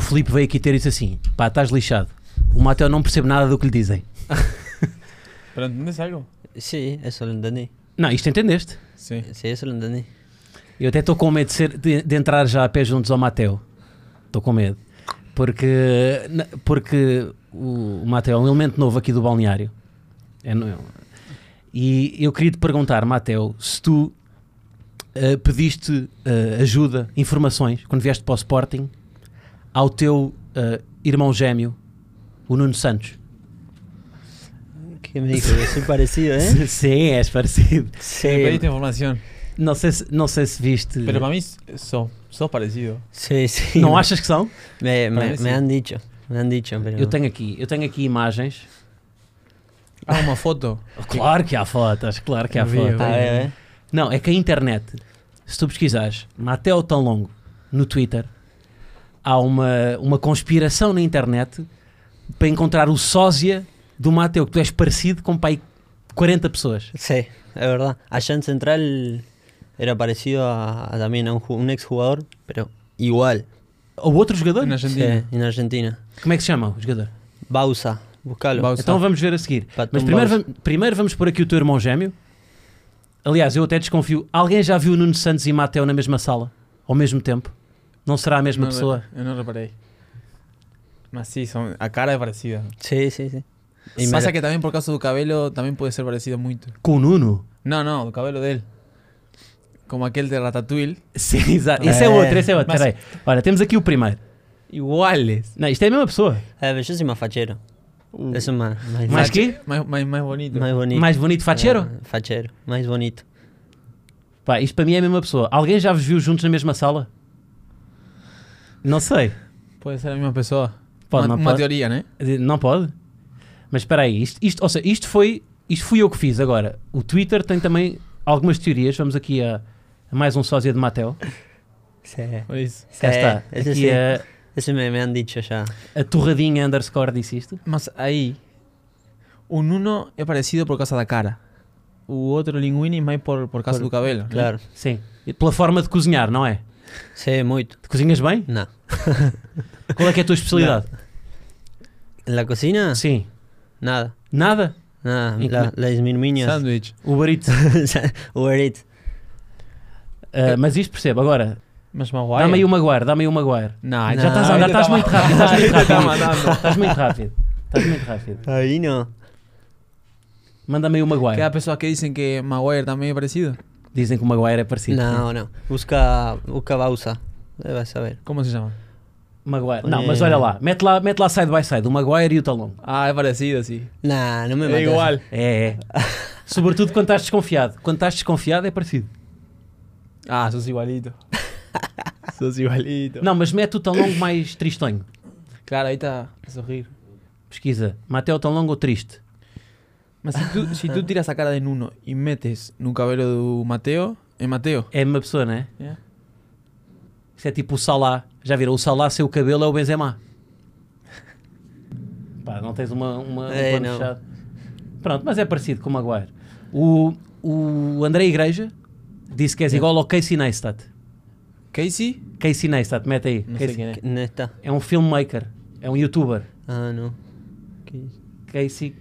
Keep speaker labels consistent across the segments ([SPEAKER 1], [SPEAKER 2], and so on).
[SPEAKER 1] Filipe veio aqui ter isso assim: pá, estás lixado. O Mateo não percebe nada do que lhe dizem.
[SPEAKER 2] ¿Pero entiendes algo?
[SPEAKER 3] Sí, eso lo entendí.
[SPEAKER 1] Não, isto entendeste?
[SPEAKER 2] Sí.
[SPEAKER 3] Sí, eso lo entendí.
[SPEAKER 1] Eu até estou com medo de, ser- de- de entrar já a pé juntos ao Mateo. Estou com medo. Porque, na- porque o, o Mateo é um elemento novo aqui do balneário. É no- e eu queria te perguntar, Mateo, se tu eh, pediste eh, ajuda, informações, quando vieste para o Sporting, ao teu eh, irmão gêmeo, o Nuno Santos.
[SPEAKER 3] ¿Qué me dijo? Yo soy parecido, ¿eh?
[SPEAKER 1] Se- Sim, és parecido.
[SPEAKER 3] Sí.
[SPEAKER 2] Te pediste información.
[SPEAKER 1] Não sei se, não sei se viste.
[SPEAKER 2] Pero para mí s- sos sos parecido.
[SPEAKER 3] Sí, sí.
[SPEAKER 1] não achas que são?
[SPEAKER 3] Me, me-
[SPEAKER 2] Parece.
[SPEAKER 3] me han dicho. Me han dicho, pero.
[SPEAKER 1] Eu tenho aqui, eu tenho aqui imagens.
[SPEAKER 2] Ah, una foto.
[SPEAKER 1] Claro que há fotos, claro que há
[SPEAKER 2] Vi, eu
[SPEAKER 1] fotos.
[SPEAKER 2] vi.
[SPEAKER 3] A ver, ¿eh?
[SPEAKER 1] Não, é que a internet, se tu pesquisares Mateo Tão Longo no Twitter, há uma, uma conspiração na internet para encontrar o sósia do Mateo, que tu és parecido com pai 40 pessoas.
[SPEAKER 3] Sí, es verdad. Allá en Central era parecido a, a también a un, ju- un exjugador, pero igual.
[SPEAKER 1] Ou outro jogador?
[SPEAKER 2] En
[SPEAKER 3] Sí,
[SPEAKER 2] Argentina.
[SPEAKER 3] en Argentina.
[SPEAKER 1] Como é que se chama o jogador?
[SPEAKER 3] Bausa, búscalo.
[SPEAKER 2] Bausa.
[SPEAKER 1] Então vamos ver a seguir.
[SPEAKER 3] Pato
[SPEAKER 1] Mas primeiro,
[SPEAKER 3] Bausa.
[SPEAKER 1] vam- primeiro vamos pôr aqui o teu irmão gêmeo. Aliás, eu até desconfio. Alguém já viu Nuno Santos e Mateo na mesma sala? Ao mesmo tempo? Não será a mesma
[SPEAKER 2] no,
[SPEAKER 1] pessoa?
[SPEAKER 2] re- no reparé. Más sí, son a cara es parecida.
[SPEAKER 3] Sí, sí, sí. Y me
[SPEAKER 2] Pasa
[SPEAKER 3] la-
[SPEAKER 2] que también por caso de cabello también puede ser parecido mucho.
[SPEAKER 1] Com o Nuno?
[SPEAKER 2] No, no, el cabello de él. Como aquel de Ratatouille.
[SPEAKER 1] Sim, exato. Esse é, outro, esse é outro.
[SPEAKER 2] Mas-
[SPEAKER 1] Peraí. Olha, temos aqui o primeiro.
[SPEAKER 2] Iguales.
[SPEAKER 1] Não, isto é a mesma pessoa.
[SPEAKER 3] Eh, pero yo soy más fachero. Eso es más. Más,
[SPEAKER 1] Más-
[SPEAKER 3] más,
[SPEAKER 1] qué?
[SPEAKER 2] Más, más, más bonito.
[SPEAKER 3] bonito.
[SPEAKER 1] Mais bonito, fachero?
[SPEAKER 3] Eh, fachero, más bonito.
[SPEAKER 1] Pá, isto para mim é a mesma pessoa. Alguém já vos viu juntos na mesma sala? Não sei.
[SPEAKER 2] Puede ser la misma persona.
[SPEAKER 1] Pode, não
[SPEAKER 2] una, una
[SPEAKER 1] pode.
[SPEAKER 2] teoría, ¿eh?
[SPEAKER 1] Eh, Não pode? Mas espera aí, isto, isto, ou seja, isto foi. Isto fui eu que fiz agora. O Twitter tem também algumas teorias. Vamos aqui a, a mais um sósia de Mateo.
[SPEAKER 3] Sí.
[SPEAKER 2] Por eso.
[SPEAKER 3] Sí,
[SPEAKER 1] Cá está.
[SPEAKER 3] Ese,
[SPEAKER 1] Aqui
[SPEAKER 3] sí.
[SPEAKER 1] a,
[SPEAKER 3] Ese me, me han dicho ya.
[SPEAKER 1] a torradinha underscore disse isto.
[SPEAKER 2] Más ahí. Un uno es parecido por causa de la cara. U otro linguini más por, por causa
[SPEAKER 3] Por-
[SPEAKER 2] del cabello. ¿eh?
[SPEAKER 3] Claro.
[SPEAKER 1] Sim. E Pela forma de cozinhar, não é?
[SPEAKER 3] Sí, muy.
[SPEAKER 1] Tu cozinhas bem?
[SPEAKER 3] No.
[SPEAKER 1] Qual é que é a tua especialidade?
[SPEAKER 3] ¿En la cocina?
[SPEAKER 1] Sim.
[SPEAKER 3] Nada.
[SPEAKER 1] Nada?
[SPEAKER 3] Nada.
[SPEAKER 1] ¿Y
[SPEAKER 3] La,
[SPEAKER 1] qué?
[SPEAKER 3] las minmiñas.
[SPEAKER 2] Sándwich.
[SPEAKER 1] O barito.
[SPEAKER 3] Uber Eats.
[SPEAKER 1] Ah, mas isto percebo, agora,
[SPEAKER 2] Más más guay.
[SPEAKER 1] dá-me aí o Maguire, dá-me aí o Maguire.
[SPEAKER 2] Nah,
[SPEAKER 3] Nah,
[SPEAKER 1] Já estás a andar,
[SPEAKER 2] ahorita
[SPEAKER 1] estás
[SPEAKER 2] está
[SPEAKER 1] muito
[SPEAKER 2] ma-
[SPEAKER 1] rápido, estás muito
[SPEAKER 2] ahorita está
[SPEAKER 1] rápido.
[SPEAKER 2] mandando.
[SPEAKER 1] Estás muito rápido, estás muito rápido.
[SPEAKER 3] Ahí no.
[SPEAKER 1] Manda-me aí o
[SPEAKER 2] Queda
[SPEAKER 1] Maguire.
[SPEAKER 2] personas que dicen que Maguire también es parecido.
[SPEAKER 1] Dizem que o Maguire é parecido.
[SPEAKER 3] No, no. Busca, busca Bausa. Eh, Vas a ver.
[SPEAKER 2] ¿Cómo se llama?
[SPEAKER 1] Maguire. Não,
[SPEAKER 3] É.
[SPEAKER 1] mas olha lá, mete lá, mete lá side by side, o Maguire e o Talon.
[SPEAKER 2] Ah, es parecido, sí.
[SPEAKER 3] Nah, no me
[SPEAKER 2] Es
[SPEAKER 3] matas.
[SPEAKER 2] Eh, igual.
[SPEAKER 1] É, é. Sobretudo quando estás desconfiado. Quando estás desconfiado é parecido.
[SPEAKER 2] Ah, sos igualito. sos igualito.
[SPEAKER 1] Não, mas mete o Talon mais tristonho.
[SPEAKER 2] Claro, ahí está a surgir.
[SPEAKER 1] Pesquisa. Mateo Talon ou triste.
[SPEAKER 2] Mas si tú, si tú tiras la cara de Nuno y metes en un cabello de Mateo, es Mateo.
[SPEAKER 1] É a mesma pessoa, não é?
[SPEAKER 2] Yeah.
[SPEAKER 1] Isso é tipo o Salah. Já viram? O Salah sem o cabelo é o Benzema. Pá, não tens uma, uma,
[SPEAKER 3] É,
[SPEAKER 1] um plano
[SPEAKER 3] não.
[SPEAKER 1] fechado. Pronto, mas é parecido com o Maguire. O, o André Igreja disse que és igual ao Casey Neistat.
[SPEAKER 2] Casey,
[SPEAKER 1] Casey Neistat, mete aí.
[SPEAKER 2] No sei
[SPEAKER 1] Casey.
[SPEAKER 2] quem é.
[SPEAKER 3] Que- No está.
[SPEAKER 1] É um filmmaker. É um youtuber.
[SPEAKER 3] Ah, no. ¿Qué?
[SPEAKER 1] Casey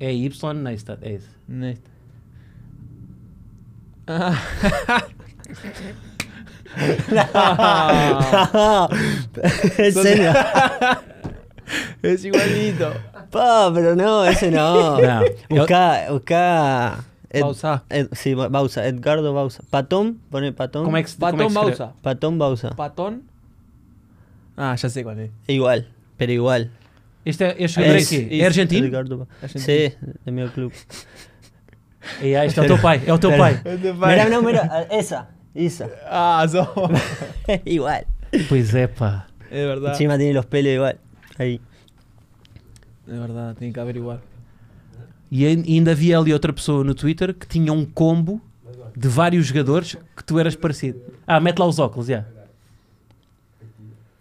[SPEAKER 1] é Y Neistat. É isso.
[SPEAKER 2] Next. Ah.
[SPEAKER 3] ¿En serio?
[SPEAKER 2] es igualito.
[SPEAKER 3] Pa, pero no, ese no.
[SPEAKER 1] No.
[SPEAKER 3] Busca, busca. Ed-
[SPEAKER 2] Bausa.
[SPEAKER 3] Ed- sí, Ba- Bausa, Edgardo Bausa. Patón, pone Patón.
[SPEAKER 1] Como é que se como é que
[SPEAKER 2] Patón
[SPEAKER 1] se escreve?
[SPEAKER 2] Bausa.
[SPEAKER 3] Patón Bausa.
[SPEAKER 2] Patón. Ah, ya sé cuál es.
[SPEAKER 3] igual, pero igual.
[SPEAKER 1] Este é, este jogador é,
[SPEAKER 3] Es-
[SPEAKER 1] aqui.
[SPEAKER 3] es
[SPEAKER 1] é argentino?
[SPEAKER 3] Edgardo Ba-
[SPEAKER 2] Argentino.
[SPEAKER 3] Sí, de mi club.
[SPEAKER 1] É, ah, este é o teu pai. É o teu pai.
[SPEAKER 3] Mira, no, mira, a- esa, esa.
[SPEAKER 2] Ah, sos.
[SPEAKER 3] igual.
[SPEAKER 1] Pois é, pá.
[SPEAKER 2] es verdad.
[SPEAKER 3] Encima tiene los pelos igual. Ahí.
[SPEAKER 2] Es verdad, tiene que haber igual.
[SPEAKER 1] E ai- e ainda havia ali outra pessoa no Twitter que tinha um combo de vários jogadores que tu eras parecido. Ah, mete lá os óculos, já.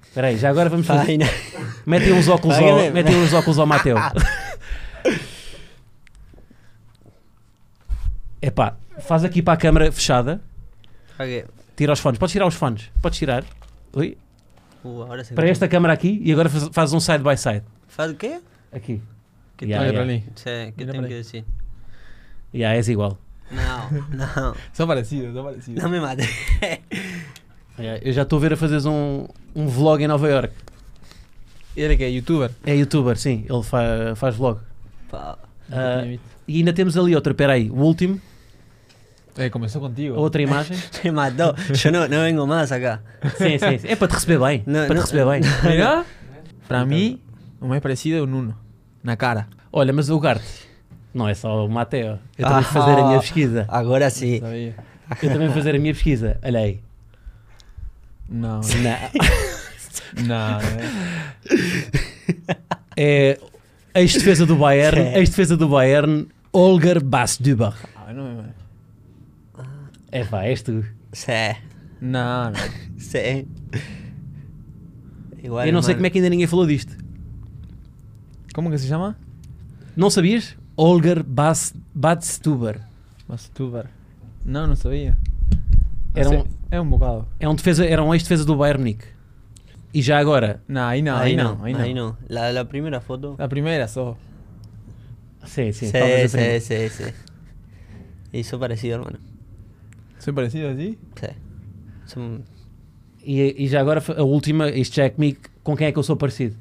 [SPEAKER 1] Espera Tá aí, já agora vamos fazer.
[SPEAKER 3] Ay, no.
[SPEAKER 1] Metem uns óculos
[SPEAKER 3] Vai,
[SPEAKER 1] ao,
[SPEAKER 3] vai.
[SPEAKER 1] metem uns óculos ao Mateu. Epá, faz aqui para a câmara fechada,
[SPEAKER 3] Ok.
[SPEAKER 1] tira os fones. Podes tirar os fones? Podes tirar? Oi?
[SPEAKER 3] Uh, ahora se
[SPEAKER 1] Para esta cámara aqui e agora faz- fazes um side by side.
[SPEAKER 3] ¿Faz qué?
[SPEAKER 1] Aqui.
[SPEAKER 3] ¿Qué
[SPEAKER 1] Ya,
[SPEAKER 2] Dale,
[SPEAKER 1] ya.
[SPEAKER 2] Rolly.
[SPEAKER 3] Sí, ¿qué
[SPEAKER 2] Mira
[SPEAKER 3] tengo
[SPEAKER 2] para
[SPEAKER 3] que
[SPEAKER 2] ahí.
[SPEAKER 3] decir?
[SPEAKER 1] E yeah, és igual.
[SPEAKER 3] No, no,
[SPEAKER 2] Son parecidos, son parecidos.
[SPEAKER 3] no me mates.
[SPEAKER 1] Yeah, eu já estou a ver a fazeres um, um vlog em Nova York.
[SPEAKER 2] ¿Y era qué? ¿Youtuber?
[SPEAKER 1] É youtuber, sim, ele fa- faz vlog.
[SPEAKER 3] Pa.
[SPEAKER 1] Ah, e ainda temos ali outra, peraí, o último,
[SPEAKER 2] Eh, comenzó
[SPEAKER 1] a
[SPEAKER 2] contigo.
[SPEAKER 1] outra imagem.
[SPEAKER 3] Me mató. Yo no, no vengo más acá.
[SPEAKER 1] sim, sim, sim. É para te receber bem.
[SPEAKER 3] Não,
[SPEAKER 1] para
[SPEAKER 3] não.
[SPEAKER 1] te receber bem.
[SPEAKER 2] Mira. Para mí, lo más parecido es un uno. Una cara.
[SPEAKER 1] Olha, mas o Garte, não é só o Mateo. Eu também
[SPEAKER 3] Ah.
[SPEAKER 1] vou fazer a minha pesquisa.
[SPEAKER 3] Ahora sí.
[SPEAKER 2] Sabía.
[SPEAKER 1] Eu também vou fazer a minha pesquisa. Olha aí. Não.
[SPEAKER 2] No, no, no.
[SPEAKER 1] É ex-defesa do Bayern,
[SPEAKER 3] Sim.
[SPEAKER 1] ex-defesa do Bayern, Olger Bassdüber.
[SPEAKER 2] Ah, no, me-
[SPEAKER 1] É pá, és tu.
[SPEAKER 3] Sí,
[SPEAKER 2] no, no.
[SPEAKER 3] sí. Igual.
[SPEAKER 1] Eu não sei como
[SPEAKER 3] hermano.
[SPEAKER 1] é que ainda ninguém falou disto.
[SPEAKER 2] ¿Cómo que se llama?
[SPEAKER 1] Não sabias? Olger Bass, Badstuber.
[SPEAKER 2] Masturbar. No, no sabía. No
[SPEAKER 1] Era
[SPEAKER 2] sé,
[SPEAKER 1] un-
[SPEAKER 2] es un bocado.
[SPEAKER 1] É um defesa, era um ex-defesa do Bayern Munique. E já agora,
[SPEAKER 2] No, ahí no, ahí,
[SPEAKER 3] Ahí
[SPEAKER 2] no,
[SPEAKER 3] no,
[SPEAKER 2] ahí no. Ah,
[SPEAKER 3] ahí no. La, la primera foto.
[SPEAKER 2] La primera, so.
[SPEAKER 1] sim, sim,
[SPEAKER 3] Sí,
[SPEAKER 1] talvez a
[SPEAKER 3] sí,
[SPEAKER 1] primeira.
[SPEAKER 3] sí, sí. Hizo parecido, hermano.
[SPEAKER 2] ¿Soy parecido así?
[SPEAKER 3] Sí.
[SPEAKER 1] assim.
[SPEAKER 3] Son-
[SPEAKER 1] E, e já agora a última, isto já é comigo, com quem é que eu sou parecido?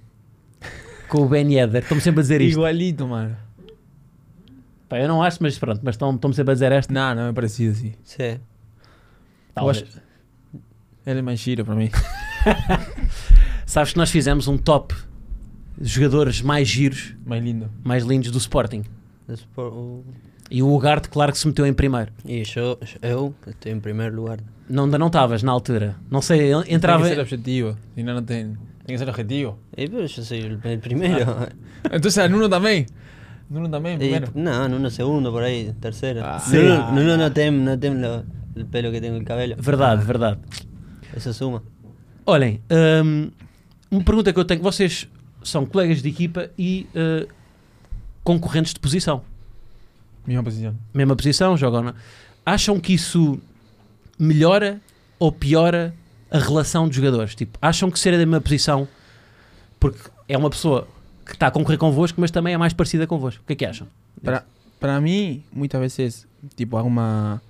[SPEAKER 1] Com o Ben Yedder. Estão-me sempre a dizer isto.
[SPEAKER 2] Igualito, mano.
[SPEAKER 1] Pá, eu não acho, mas pronto, mas estão- estão-me sempre a dizer esta.
[SPEAKER 2] No, no me he parecido así.
[SPEAKER 3] Sí.
[SPEAKER 1] Talvez.
[SPEAKER 2] Wash- Él es más giro para mí.
[SPEAKER 1] Sabes que nós fizemos um top de jogadores mais giros,
[SPEAKER 2] Más lindo.
[SPEAKER 1] mais lindos do Sporting.
[SPEAKER 3] Es por- uh,
[SPEAKER 1] E o Ugarte, claro que se meteu em primeiro.
[SPEAKER 3] Y yo, yo estoy en primer lugar.
[SPEAKER 1] Não, ainda não estavas na altura. Não sei, ele entrava.
[SPEAKER 2] Tiene que ser objetivo. Si no, no te... Tiene que ser objetivo.
[SPEAKER 3] Eh, pero yo soy el, el primero.
[SPEAKER 2] Entonces, en uno también. En uno también,
[SPEAKER 3] Eh,
[SPEAKER 2] Ah, primero.
[SPEAKER 3] no, en uno segundo por ahí, tercero.
[SPEAKER 2] Ah.
[SPEAKER 3] No,
[SPEAKER 2] Sí.
[SPEAKER 3] no, no, no, no tem, no tem lo- el pelo que tengo el cabello.
[SPEAKER 1] Verdade, verdade.
[SPEAKER 3] Eso suma.
[SPEAKER 1] Olhem, hum, uma pergunta que eu tenho: vocês são colegas de equipa e uh, concorrentes de posição.
[SPEAKER 2] Misma posición.
[SPEAKER 1] Mesma posição, jogam. na- Acham que isso melhora ou piora a relação dos jogadores? Tipo, acham que serem da mesma posição, porque é uma pessoa que está a concorrer convosco, mas também é mais parecida convosco. O que é que acham?
[SPEAKER 2] Para, para mí, muchas veces, tipo, hago una,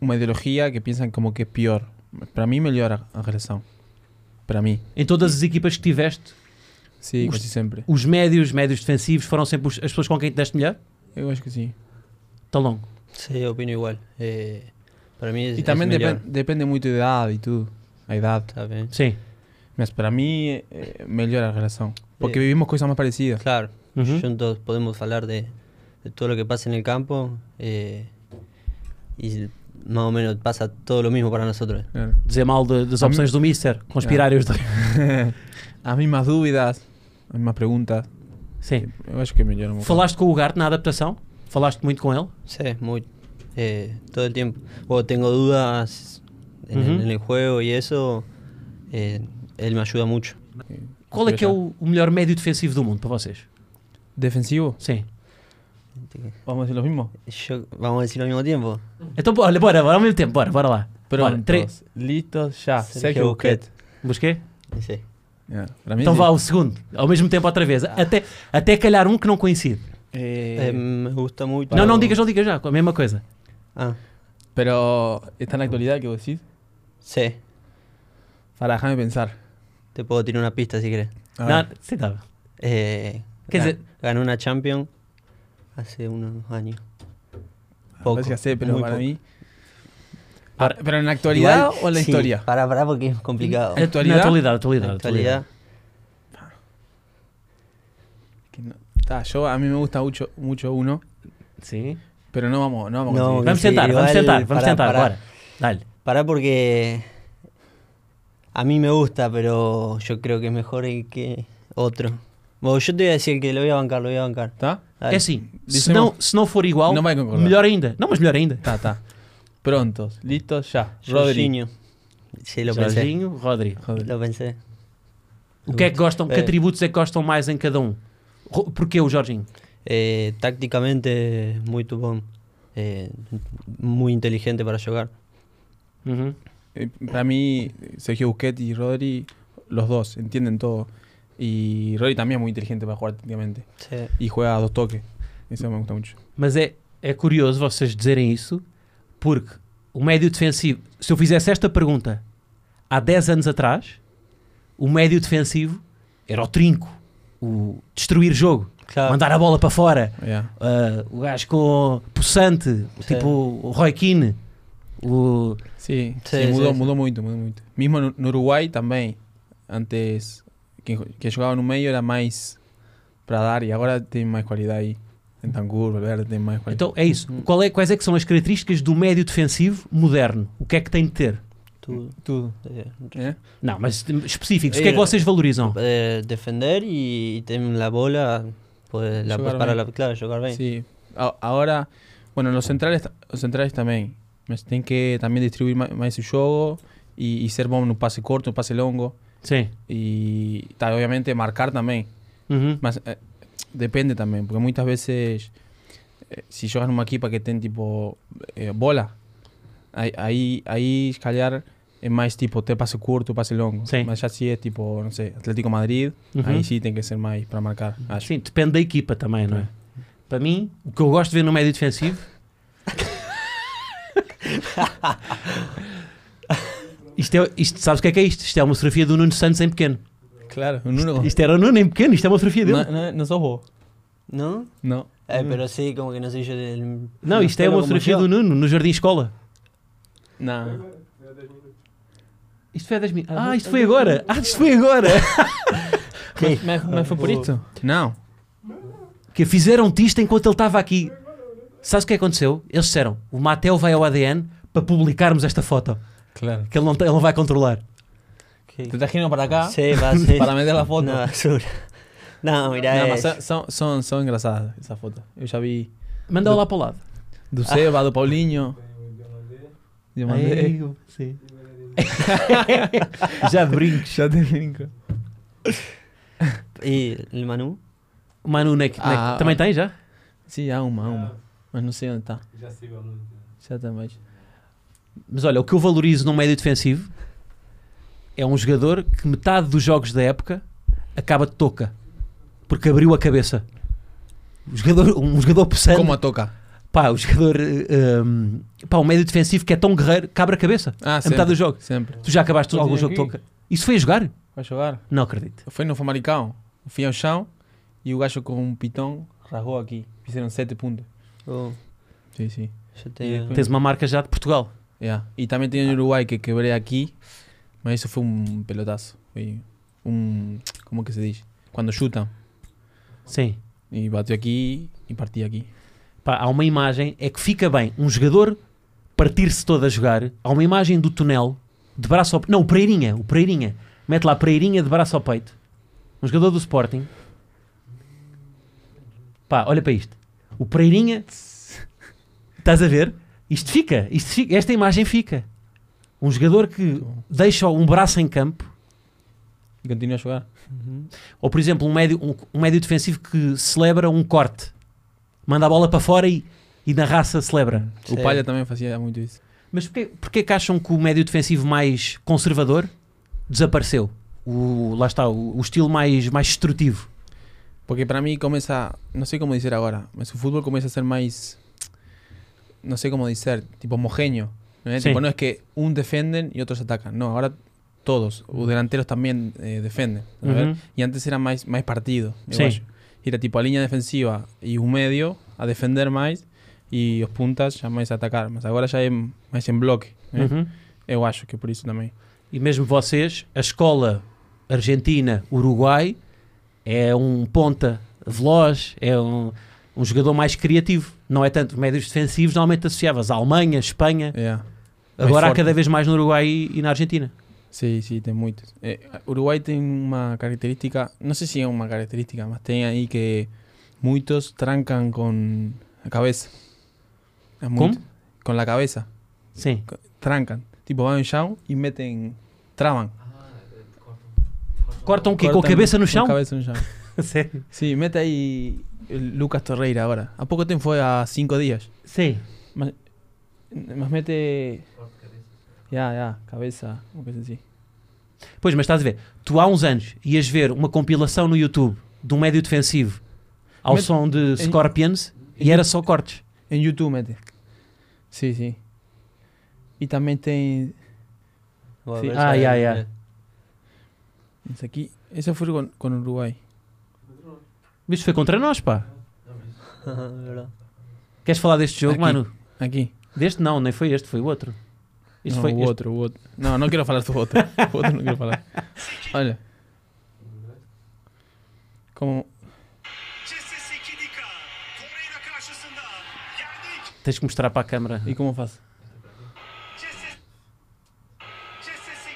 [SPEAKER 2] una ideología que piensan como que es peor. Para mí, mejora a relación. Para mí.
[SPEAKER 1] Em todas as equipas que tiveste,
[SPEAKER 2] Sí,
[SPEAKER 1] Ust-
[SPEAKER 2] casi siempre.
[SPEAKER 1] os médios, médios defensivos, foram sempre os- as pessoas com quem te deste melhor?
[SPEAKER 2] Yo creo que sí.
[SPEAKER 1] Tão longo.
[SPEAKER 3] Sí, opino igual. Eh, para mí es.
[SPEAKER 2] Y también
[SPEAKER 3] es
[SPEAKER 2] depen-
[SPEAKER 3] mejor.
[SPEAKER 2] depende mucho de edad y tú. La edad.
[SPEAKER 3] Está bien.
[SPEAKER 1] Sim.
[SPEAKER 2] Mas, para mí, eh, mejora la relación. Porque
[SPEAKER 3] Sí.
[SPEAKER 2] vivimos cosas más parecidas.
[SPEAKER 3] Claro.
[SPEAKER 1] Ujú.
[SPEAKER 3] Juntos podemos hablar de, de todo lo que pasa en el campo. eh, y más o menos pasa todo lo mismo para nosotros.
[SPEAKER 2] Claro.
[SPEAKER 1] Dizer mal de- das
[SPEAKER 2] A
[SPEAKER 1] opções do Mister, conspirar os dois.
[SPEAKER 2] Las mismas dudas, las mismas preguntas.
[SPEAKER 1] Sim.
[SPEAKER 2] Yo acho que mejora un poco.
[SPEAKER 1] Falaste com o Ugarte na adaptación? Falaste muito com ele?
[SPEAKER 3] Sí, muy. eh, todo el tiempo. O tengo dudas en, el-
[SPEAKER 1] Ujú.
[SPEAKER 3] en el juego y eso. eh, él me ayuda mucho.
[SPEAKER 1] Qual é que é o, o melhor médio defensivo do mundo para vocês?
[SPEAKER 2] Defensivo,
[SPEAKER 1] Sim.
[SPEAKER 2] vamos a decir lo mismo.
[SPEAKER 3] Yo- vamos a decir al mismo tiempo.
[SPEAKER 1] Então, olha, bora, bora ao mesmo tempo, bora, bora lá. bora, três.
[SPEAKER 2] Prontos, listos, ya.
[SPEAKER 3] Sergio
[SPEAKER 2] Sergio Busquets.
[SPEAKER 1] Busquei?
[SPEAKER 3] Sí.
[SPEAKER 1] Eh,
[SPEAKER 2] Ya, Para mí
[SPEAKER 1] Então
[SPEAKER 2] sí.
[SPEAKER 1] vá o segundo, ao mesmo tempo outra vez. Até, até calhar um que não coincide.
[SPEAKER 2] Eh,
[SPEAKER 3] Eh, me gusta mucho.
[SPEAKER 1] Não, não digas, não digas já, com a mesma coisa.
[SPEAKER 3] Ah,
[SPEAKER 2] pero está en la actualidad que vos decís.
[SPEAKER 3] sí.
[SPEAKER 2] Para dejarme pensar.
[SPEAKER 3] Te puedo tirar una pista si querés.
[SPEAKER 2] A
[SPEAKER 1] Não,
[SPEAKER 2] ver,
[SPEAKER 1] sim, tá.
[SPEAKER 3] Eh,
[SPEAKER 1] ¿Qué
[SPEAKER 3] ga-
[SPEAKER 1] se-
[SPEAKER 3] Ganó una Champions hace unos años. poco,
[SPEAKER 2] parece que sé, pero
[SPEAKER 3] muy
[SPEAKER 2] para
[SPEAKER 3] poco.
[SPEAKER 2] mí.
[SPEAKER 1] Para-
[SPEAKER 2] ¿Pero en la actualidad
[SPEAKER 3] Igual-
[SPEAKER 2] o en la
[SPEAKER 3] sí,
[SPEAKER 2] historia?
[SPEAKER 3] Pará, pará, porque es complicado.
[SPEAKER 2] Eh, Atualidade?
[SPEAKER 1] Na atualidade, atualidade.
[SPEAKER 3] En actualidad,
[SPEAKER 2] Que no- Ta, yo, a mí me gusta mucho, mucho uno,
[SPEAKER 1] Sim.
[SPEAKER 2] pero no vamos, no vamos. a
[SPEAKER 3] No,
[SPEAKER 2] conseguir.
[SPEAKER 1] Vamos
[SPEAKER 3] sim,
[SPEAKER 1] tentar, vamos
[SPEAKER 3] igual,
[SPEAKER 1] tentar, vamos
[SPEAKER 3] para-
[SPEAKER 1] tentar,
[SPEAKER 3] para-
[SPEAKER 1] bora. Dale.
[SPEAKER 3] pará porque a mí me gusta, pero yo creo que es mejor el que otro. Bueno, yo te voy a decir que lo voy a bancar, lo voy a bancar.
[SPEAKER 2] ¿Está?
[SPEAKER 3] Dale.
[SPEAKER 1] É assim, se
[SPEAKER 2] Dizemos-
[SPEAKER 1] não, se não for igual,
[SPEAKER 2] Não vai concordar.
[SPEAKER 1] melhor ainda. Não, mas melhor ainda.
[SPEAKER 2] Está, está. Prontos, listos, ya. Rodri.
[SPEAKER 3] Jorginho. Sí, lo pensé.
[SPEAKER 1] Jorginho, Rodrigo.
[SPEAKER 2] Rodri.
[SPEAKER 3] Lo pensé.
[SPEAKER 1] O que é que gostam, que
[SPEAKER 3] Eh.
[SPEAKER 1] atributos é que gostam mais em cada um? Ro- Porquê o Jorginho?
[SPEAKER 3] Eh, tácticamente muy tupón. Eh, muy inteligente para jugar.
[SPEAKER 1] Uhum.
[SPEAKER 2] Eh, Para mí, Sergio Busquets y Rodri los dos, entienden todo. Y Rory también es muy inteligente para jugar técnicamente.
[SPEAKER 3] Sí.
[SPEAKER 2] Y juega a dos toques. Eso me gusta mucho.
[SPEAKER 1] Mas é, é curioso vocês dizerem isso, porque o médio defensivo, se eu fizesse esta pergunta há 10 anos atrás, o médio defensivo era o trinco, o destruir jogo,
[SPEAKER 3] Claro.
[SPEAKER 1] mandar a bola para fora,
[SPEAKER 2] Yeah.
[SPEAKER 1] ah, o gajo com possante, o
[SPEAKER 3] Sim.
[SPEAKER 1] tipo o Roy Keane, o
[SPEAKER 2] Sí,
[SPEAKER 3] Sí,
[SPEAKER 2] sí, mudó,
[SPEAKER 3] sí,
[SPEAKER 2] mudou muito, mudou muito. Mesmo no no Uruguai também. Antes, quem, jo- quem jogava no meio era mais para dar e agora tem mais qualidade aí. Bentancur, Valverde tem mais qualidade.
[SPEAKER 1] Então é isso. Qual é, quais é que são as características do médio defensivo moderno? O que é que tem de ter?
[SPEAKER 3] Tú-
[SPEAKER 2] tudo.
[SPEAKER 3] eh,
[SPEAKER 2] É?
[SPEAKER 1] Não, mas específicos. O que é que vocês valorizam?
[SPEAKER 3] eh, defender y, y tener la bola, pues la
[SPEAKER 2] Jugar
[SPEAKER 3] puedes para
[SPEAKER 2] bien.
[SPEAKER 3] la claro, jugar bien.
[SPEAKER 2] Sí. A- Ahora, bueno, los centrales, ta- los centrales también. Mas tem que também distribuir ma- mais o jogo e, e ser bom no passe corto, no passe longo.
[SPEAKER 1] Sim.
[SPEAKER 2] E tá, obviamente marcar também.
[SPEAKER 1] Uhum.
[SPEAKER 2] Mas, eh, depende también, porque muchas veces eh, si juegas en una equipa que ten tipo eh, bola, ahí, ahí, ahí callar es más tipo te pase corto, pase longo.
[SPEAKER 1] Sí.
[SPEAKER 2] Mas ya si es tipo, no sé, Atlético Madrid,
[SPEAKER 1] Ujú.
[SPEAKER 2] ahí sí tiene que ser más para marcar. acho.
[SPEAKER 1] Sim, depende da equipa também, não é? Para mim, o que eu gosto de ver no médio defensivo. isto, é, isto- sabes o que é que é isto? Isto é uma fotografia do Nuno Santos em pequeno.
[SPEAKER 2] Claro, un uno.
[SPEAKER 1] Isto era o Nuno em pequeno, isto é uma fotografía dele.
[SPEAKER 2] No, no, no sos vos.
[SPEAKER 3] ¿No?
[SPEAKER 2] No.
[SPEAKER 3] Eh, pero sí, como que no sé yo del.
[SPEAKER 1] Não, isto é
[SPEAKER 3] pelo
[SPEAKER 1] uma
[SPEAKER 3] como
[SPEAKER 1] fotografia
[SPEAKER 3] yo.
[SPEAKER 1] do Nuno no Jardim Escola.
[SPEAKER 2] No.
[SPEAKER 1] Isto foi há 10 minutos. Ah, isto foi agora! Ah, isto foi agora!
[SPEAKER 3] Sí.
[SPEAKER 2] ¿Me, fue por esto? No.
[SPEAKER 1] que fizeram-te isto enquanto ele estava aqui. Sabes o que aconteceu? Eles disseram: o Mateu vai ao ADN para publicarmos esta foto,
[SPEAKER 2] Claro.
[SPEAKER 1] que ele não, tem- ele não vai controlar.
[SPEAKER 3] Sí.
[SPEAKER 4] Te trajeron para acá
[SPEAKER 3] Sí, va a ser
[SPEAKER 4] para meter la foto.
[SPEAKER 3] una basura. No, mirá,
[SPEAKER 2] Nada, mas
[SPEAKER 3] es-
[SPEAKER 2] son- son, son, son engrasadas esas fotos. Yo ya vi
[SPEAKER 1] Manda-o lá para o lado.
[SPEAKER 2] do
[SPEAKER 3] Ah.
[SPEAKER 2] Seba, do Paulinho. Yo mandé.
[SPEAKER 1] Ai, eu- sim. Já de brinco.
[SPEAKER 2] Ya te brinco.
[SPEAKER 3] y el Manu.
[SPEAKER 1] O Manu Neck, Neck,
[SPEAKER 2] Ah,
[SPEAKER 1] também
[SPEAKER 2] ah.
[SPEAKER 1] tem já?
[SPEAKER 2] Sí, há uma, há uma. Mas não sei onde está.
[SPEAKER 4] Ya se iba muy bien.
[SPEAKER 2] Já está mais.
[SPEAKER 1] Mas olha, o que eu valorizo num médio defensivo é um jogador que metade dos jogos da época acaba de toca porque abriu a cabeça. Um jogador, um jogador possante.
[SPEAKER 2] Como a toca?
[SPEAKER 1] Pá, o jogador. eh, um, pá, o médio defensivo que é tão guerreiro, cabra a cabeça.
[SPEAKER 2] Ah,
[SPEAKER 1] a metade do jogo.
[SPEAKER 2] Sempre.
[SPEAKER 1] Tu já acabaste
[SPEAKER 2] Eu
[SPEAKER 1] algum
[SPEAKER 2] tinha
[SPEAKER 1] jogo
[SPEAKER 2] aqui.
[SPEAKER 1] toca. Isso foi a jogar?
[SPEAKER 2] Vai jogar?
[SPEAKER 1] Não acredito.
[SPEAKER 2] Foi no Famaricão. Fui ao chão e o gajo com um pitão rasgou aqui. Fizeram 7 pontos.
[SPEAKER 3] Oh,
[SPEAKER 2] Sim, sim.
[SPEAKER 3] yo
[SPEAKER 2] Y
[SPEAKER 3] te...
[SPEAKER 2] después-
[SPEAKER 1] Tens uma marca já de Portugal.
[SPEAKER 2] Yeah. E também tem o Uruguai que quebrei aqui. Mas isso foi um pelotaço. Foi um. Como que se diz? Quando chutam.
[SPEAKER 1] Sim.
[SPEAKER 2] E bateu aqui e parti aqui.
[SPEAKER 1] Pá, há uma imagem, é que fica bem um jogador partir-se todo a jogar. Há uma imagem do Tonel de braço ao peito. Não, o Pereirinha, o Pereirinha. Mete lá Pereirinha de braço ao peito. Um jogador do Sporting. Pá, olha para isto. O Pereirinha. Estás a ver? Isto fica, isto fica, esta imagem fica. Um jogador que deixa um braço em campo,
[SPEAKER 2] E continuo a jogar.
[SPEAKER 1] ou por exemplo, um médio, um, um médio defensivo que celebra um corte, manda a bola para fora e, e na raça celebra.
[SPEAKER 2] O
[SPEAKER 3] Sim.
[SPEAKER 2] Palha também fazia muito isso.
[SPEAKER 1] Mas porquê, porquê que acham que o médio defensivo mais conservador desapareceu? O, lá está, o, o estilo mais, mais destrutivo.
[SPEAKER 2] Porque para mí comienza, no sé cómo decir ahora, mas su fútbol comienza a ser más, no sé cómo decir, tipo homogéneo. ¿no es?
[SPEAKER 1] Sí.
[SPEAKER 2] Tipo, no es que un defienden y otros atacan. No, ahora todos, los delanteros también eh, defienden. ¿no es?
[SPEAKER 1] Ujú.
[SPEAKER 2] Y antes era más, más partido. eu
[SPEAKER 1] Sí.
[SPEAKER 2] acho. Era tipo a línea defensiva y un medio a defender más y los puntas ya más a atacar. Mas ahora ya es más en bloque. ¿no es?
[SPEAKER 1] Uhum.
[SPEAKER 2] Eu acho que por eso también.
[SPEAKER 1] E mesmo vocês, a escola Argentina-Uruguai é um ponta veloz, é um, um jogador mais criativo. Não é tanto médios defensivos, normalmente associavas à Alemanha, Espanha.
[SPEAKER 2] Yeah. É, Mais
[SPEAKER 1] Agora há
[SPEAKER 2] forte.
[SPEAKER 1] cada vez mais no Uruguai e, e na Argentina.
[SPEAKER 2] Sí, sí, tem muitos. Eh, Uruguai tem uma característica, não sei se é uma característica, mas tem aí que muitos trancam com a cabeça. É muito- Com a cabeça.
[SPEAKER 1] Sim.
[SPEAKER 2] Trancam. Tipo, vão ao chão e metem. Travam.
[SPEAKER 1] Cortam o quê? Com a
[SPEAKER 2] Cortam
[SPEAKER 1] cabeça no chão?
[SPEAKER 2] Com a cabeça no chão.
[SPEAKER 1] Sério?
[SPEAKER 2] Sim, mete aí el Lucas Torreira agora. Há pouco tempo foi há cinco dias.
[SPEAKER 1] Sim.
[SPEAKER 2] Mas, mas mete. Ya, ya, cabeça, uma coisa assim.
[SPEAKER 1] Pois, mas estás a ver, tu há uns anos ias ver uma compilação no YouTube de um médio defensivo ao
[SPEAKER 2] Mas-
[SPEAKER 1] som de Scorpions
[SPEAKER 2] em-
[SPEAKER 1] e era só cortes.
[SPEAKER 2] Em YouTube mete. Sim, sim. E também tem.
[SPEAKER 3] Vou
[SPEAKER 2] Sí.
[SPEAKER 3] ver
[SPEAKER 1] Ah,
[SPEAKER 3] si-
[SPEAKER 1] ya, ya.
[SPEAKER 2] esse aqui. Ese fue con, con Uruguay.
[SPEAKER 1] Isto foi contra nós, pá.
[SPEAKER 3] Verdad.
[SPEAKER 1] Queres falar deste jogo,
[SPEAKER 2] Aqui.
[SPEAKER 1] mano?
[SPEAKER 2] Aqui.
[SPEAKER 1] Deste não, nem foi este, foi o outro. Isto
[SPEAKER 2] no,
[SPEAKER 1] foi
[SPEAKER 2] o
[SPEAKER 1] este-
[SPEAKER 2] outro, o outro. Não, não quero falar do outro. o outro não quero falar. Olha. Como.
[SPEAKER 4] Cessi Kidika Torreira karşısında geldik.
[SPEAKER 1] Tens que mostrar para a câmara.
[SPEAKER 2] E como faço?
[SPEAKER 4] Cessi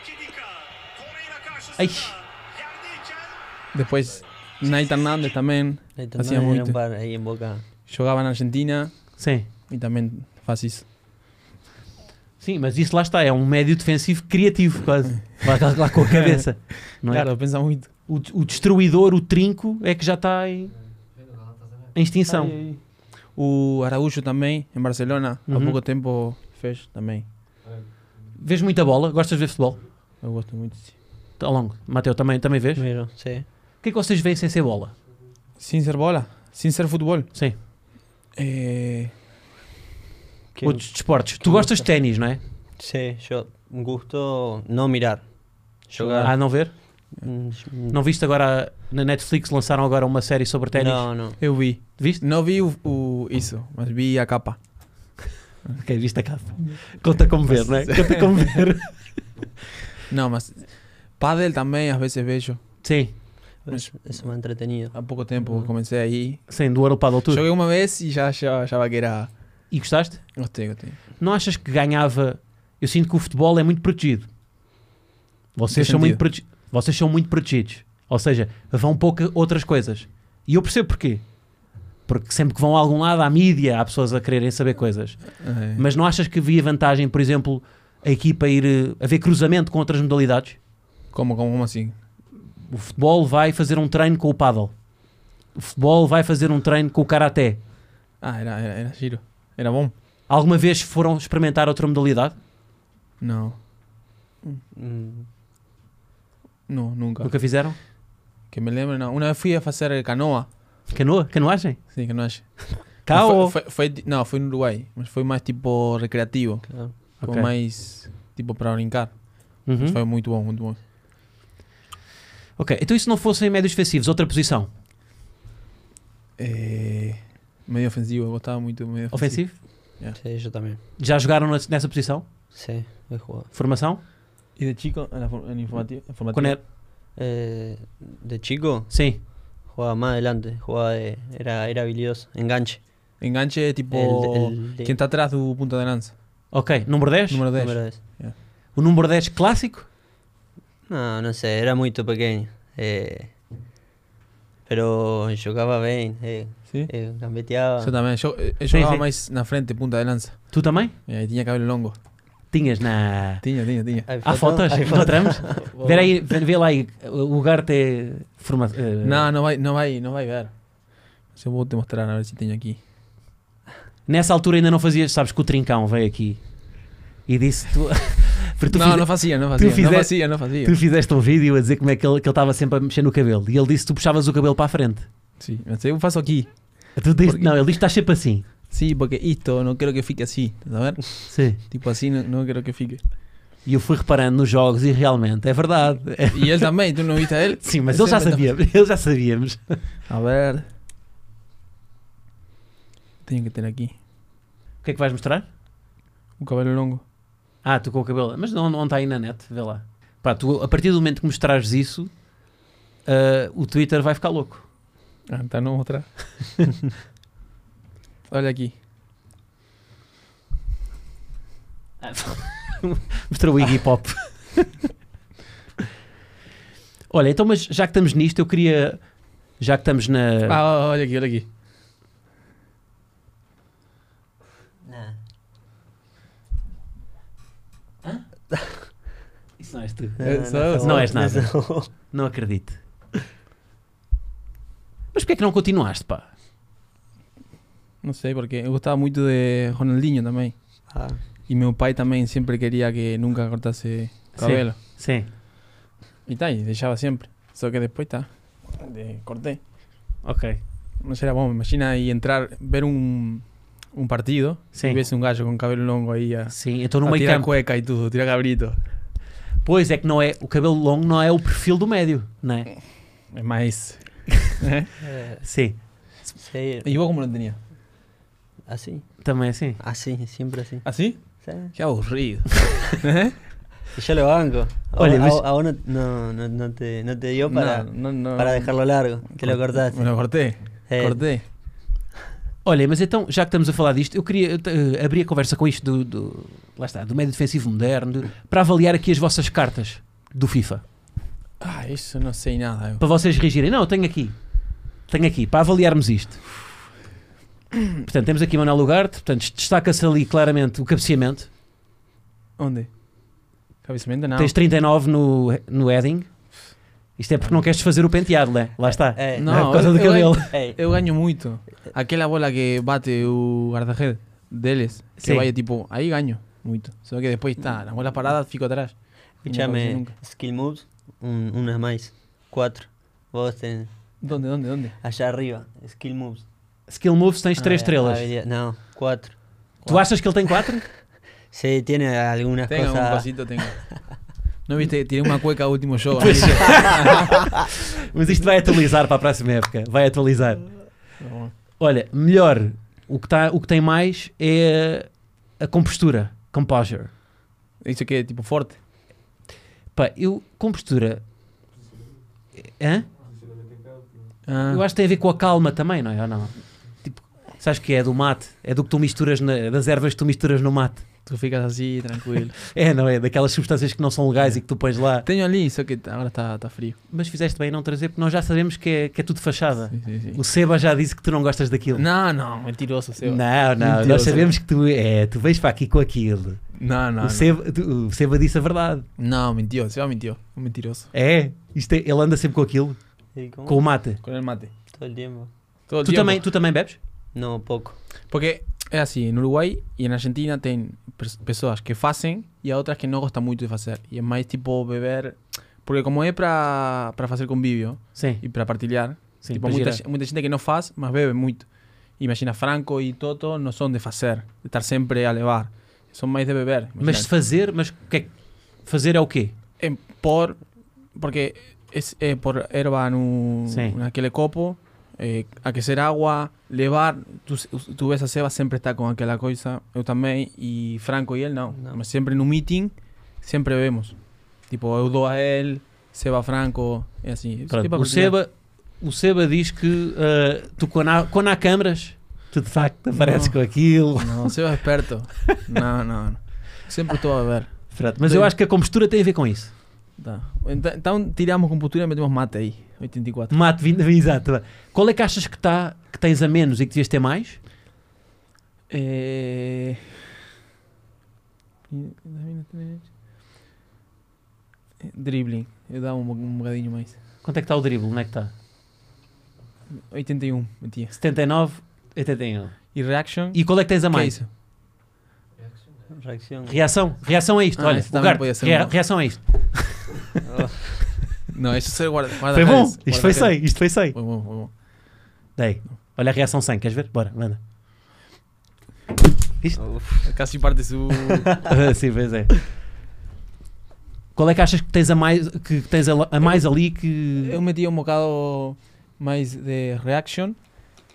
[SPEAKER 4] Kidika Torreira karşısında
[SPEAKER 1] Ay.
[SPEAKER 4] geldiyken
[SPEAKER 2] Depois, Naita Hernández também.
[SPEAKER 3] Ahí está,
[SPEAKER 2] Hacía
[SPEAKER 3] ¿no? Era
[SPEAKER 2] mucho.
[SPEAKER 3] un par ahí en Boca.
[SPEAKER 2] Jogava na Argentina
[SPEAKER 1] Sim.
[SPEAKER 2] e também faz isso.
[SPEAKER 1] Sim, mas isso lá está, é um médio defensivo criativo, quase. Lá, lá- lá com a cabeça. Não é?
[SPEAKER 2] Claro, pensa muito.
[SPEAKER 1] O, o destruidor, o trinco, é que já está em, em extinção.
[SPEAKER 2] O Araújo também, em Barcelona, há
[SPEAKER 1] Uhum.
[SPEAKER 2] pouco tempo fez também.
[SPEAKER 1] Vês muita bola, gostas de ver futebol?
[SPEAKER 2] Eu gosto muito. sim.
[SPEAKER 1] Ao longo. Mateu, também, também vês?
[SPEAKER 3] Primero, sí.
[SPEAKER 1] O que é que vocês veem sem ser bola?
[SPEAKER 2] Sem ser bola, sem ser futebol.
[SPEAKER 1] Sim.
[SPEAKER 2] É,
[SPEAKER 3] Que-
[SPEAKER 1] Outros desportos. Tu gostas de ténis, não é?
[SPEAKER 3] Sí, yo un gusto no mirar. Jugar.
[SPEAKER 1] Ah, não ver?
[SPEAKER 3] Mm,
[SPEAKER 1] Não viste agora na Netflix lançaram agora uma série sobre ténis?
[SPEAKER 3] no, no.
[SPEAKER 2] eu vi.
[SPEAKER 1] Viste?
[SPEAKER 2] Não vi o, o- isso, mas vi a capa.
[SPEAKER 1] Ok, viste a capa. Conta como ver, não é? Conta como ver.
[SPEAKER 2] Não, mas pádel também às vezes vejo.
[SPEAKER 1] Sim,
[SPEAKER 2] Mas-
[SPEAKER 3] Eso me ha entretenido.
[SPEAKER 2] Há pouco tempo comecei aí.
[SPEAKER 1] sim, do World Paddle Tour.
[SPEAKER 2] Joguei uma vez e já já achava que era...
[SPEAKER 1] E gostaste?
[SPEAKER 2] Gostei, gostei.
[SPEAKER 1] Não achas que ganhava... Eu sinto que o futebol é muito protegido. Vocês
[SPEAKER 2] Que
[SPEAKER 1] são muito,
[SPEAKER 2] sentido?
[SPEAKER 1] prote- Vocês são muito protegidos. Ou seja, vão pouco outras coisas. E eu percebo porquê. Porque sempre que vão a algum lado, à mídia, há pessoas a quererem saber coisas.
[SPEAKER 2] É.
[SPEAKER 1] Mas não achas que havia vantagem, por exemplo, a equipa ir eh, haver cruzamento com outras modalidades?
[SPEAKER 2] Como, como, como assim?
[SPEAKER 1] O futebol vai fazer um treino com o paddle. O futebol vai fazer um treino com o karaté.
[SPEAKER 2] Ah, era, era, era giro. Era bom?
[SPEAKER 1] Alguma vez foram experimentar outra modalidade?
[SPEAKER 2] Não,
[SPEAKER 3] Mm,
[SPEAKER 2] não, nunca.
[SPEAKER 1] Nunca fizeram?
[SPEAKER 2] Que me lembro, não. Uma vez fui a fazer canoa.
[SPEAKER 1] Canoa? Canoagem?
[SPEAKER 2] Sim, canoagem.
[SPEAKER 1] Cá ou?
[SPEAKER 2] Foi, foi, foi, di- não, foi no Uruguai. Mas foi mais tipo recreativo.
[SPEAKER 3] claro.
[SPEAKER 1] Ok. ¿Mm?
[SPEAKER 2] Foi mais tipo para brincar.
[SPEAKER 1] Uhum.
[SPEAKER 2] Mas foi muito bom, muito bom.
[SPEAKER 1] Ok, então e se não fossem médios defensivos, outra posição?
[SPEAKER 2] É, meio Eh, ofensivo, eu gostava muito do meio ofensivo.
[SPEAKER 1] Ofensivo?
[SPEAKER 3] Sí, yo también.
[SPEAKER 1] Já jogaram nas- nessa posição?
[SPEAKER 3] Sí, he jugado.
[SPEAKER 1] Formação?
[SPEAKER 2] E de chico, en, la for- en informativo, informativo.
[SPEAKER 1] Quando era-
[SPEAKER 3] Eh, de chico
[SPEAKER 1] Sim.
[SPEAKER 3] jugaba más adelante, jugaba de, era, era habilidoso, enganche.
[SPEAKER 2] Enganche é tipo
[SPEAKER 3] El, el de-
[SPEAKER 2] quem está atrás do ponta de lança.
[SPEAKER 1] Ok, número 10?
[SPEAKER 2] Número 10.
[SPEAKER 3] número es.
[SPEAKER 1] O número 10 clássico?
[SPEAKER 3] No, no sé, era muy pequeño. eh, pero jugaba bien, eh,
[SPEAKER 2] Sim?
[SPEAKER 3] eh, gambeteaba.
[SPEAKER 2] Eu também. Eu, eu
[SPEAKER 1] Sim,
[SPEAKER 2] jogava
[SPEAKER 1] sim.
[SPEAKER 2] mais na frente, punta de lança.
[SPEAKER 1] Tu também?
[SPEAKER 2] E aí tinha cabelo longo.
[SPEAKER 1] Tinhas na...
[SPEAKER 2] Tinha, tinha, tinha.
[SPEAKER 3] ¿Hay
[SPEAKER 1] Há Ah, fotos?
[SPEAKER 3] ¿Hay
[SPEAKER 1] Encontramos? Vê, aí, vê vê lá aí, o Garte... Forma... eh,
[SPEAKER 2] Não, não vai, não vai, não vai ver. Mas eu vou te mostrar, a ver se tenho aqui.
[SPEAKER 1] Nessa altura ainda não fazias, sabes que o Trincão veio aqui e disse tu, porque tu,
[SPEAKER 2] não,
[SPEAKER 1] fize-
[SPEAKER 2] não fazia, não fazia.
[SPEAKER 1] fizer-
[SPEAKER 2] Não fazia, não fazia.
[SPEAKER 1] tu fizeste um vídeo a dizer como é que ele que ele estava sempre a mexer no cabelo e ele disse que tu puxavas o cabelo para a frente.
[SPEAKER 2] Sim, mas eu faço aqui.
[SPEAKER 1] Tu disse,
[SPEAKER 2] Porque-
[SPEAKER 1] Não, ele diz que estás sempre assim.
[SPEAKER 2] Sim, porque isto, não quero que fique assim. Tá a ver?
[SPEAKER 1] Sim.
[SPEAKER 2] Tipo assim, não, não quero que fique.
[SPEAKER 1] E eu fui reparando nos jogos e realmente é verdade.
[SPEAKER 2] E ele também, tu não viste a ele?
[SPEAKER 1] Sim, mas ele já sabia,
[SPEAKER 2] assim.
[SPEAKER 1] ele já sabíamos.
[SPEAKER 2] A ver. Tenho que ter aqui.
[SPEAKER 1] O que é que vais mostrar?
[SPEAKER 2] O cabelo longo.
[SPEAKER 1] Ah, tu com o cabelo. Mas não, não está aí na net, vê lá. Pá, tu, a partir do momento que mostrares isso, ah, o Twitter vai ficar louco.
[SPEAKER 2] Ah, tá no outra. Olha aqui.
[SPEAKER 1] Mostrou o Iggy Pop. Olha, então, mas já que estamos nisto, eu queria. Já que estamos na.
[SPEAKER 2] Ah, olha aqui, olha aqui.
[SPEAKER 3] Nah.
[SPEAKER 1] Isso não és tu.
[SPEAKER 3] No,
[SPEAKER 2] Eh,
[SPEAKER 3] no,
[SPEAKER 2] ¿sabes?
[SPEAKER 1] No
[SPEAKER 3] está bueno,
[SPEAKER 1] es nada.
[SPEAKER 3] eso.
[SPEAKER 1] Não acredito. Mas porquê é que não continuaste, pá?
[SPEAKER 2] Não sei porque. Eu gostava muito de Ronaldinho também.
[SPEAKER 3] Ah,
[SPEAKER 2] E meu pai também sempre queria que nunca cortasse cabelo.
[SPEAKER 1] Sim.
[SPEAKER 2] Y está, y dejaba siempre. Solo que después está. de- corté.
[SPEAKER 1] Ok.
[SPEAKER 2] No será vos, imagina ahí entrar, ver un, un partido.
[SPEAKER 1] Sí.
[SPEAKER 2] Y ves un gallo con cabello longo ahí a,
[SPEAKER 1] Sim, então no
[SPEAKER 2] a
[SPEAKER 1] meio
[SPEAKER 2] tirar
[SPEAKER 1] campo.
[SPEAKER 2] cueca y tudo, tirar cabrito.
[SPEAKER 1] Pois é que não é, o cabelo longo não é o perfil do médio, não é?
[SPEAKER 2] Es más ese.
[SPEAKER 3] Eh,
[SPEAKER 1] Sim,
[SPEAKER 3] sí,
[SPEAKER 2] ¿Y vos cómo lo tenías?
[SPEAKER 3] así,
[SPEAKER 1] também assim.
[SPEAKER 3] así, siempre así.
[SPEAKER 2] ¿Así?
[SPEAKER 3] Sí.
[SPEAKER 2] Qué aburrido. ¿Eh?
[SPEAKER 3] Y Yo lo banco. A,
[SPEAKER 1] Ole,
[SPEAKER 3] vos-
[SPEAKER 1] Luis.
[SPEAKER 3] a vos- a vos no, no, no- no te, no te dio para,
[SPEAKER 2] No, no, no.
[SPEAKER 3] para dejarlo largo, que lo cortaste.
[SPEAKER 2] Me lo corté.
[SPEAKER 3] Eh,
[SPEAKER 2] Corté.
[SPEAKER 1] Olha, mas então, já que estamos a falar disto, eu queria eu te- eh, abrir a conversa com isto do, do- lá está, do médio defensivo moderno, do- para avaliar aqui as vossas cartas do FIFA.
[SPEAKER 2] Ah, eso no sé nada. eh. yo.
[SPEAKER 1] Para vocês reagirem. Não, eu tenho aqui. Tenho aqui, para avaliarmos isto. Portanto, temos aqui Manuel Ugarte, portanto, destaca-se ali claramente o cabeceamento.
[SPEAKER 2] ¿Dónde? Cabeceamiento, nada.
[SPEAKER 1] Tens 39 no, no heading. Isto é porque não queres fazer o penteado, né? lá está.
[SPEAKER 3] eh,
[SPEAKER 1] Não é
[SPEAKER 2] No,
[SPEAKER 1] por causa do
[SPEAKER 2] eu- eu-
[SPEAKER 1] cabelo.
[SPEAKER 3] eh,
[SPEAKER 2] Eu ganho muito. Aquela bola que bate o guarda-redes deles, que
[SPEAKER 1] Sim.
[SPEAKER 2] vai tipo, aí ganho muito. Só que depois está, las bolas paradas fico atrás. Y no aparece
[SPEAKER 3] escúchame,
[SPEAKER 2] nunca.
[SPEAKER 3] skill moves, un- unas más, cuatro. Vos tenés
[SPEAKER 2] ¿Dónde, dónde, dónde?
[SPEAKER 3] allá arriba, skill moves.
[SPEAKER 1] Skill moves tens 3
[SPEAKER 3] Ah,
[SPEAKER 1] estrelas.
[SPEAKER 3] habilidad- No, cuatro.
[SPEAKER 1] Tu achas que ele tem 4?
[SPEAKER 3] Sí, tiene algunas
[SPEAKER 2] Tengo un
[SPEAKER 3] cosas.
[SPEAKER 2] cosito, tengo. ¿No viste? Tiene una cueca último show.
[SPEAKER 1] Pois. Mas isto vai atualizar para a próxima época. Vai atualizar. Olha, melhor, o que, tá, o que tem mais é a compostura. Composure.
[SPEAKER 2] Dice que tipo fuerte.
[SPEAKER 1] Pá, eu, compostura. Hã?
[SPEAKER 2] Ah,
[SPEAKER 1] Eu acho que tem a ver com a calma também, não é? Ou não? Tipo, sabes que é do mate? É do que tu misturas, na- das ervas que tu misturas no mate.
[SPEAKER 2] tú ficas así, tranquilo.
[SPEAKER 1] É, não é? Daquelas substâncias que não são legais e que tu pões lá.
[SPEAKER 2] Tengo ali, só que t- ahora está, está frío.
[SPEAKER 1] Mas fizeste bem em não trazer porque nós já sabemos que é, que é tudo fachada.
[SPEAKER 2] Sí, sí, sí.
[SPEAKER 1] O Seba já disse que tu não gostas daquilo.
[SPEAKER 2] No, no, mentiroso, Seba.
[SPEAKER 1] Não, não, nós
[SPEAKER 2] Mentiroso.
[SPEAKER 1] sabemos que tu, é, tu vens para aqui com aquilo.
[SPEAKER 2] No, no.
[SPEAKER 1] o, Seba, tu- o Seba disse a verdade.
[SPEAKER 2] No, mintió, Seba mintió. Un mentiroso.
[SPEAKER 1] É, isto é- ele anda sempre com aquilo,
[SPEAKER 3] Sí, ¿cómo?
[SPEAKER 1] com o mate.
[SPEAKER 2] Con el mate.
[SPEAKER 3] Todo el tiempo.
[SPEAKER 2] Todo el
[SPEAKER 1] Tu
[SPEAKER 2] tiempo.
[SPEAKER 1] também, tu também bebes?
[SPEAKER 3] No, poco.
[SPEAKER 2] Porque es así, en Uruguay y en Argentina ten pers- personas que hacen y a otras que no gustan mucho de hacer. Y es más tipo beber, porque como es para hacer convivio
[SPEAKER 1] Sim,
[SPEAKER 2] y para partilhar,
[SPEAKER 1] sim.
[SPEAKER 2] tipo,
[SPEAKER 1] para
[SPEAKER 2] muita,
[SPEAKER 1] girar.
[SPEAKER 2] ge- muita gente que no faz, más bebe mucho. Imagina Franco y Toto no son de hacer, de estar siempre a levar. Son más de beber.
[SPEAKER 1] Mas de fazer, mas o que é que- fazer é o quê?
[SPEAKER 2] Em- por porque es eh, por herba no
[SPEAKER 1] Sí.
[SPEAKER 2] en aquel copo eh, aquecer agua levar tú, s- tú ves a Seba siempre está con aquella cosa yo también y Franco y él no,
[SPEAKER 3] No.
[SPEAKER 2] Mas siempre en un meeting siempre vemos tipo eu dou a él Seba Franco y así
[SPEAKER 1] Pronto,
[SPEAKER 2] Tipo,
[SPEAKER 1] o,
[SPEAKER 2] porque-
[SPEAKER 1] Seba, o Seba diz que ah, tu, quando há, quando há câmaras, tu de facto apareces
[SPEAKER 2] Não.
[SPEAKER 1] com aquilo.
[SPEAKER 2] no Seba es experto no no no siempre todo a ver
[SPEAKER 1] Pronto, mas
[SPEAKER 2] Sim.
[SPEAKER 1] eu acho que a compostura tem a ver com isso.
[SPEAKER 2] Tá. Enta- então tiramos compostura y metemos mate ahí 84
[SPEAKER 1] Mate, vinte- exato. Qual é que achas que, tá, que tens a menos e que devias ter mais?
[SPEAKER 2] Eh... Dribbling, eu dava um, bo- um bocadinho mais.
[SPEAKER 1] Quanto é que está o drible? Onde é que está?
[SPEAKER 2] 81, metia.
[SPEAKER 1] 79, 81.
[SPEAKER 2] E reaction?
[SPEAKER 1] E qual é que tens a
[SPEAKER 2] que é
[SPEAKER 1] mais?
[SPEAKER 2] isso?
[SPEAKER 3] Reacción.
[SPEAKER 1] Reação, reação a isto,
[SPEAKER 2] Ah,
[SPEAKER 1] olha,
[SPEAKER 2] esse também
[SPEAKER 1] Ugarte,
[SPEAKER 2] podia ser
[SPEAKER 1] rea-
[SPEAKER 2] um.
[SPEAKER 1] reação a isto.
[SPEAKER 2] Não, isso foi guarda, guarda
[SPEAKER 1] Foi bom, isto foi 100, isto foi 100.
[SPEAKER 2] Foi bom, foi bom.
[SPEAKER 1] Dei, olha a reação 100, queres ver? Bora, manda.
[SPEAKER 3] Uf,
[SPEAKER 2] Casi parte su.
[SPEAKER 1] Ah, Sim, pois é. Qual é que achas que tens a mais, que tens a, a mais ali que...
[SPEAKER 2] eu metia um bocado mais de reaction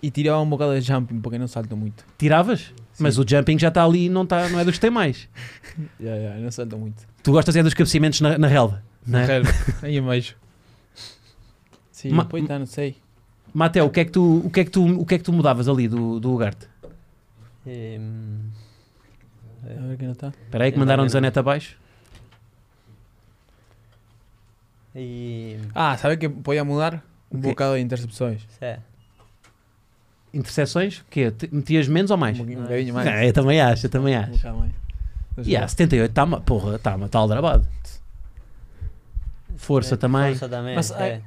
[SPEAKER 2] e tirava um bocado de jumping, porque não salto muito.
[SPEAKER 1] Tiravas? Mas o jumping já está ali e não, tá, não é dos que tem mais.
[SPEAKER 2] Yeah, yeah, não salto muito.
[SPEAKER 1] Tu gostas é dos cabeceamentos na, na relva, não é?
[SPEAKER 2] Real, aí é mais. Sim,
[SPEAKER 1] Ma-
[SPEAKER 2] depois tá, não sei.
[SPEAKER 1] Mateu, o que é que tu, o que é que tu, o que é que tu mudavas ali do, do Ugarte?
[SPEAKER 3] eh, mm,
[SPEAKER 2] A ver que não está.
[SPEAKER 1] Espera aí que
[SPEAKER 3] Eu
[SPEAKER 1] mandaram-nos a
[SPEAKER 3] também não.
[SPEAKER 1] neta abaixo.
[SPEAKER 3] y,
[SPEAKER 2] Ah, ¿sabes que podía mudar? Un
[SPEAKER 1] ¿Qué?
[SPEAKER 2] bocado de intercepciones.
[SPEAKER 3] o sea,
[SPEAKER 1] Interseções, o quê? Te- Metias menos ou mais?
[SPEAKER 2] Un poquito- un bocadinho más.
[SPEAKER 1] Não, eu também acho, eu também
[SPEAKER 2] Un
[SPEAKER 1] acho.
[SPEAKER 2] bocado más. Entonces,
[SPEAKER 1] E há 78, está uma, porra, está uma tal drabado. Força
[SPEAKER 3] eh,
[SPEAKER 1] também.
[SPEAKER 3] Forza también.
[SPEAKER 2] Mas
[SPEAKER 3] sí.
[SPEAKER 2] hay-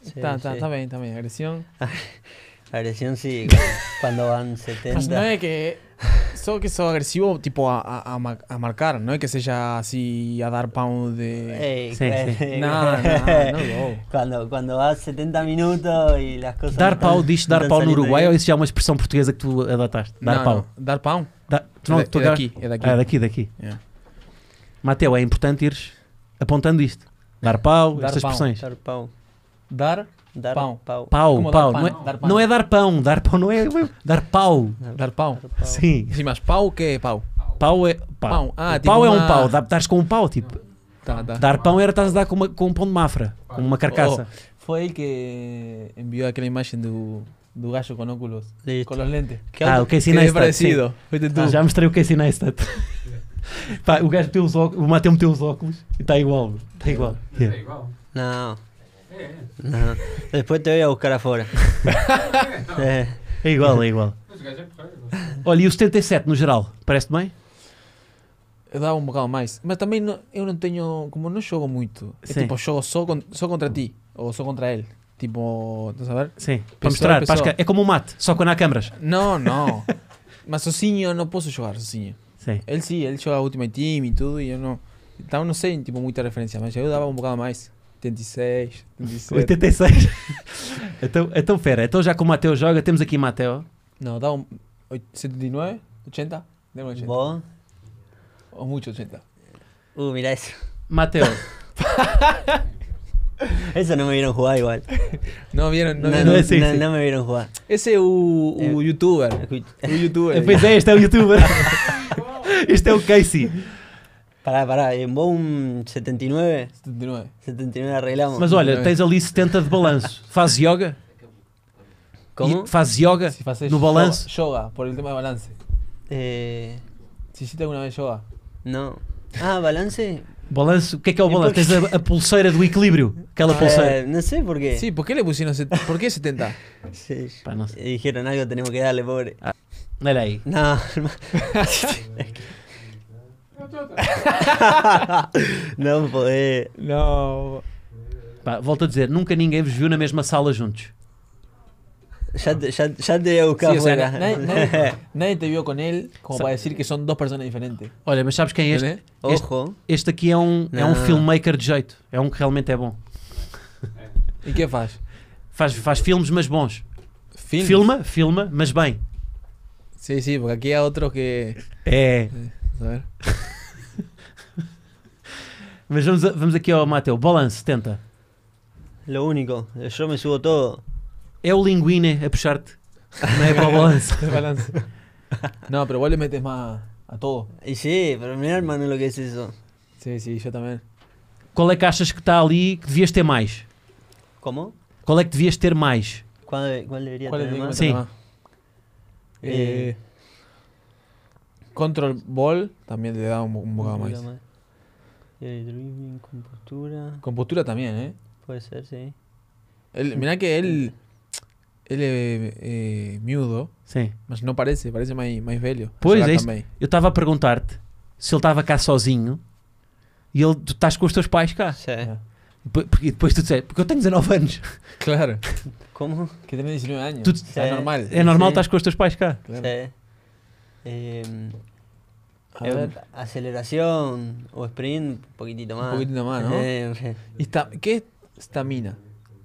[SPEAKER 3] Sí,
[SPEAKER 2] Está, está,
[SPEAKER 3] sí.
[SPEAKER 2] está bien, está bien. Agresión.
[SPEAKER 3] Agresión sí, cuando- cuando van
[SPEAKER 2] Más
[SPEAKER 3] 70.
[SPEAKER 2] nueve que Só que sos agresivo, tipo, a, a- a ma- a marcar, no es que sea así a dar pound de...
[SPEAKER 3] Ey,
[SPEAKER 1] Sí,
[SPEAKER 3] eh,
[SPEAKER 1] sí.
[SPEAKER 2] No, no, no, no.
[SPEAKER 3] Cuando, cuando vas 70 minutos y las cosas.
[SPEAKER 1] Dar
[SPEAKER 3] no-
[SPEAKER 1] pau, diz dar
[SPEAKER 3] no
[SPEAKER 1] pau no
[SPEAKER 3] salen
[SPEAKER 1] Uruguai ou
[SPEAKER 3] bien.
[SPEAKER 1] isso já é uma expressão portuguesa que tu adotaste? Dar
[SPEAKER 2] No,
[SPEAKER 1] pau.
[SPEAKER 2] no, Dar pound.
[SPEAKER 1] Da- tu
[SPEAKER 2] É
[SPEAKER 1] não-
[SPEAKER 2] da-
[SPEAKER 1] tu
[SPEAKER 2] é
[SPEAKER 1] dar-
[SPEAKER 2] daqui, é daqui.
[SPEAKER 1] Ah, daqui, daqui.
[SPEAKER 2] Yeah.
[SPEAKER 1] Mateu, é importante ires apontando isto. Dar pau,
[SPEAKER 2] Dar
[SPEAKER 1] estas
[SPEAKER 2] pau.
[SPEAKER 1] expressões.
[SPEAKER 3] Dar pau.
[SPEAKER 2] Dar,
[SPEAKER 3] Dar
[SPEAKER 2] Pau.
[SPEAKER 3] pau.
[SPEAKER 1] Pau,
[SPEAKER 2] Como
[SPEAKER 1] pau.
[SPEAKER 2] dar
[SPEAKER 1] Não,
[SPEAKER 2] pão,
[SPEAKER 1] é,
[SPEAKER 2] dar pão.
[SPEAKER 1] não é dar pão, dar pão não é. Dar pau.
[SPEAKER 2] dar pound.
[SPEAKER 3] Dar pau.
[SPEAKER 1] Sim.
[SPEAKER 2] Sí, mas pau que pau.
[SPEAKER 1] Pau é. Pau,
[SPEAKER 2] Pau. Ah,
[SPEAKER 1] O
[SPEAKER 2] tipo
[SPEAKER 1] pau é um
[SPEAKER 2] uma-
[SPEAKER 1] pau, dá- estás com um pau. Tipo,
[SPEAKER 2] Tá, tá.
[SPEAKER 1] dar pão era estás a dar com, uma, com um pão de mafra, com uma carcaça.
[SPEAKER 2] Oh, Fue él que envió aquella imagen de do gallo con óculos.
[SPEAKER 3] Listo.
[SPEAKER 2] Con los lentes.
[SPEAKER 3] ¿Qué
[SPEAKER 1] ah,
[SPEAKER 3] hago?
[SPEAKER 1] o Casey
[SPEAKER 2] Que é
[SPEAKER 1] Neistat.
[SPEAKER 2] parecido. Fuiste
[SPEAKER 1] sim.
[SPEAKER 2] tú.
[SPEAKER 1] Ah, já mostrei o Casey Neistat. Pá, o gajo meteu os óculos, o Mateu meteu os óculos e está igual. bro. Está igual. Yeah.
[SPEAKER 3] No. No. Después te voy a buscar afuera. Eh,
[SPEAKER 1] É igual, é igual. Olha, e o 77 no geral, parece-te bem?
[SPEAKER 2] Eu dava um bocado mais. Mas também não, eu não tenho. Como não jogo muito. É
[SPEAKER 1] Sim.
[SPEAKER 2] tipo, jogo só, con, só contra ti. Ou só contra ele. Tipo, estás a ver?
[SPEAKER 1] Sim. Para
[SPEAKER 2] Pessoal,
[SPEAKER 1] mostrar, para as
[SPEAKER 2] pessoal.
[SPEAKER 1] ca- é como o mate, só quando há câmaras.
[SPEAKER 2] Não, não. Mas sozinho eu não posso jogar sozinho.
[SPEAKER 1] Sim.
[SPEAKER 2] Ele sim, ele joga Ultimate Team e tudo. E eu não. Então não sei, tipo, muita referência. Mas eu dava um bocado mais. 86,
[SPEAKER 1] Este
[SPEAKER 2] 87.
[SPEAKER 1] 86. então, então, pera, então já que o Mateu joga, temos aqui Mateu.
[SPEAKER 2] Não, dava um. oit- 79, 80? Deu um 80.
[SPEAKER 3] ¿Vos?
[SPEAKER 2] Ou muito 80.
[SPEAKER 3] Uh, mirá eso.
[SPEAKER 1] Mateu,
[SPEAKER 3] Eso no me vieron jugar igual.
[SPEAKER 2] Não vieram. Não,
[SPEAKER 3] No,
[SPEAKER 2] vieram.
[SPEAKER 1] no, Eh,
[SPEAKER 3] no,
[SPEAKER 1] sí,
[SPEAKER 3] no-
[SPEAKER 1] sí.
[SPEAKER 3] no me vieron jugar.
[SPEAKER 2] Esse é o, o
[SPEAKER 3] É.
[SPEAKER 2] youtuber.
[SPEAKER 3] Escucha.
[SPEAKER 2] O youtuber.
[SPEAKER 1] pois é, este é o youtuber. este é o Casey.
[SPEAKER 3] Pará, pará. En vos un 79,
[SPEAKER 2] 79.
[SPEAKER 3] 79 arreglamos.
[SPEAKER 1] Mas olha, tens ali 70 de balanço. Faz yoga?
[SPEAKER 3] ¿Cómo?
[SPEAKER 1] E Faz yoga?
[SPEAKER 2] Si haces
[SPEAKER 1] no
[SPEAKER 2] yoga-
[SPEAKER 1] balance.
[SPEAKER 2] Yoga, por el tema de balance.
[SPEAKER 3] Eh,
[SPEAKER 2] Si hiciste alguna vez yoga.
[SPEAKER 3] no. Ah, balance.
[SPEAKER 1] Balanço, o que é que é o
[SPEAKER 3] E
[SPEAKER 1] balanço?
[SPEAKER 3] por
[SPEAKER 1] Tens
[SPEAKER 3] quê?
[SPEAKER 1] a, a pulseira do equilíbrio, aquela
[SPEAKER 3] Eh,
[SPEAKER 1] pulseira.
[SPEAKER 3] no sé por qué.
[SPEAKER 2] Sí, ¿por qué le pusieron set- ¿Por qué 70?
[SPEAKER 3] Sí.
[SPEAKER 1] Pá, não sei.
[SPEAKER 3] Y dijeron algo tenemos que darle, pobre.
[SPEAKER 1] Olha aí.
[SPEAKER 3] No, no podés.
[SPEAKER 2] No.
[SPEAKER 1] Pá, volto a dizer, nunca ninguém vos viu na mesma sala juntos.
[SPEAKER 3] Ya te, ya, ya te voy a buscar
[SPEAKER 2] Sí, o sea,
[SPEAKER 3] afuera.
[SPEAKER 2] na- nadie, nadie- nadie te vio con él como para decir que son dos personas diferentes.
[SPEAKER 1] Olha, mas sabes quem é este?
[SPEAKER 2] ¿Entendés?
[SPEAKER 1] Este,
[SPEAKER 3] Ojo.
[SPEAKER 1] este aqui é um, é um
[SPEAKER 3] Não.
[SPEAKER 1] filmmaker de jeito. É um que realmente é bom.
[SPEAKER 2] ¿Y qué faz?
[SPEAKER 1] Faz, faz filmes, mas bons.
[SPEAKER 2] Films.
[SPEAKER 1] Filma, filma, mas bem.
[SPEAKER 2] Sí, sí, porque aquí hay otros que.
[SPEAKER 1] É.
[SPEAKER 2] A ver.
[SPEAKER 1] Mas vamos, a- vamos aqui ao Mateu. Balance, tenta.
[SPEAKER 3] Lo único. Yo me subo todo.
[SPEAKER 1] É o Linguine a puxar-te. Não é para o balanço.
[SPEAKER 2] de balance. No, pero vos le metes más a todo.
[SPEAKER 3] Y sí, pero mirá, hermano, lo que es eso.
[SPEAKER 2] Sí, sí, yo también.
[SPEAKER 1] Qual é que achas que está ali que devias ter mais?
[SPEAKER 3] ¿Cómo?
[SPEAKER 1] Qual é que devias ter mais?
[SPEAKER 3] ¿Cuál, cuál debería
[SPEAKER 2] ¿Cuál es
[SPEAKER 3] tener
[SPEAKER 2] el
[SPEAKER 3] más?
[SPEAKER 1] Sí.
[SPEAKER 2] tema? Eh, Control Ball también le da un, un bocado
[SPEAKER 3] Un
[SPEAKER 2] más.
[SPEAKER 3] poquito El dribbling, compostura.
[SPEAKER 2] Con postura también, ¿eh?
[SPEAKER 3] Puede ser, sí.
[SPEAKER 2] Él- mirá que él. Él es eh, miudo,
[SPEAKER 1] Sim.
[SPEAKER 2] mas no parece, parece más, más velho. a
[SPEAKER 1] Pois,
[SPEAKER 2] jogar
[SPEAKER 1] é isso.
[SPEAKER 2] também.
[SPEAKER 1] Eu estava a perguntar-te se ele estava cá sozinho e ele, tu estás com os teus pais
[SPEAKER 2] Ah,
[SPEAKER 1] cá.
[SPEAKER 3] Sí.
[SPEAKER 1] P- Porque depois tu disseste, porque eu tenho 19 anos.
[SPEAKER 2] Claro,
[SPEAKER 3] ¿Cómo?
[SPEAKER 2] que tiene 19 años.
[SPEAKER 1] Tú- eh,
[SPEAKER 2] o sea, es
[SPEAKER 3] Sí.
[SPEAKER 2] normal.
[SPEAKER 1] É normal
[SPEAKER 3] Sim.
[SPEAKER 1] estás com os teus pais cá.
[SPEAKER 2] claro.
[SPEAKER 3] Sí. Em,
[SPEAKER 2] A
[SPEAKER 3] em,
[SPEAKER 2] ver.
[SPEAKER 3] aceleración o sprint, un poquitito más.
[SPEAKER 2] poquitito más, ¿no?
[SPEAKER 3] Eh, re-
[SPEAKER 2] Y esta- ¿Qué es estamina?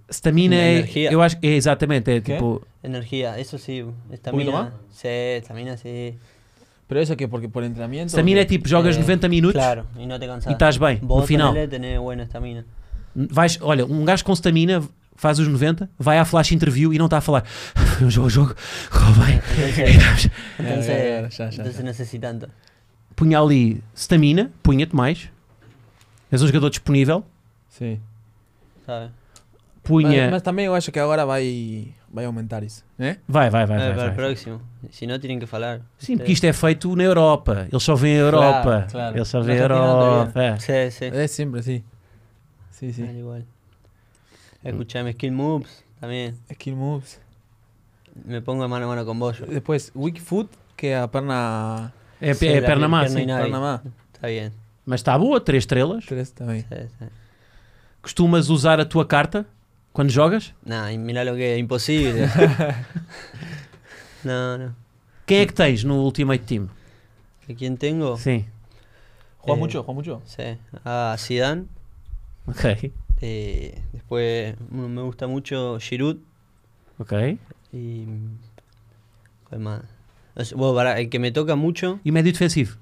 [SPEAKER 1] Stamina é,
[SPEAKER 3] Energia.
[SPEAKER 1] eu acho, é exatamente, é
[SPEAKER 2] Quê?
[SPEAKER 1] tipo,
[SPEAKER 3] energía, eso sí.
[SPEAKER 2] poquito
[SPEAKER 3] Estamina. Sí, estamina sí.
[SPEAKER 2] Pero eso que porque por entrenamiento.
[SPEAKER 1] Stamina é
[SPEAKER 2] porque-
[SPEAKER 1] tipo, jogas
[SPEAKER 3] Eh,
[SPEAKER 1] 90 minutos
[SPEAKER 3] Claro, y no te
[SPEAKER 1] e
[SPEAKER 3] cansás.
[SPEAKER 1] estás bem,
[SPEAKER 3] Vos
[SPEAKER 1] no final.
[SPEAKER 3] ponele, tenés buena estamina.
[SPEAKER 1] Vais, olha, um gajo com stamina faz os 90, vai à flash interview e não está a falar. Eu jogo, jogo, correu bem.
[SPEAKER 3] Entonces, entonces,
[SPEAKER 2] Ya, ya, ya, ya,
[SPEAKER 3] entonces
[SPEAKER 2] ya.
[SPEAKER 3] no sé si tanto.
[SPEAKER 1] Punha ali stamina, punha-te mais. És um jogador disponível.
[SPEAKER 2] Sí.
[SPEAKER 3] ¿sabes?
[SPEAKER 1] Punha.
[SPEAKER 2] Además, también yo creo que ahora va a, va a aumentar eso. ¿Eh?
[SPEAKER 1] Vai, vai, vai.
[SPEAKER 3] Eh,
[SPEAKER 1] vai,
[SPEAKER 3] para el
[SPEAKER 1] vai.
[SPEAKER 3] próximo. Si no, tienen que falar.
[SPEAKER 1] Sim, porque isto é feito na Europa. Eles só vêm a Europa.
[SPEAKER 2] Claro, claro.
[SPEAKER 1] Eles só
[SPEAKER 2] Na
[SPEAKER 1] vêm a
[SPEAKER 2] Argentina não
[SPEAKER 1] Europa. É.
[SPEAKER 3] Sí, sí.
[SPEAKER 2] Es siempre, sí. Sí, sí.
[SPEAKER 3] Al igual. Escuchame, skill moves también.
[SPEAKER 2] Skill moves.
[SPEAKER 3] Me pongo mano a mano con vos. yo.
[SPEAKER 2] Después, weak foot, que a perna.
[SPEAKER 1] É,
[SPEAKER 3] Sí,
[SPEAKER 1] é
[SPEAKER 3] la
[SPEAKER 1] perna má,
[SPEAKER 3] pierna
[SPEAKER 1] sim.
[SPEAKER 3] e nada. Ahí.
[SPEAKER 2] Perna más.
[SPEAKER 3] Está bien.
[SPEAKER 1] Mas está boa, três estrelas.
[SPEAKER 2] Tres también.
[SPEAKER 3] Sí, sí.
[SPEAKER 1] Costumas usar a tua carta quando jogas?
[SPEAKER 3] Nah, y mirá lo que es imposible. no, no.
[SPEAKER 1] Quem é que tens no Ultimate Team?
[SPEAKER 3] ¿A quién tengo?
[SPEAKER 1] Sim.
[SPEAKER 2] ¿Juega
[SPEAKER 3] Eh,
[SPEAKER 2] mucho? ¿Juega mucho?
[SPEAKER 3] Sí. A Zidane.
[SPEAKER 1] Ok.
[SPEAKER 3] eh, después uno me gusta mucho Giroud.
[SPEAKER 1] Ok.
[SPEAKER 3] Y. ¿Cuál más? No sé, Bueno, pará, el que me toca mucho,
[SPEAKER 1] E médio defensivo?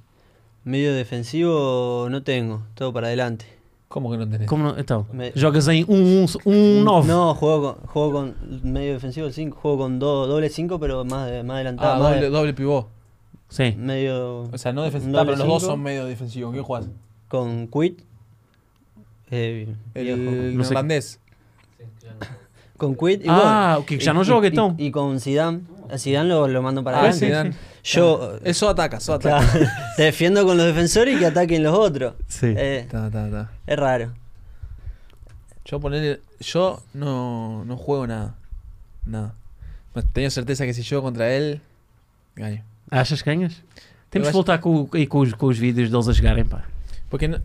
[SPEAKER 3] medio defensivo no tengo, todo para adelante.
[SPEAKER 2] ¿Cómo que no tenés?
[SPEAKER 1] Como não? Então,
[SPEAKER 3] Me-
[SPEAKER 1] jogas em 1-9. Um, um, um, nove.
[SPEAKER 3] No, juego con, juego con medio defensivo 5, juego con do- doble 5, pero más, de- más adelantado.
[SPEAKER 2] Ah,
[SPEAKER 3] más de-
[SPEAKER 2] doble, doble pivot.
[SPEAKER 1] Sim.
[SPEAKER 3] medio
[SPEAKER 2] O sea, no defensivo.
[SPEAKER 3] doble
[SPEAKER 2] Ah, pero los dos
[SPEAKER 3] cinco,
[SPEAKER 2] son medio defensivos. ¿Quién jugás?
[SPEAKER 3] Con Quit. eh, viejo.
[SPEAKER 2] El
[SPEAKER 1] No sé.
[SPEAKER 2] neerlandés.
[SPEAKER 3] Con Quit y
[SPEAKER 1] Ah,
[SPEAKER 3] bueno,
[SPEAKER 1] que
[SPEAKER 3] y-
[SPEAKER 1] ya no jogue,
[SPEAKER 3] y-
[SPEAKER 1] então.
[SPEAKER 3] Y, con Zidane. A Zidane lo, lo mando para
[SPEAKER 2] Ah,
[SPEAKER 3] adelante.
[SPEAKER 2] Zidane. Ah,
[SPEAKER 3] Yo eh,
[SPEAKER 2] Eso ataca, eso ataca.
[SPEAKER 3] claro, te defiendo con los defensores y que ataquen los otros.
[SPEAKER 1] Sí.
[SPEAKER 3] Eh,
[SPEAKER 2] Ta, ta, ta.
[SPEAKER 3] es raro.
[SPEAKER 2] Yo ponerle. Yo no, no juego nada. Nada. No, tengo certeza que si yo contra él. Gaño.
[SPEAKER 1] Achas que ganhas? Temos de
[SPEAKER 2] Eu acho-
[SPEAKER 1] voltar com, o- aí com, os, com os vídeos deles a jogarem, pá.
[SPEAKER 2] Porque no-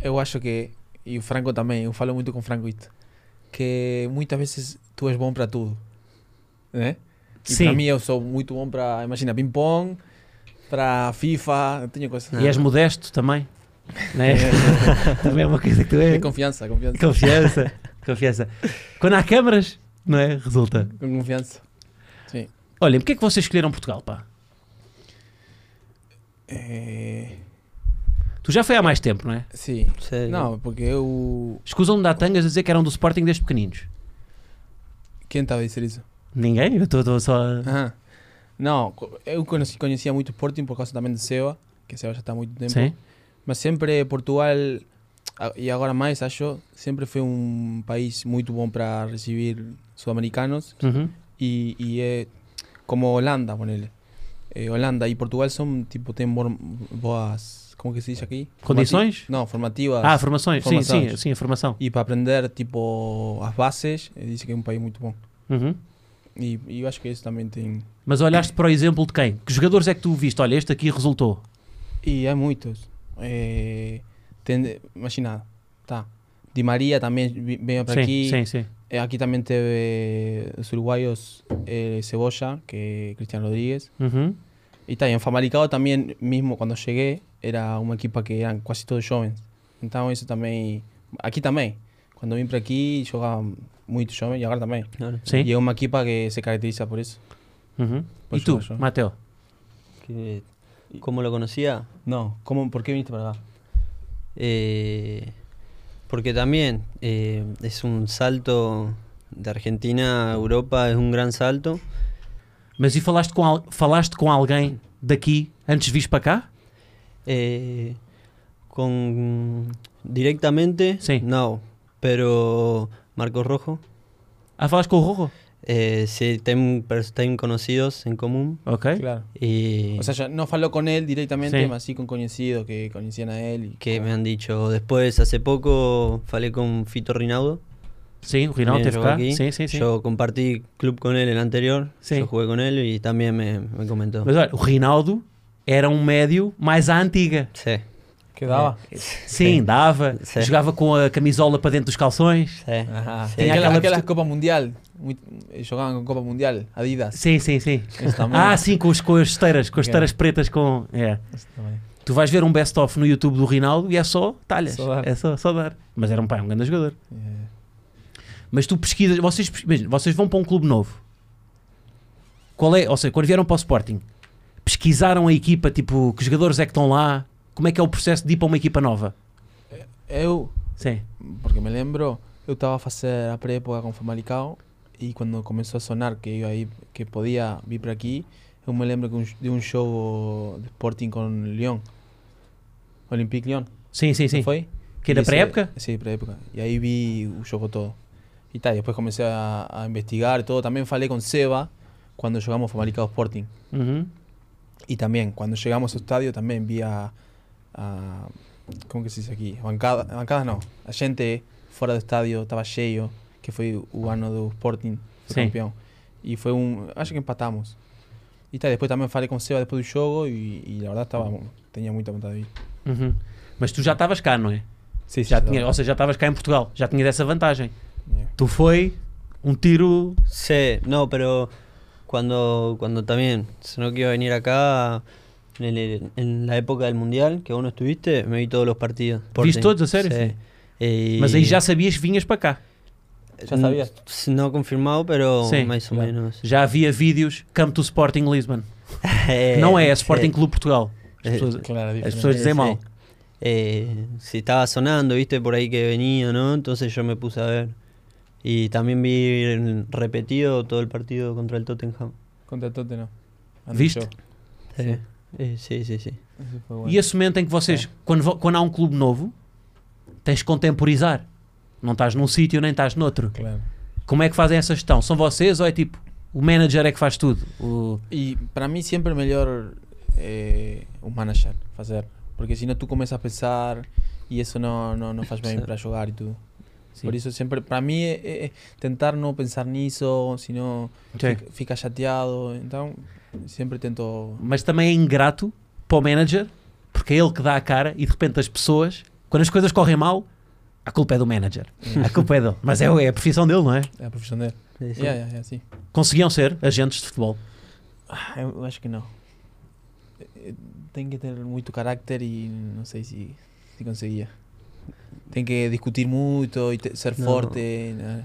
[SPEAKER 2] eu acho que. E o Franco também, eu falo muito com o Franco isto. Que muitas vezes tu és bom para tudo. Né? E
[SPEAKER 1] Sim.
[SPEAKER 2] para mim eu sou muito bom para. Imagina, ping-pong, para FIFA, eu tenho coisas.
[SPEAKER 1] E és modesto também. Né? também é uma coisa que tu
[SPEAKER 2] É
[SPEAKER 1] és.
[SPEAKER 2] confiança, confiança.
[SPEAKER 1] Confiança. Confiança. Quando há câmaras, não é? Resulta.
[SPEAKER 2] Com confiança. Sim.
[SPEAKER 1] Olhem, porque é que vocês escolheram Portugal, pá?
[SPEAKER 2] É,
[SPEAKER 1] Tu já foi há mais tempo, não é?
[SPEAKER 2] Sim.
[SPEAKER 3] Sí.
[SPEAKER 2] Não, porque eu.
[SPEAKER 1] Escusam-me dar tangas a dizer que eram do Sporting desde pequeninos.
[SPEAKER 2] Quem estava a dizer isso?
[SPEAKER 1] Ninguém? Eu estou só. a-
[SPEAKER 2] Aham. Não, co- eu conheci, conhecia muito o Sporting por causa também do Seba, que o Seba já está há muito tempo.
[SPEAKER 1] Sim.
[SPEAKER 2] Mas sempre Portugal, a- e agora mais, acho, sempre foi um país muito bom para receber sul-americanos.
[SPEAKER 1] Uhum.
[SPEAKER 2] E, e é como Holanda, ponele. É, Holanda e Portugal são, tipo, tem bom- boas, como que se diz aqui?
[SPEAKER 1] Condições?
[SPEAKER 2] Formati- não, formativas.
[SPEAKER 1] Ah, formações. Sim,
[SPEAKER 2] Formações.
[SPEAKER 1] sim, sim, a formação.
[SPEAKER 2] e para aprender, tipo, as bases, eh, disse que é um país muito bom.
[SPEAKER 1] Uhum.
[SPEAKER 2] E, e eu acho que isso também tem...
[SPEAKER 1] Mas olhaste para o exemplo de quem? Que jogadores é que tu viste? Olha, este aqui resultou.
[SPEAKER 2] E há muitos. É, tem, imagina, tá. Di Maria também vi- veio para Eh,
[SPEAKER 1] sim,
[SPEAKER 2] aqui.
[SPEAKER 1] sim, sim.
[SPEAKER 2] É, aqui também teve os uruguaios é, eh, Cebolla, que é Cristiano Rodrigues.
[SPEAKER 1] Uhum.
[SPEAKER 2] E tá, e em Famalicão também, mesmo quando cheguei, era uma equipa que eram quase todos jovens. Então isso também... Aqui também. Quando vim para aqui, jogava muito jovem e agora também.
[SPEAKER 3] Claro.
[SPEAKER 1] Sim.
[SPEAKER 2] E é uma equipa que se caracteriza por isso.
[SPEAKER 1] Uhum. E
[SPEAKER 2] Pois
[SPEAKER 1] tu,
[SPEAKER 2] acho.
[SPEAKER 1] Mateo?
[SPEAKER 3] Que- ¿Cómo lo conocía?
[SPEAKER 2] Não, como, por que viniste para cá?
[SPEAKER 3] Eh, porque también eh, es un salto de Argentina a Europa, es un gran salto.
[SPEAKER 1] Mas e falaste com, al- falaste com alguém daqui antes de vir para cá?
[SPEAKER 3] Eh, con directamente,
[SPEAKER 1] Sí.
[SPEAKER 3] no, pero Marcos Rojo,
[SPEAKER 1] Ah, falaste com o Rorro?
[SPEAKER 3] eh, sí, ten, pers- ten conocidos en común.
[SPEAKER 1] Ok.
[SPEAKER 2] Claro.
[SPEAKER 3] Y
[SPEAKER 2] ¿Eh? O sea, yo no faló con él directamente,
[SPEAKER 1] Sí.
[SPEAKER 2] mas sí con conocidos que conocían a él. Y,
[SPEAKER 3] que me han dicho, después, hace poco, falé con Fito Rinaudo.
[SPEAKER 1] Sim, o Rinaldo
[SPEAKER 3] También
[SPEAKER 1] teve
[SPEAKER 3] llegó
[SPEAKER 1] cá.
[SPEAKER 3] aquí.
[SPEAKER 1] Sim, sim, sim.
[SPEAKER 3] Yo compartí club con él el anterior,
[SPEAKER 1] Sí.
[SPEAKER 3] yo jugué con él y también me, me comentó.
[SPEAKER 1] Mas olha, o Rinaldo era um médio mais à antiga.
[SPEAKER 3] Sí,
[SPEAKER 2] que daba.
[SPEAKER 1] Sim, dava.
[SPEAKER 3] Sim.
[SPEAKER 1] Jogava com a camisola para dentro dos calções.
[SPEAKER 3] sí.
[SPEAKER 2] Ajá.
[SPEAKER 3] Sí.
[SPEAKER 2] Tenía
[SPEAKER 1] Acá
[SPEAKER 2] aquelas,
[SPEAKER 1] la-
[SPEAKER 2] aquelas Copa Mundial. muy- eh, jugaban con Copa Mundial, Adidas.
[SPEAKER 1] Sim, sim, sim.
[SPEAKER 2] Isso também. é.
[SPEAKER 1] Ah, sim, com, os, com as esteiras, com as
[SPEAKER 2] Ok.
[SPEAKER 1] esteiras pretas com... É.
[SPEAKER 2] Isso também.
[SPEAKER 1] Tu vais ver um best-of no YouTube do Rinaldo e é só talhas.
[SPEAKER 2] Só dar.
[SPEAKER 1] é só, só dar. Mas era um pai, um grande jogador.
[SPEAKER 2] É.
[SPEAKER 1] Mas tu pesquisas, vocês, pes- imagina, vocês vão para um clube novo. Qual é, ou seja, quando vieram para o Sporting, pesquisaram a equipa, tipo, que jogadores é que estão lá? Como é que é o processo de ir para uma equipa nova?
[SPEAKER 2] Eu,
[SPEAKER 1] Sim.
[SPEAKER 2] porque me lembro, eu estava a fazer a pré-época com Famalicão e quando começou a sonar que eu aí que podia vir para aqui, eu me lembro que um sh- de um show de Sporting com Lyon. Olympique Lyon.
[SPEAKER 1] Sim, sim,
[SPEAKER 2] ¿No
[SPEAKER 1] sim.
[SPEAKER 2] fue?
[SPEAKER 1] Que era
[SPEAKER 2] Y ese-
[SPEAKER 1] pré-época?
[SPEAKER 2] Sí, preépoca. Y ahí vi un poco todo. Y tal, y después comencé a, a investigar todo. También falé con Seba cuando llegamos a Famalicão Sporting.
[SPEAKER 1] Uhum.
[SPEAKER 2] Y también, cuando llegamos al estadio, también vi a... a- ¿Cómo que se dice aquí? Bancada, bancada no. A gente fuera del estadio. Estaba Cheio, que fue un año de Sporting. Fue
[SPEAKER 1] Sí.
[SPEAKER 2] campeón. Y fue un... Acho que empatamos. Y tal, después también falé con Seba después del juego y, y la verdad estaba... Tenía mucha vontade de ir.
[SPEAKER 1] Uhum. Mas tu já estavas cá, não é?
[SPEAKER 2] Sí,
[SPEAKER 1] Já tinha, ou seja, já estavas cá em Portugal, já tinhas essa vantagem. Tu foi um tiro.
[SPEAKER 3] Sí, no, pero cuando, cuando también se no quiero venir acá, En, el- en la época del Mundial, que vos no estuviste, me vi todos los partidos.
[SPEAKER 1] ¿Viste todos, en serio?
[SPEAKER 3] Sí. Eh,
[SPEAKER 1] Mas aí já sabias que vinhas para cá.
[SPEAKER 2] Ya sabías.
[SPEAKER 3] s- No confirmado, pero
[SPEAKER 1] Sí,
[SPEAKER 3] más o
[SPEAKER 2] claro.
[SPEAKER 3] menos.
[SPEAKER 1] Já havia vídeos Come to Sporting Lisbon. Não é, é Sporting Clube Portugal. As
[SPEAKER 3] É.
[SPEAKER 1] pessoas,
[SPEAKER 2] Claro,
[SPEAKER 1] as
[SPEAKER 2] diferente.
[SPEAKER 1] pessoas dizem
[SPEAKER 3] Sí.
[SPEAKER 1] mal.
[SPEAKER 3] Eh, si estaba sonando, viste, por ahí que venía, ¿no? Entonces yo me puse a ver. Y también vi en- repetido todo el partido contra el Tottenham.
[SPEAKER 2] Contra el Tottenham.
[SPEAKER 1] ¿Viste?
[SPEAKER 2] Anunció.
[SPEAKER 3] Sí, Eh, sí, sí. sí.
[SPEAKER 2] Eso fue bueno.
[SPEAKER 1] E esse momento em que vocês, quando, vo- quando há um clube novo, tens de contemporizar. Não estás num sítio nem estás noutro.
[SPEAKER 2] Claro.
[SPEAKER 1] Como é que fazem essa gestão? São vocês ou é tipo o manager é que faz tudo? O-
[SPEAKER 2] Y para mí siempre es mejor eh, un manager hacer. Porque si no tú comienzas a pensar y eso no, no, no faz bien para jugar y todo.
[SPEAKER 1] Sí.
[SPEAKER 2] Por eso siempre, para mí, eh, eh, tentar no pensar en eso, sino
[SPEAKER 1] Sí.
[SPEAKER 2] fica, fica chateado. Entonces, siempre tento...
[SPEAKER 1] Mas também é ingrato para o manager, porque é ele que dá a cara e de repente as pessoas, quando as coisas correm mal, a culpa é do manager. A culpa é dele. Mas é, é a profissão dele, não é?
[SPEAKER 2] La profesión de él.
[SPEAKER 3] Sí, sí.
[SPEAKER 2] Ya, ya, ya, sí.
[SPEAKER 1] Conseguiam ser agentes de futebol.
[SPEAKER 2] Ah, Eu acho que não. Eh, eh, Tem que ter muito carácter e não sei se, se conseguia. Tem que discutir muito e te- ser
[SPEAKER 3] Não.
[SPEAKER 2] forte né,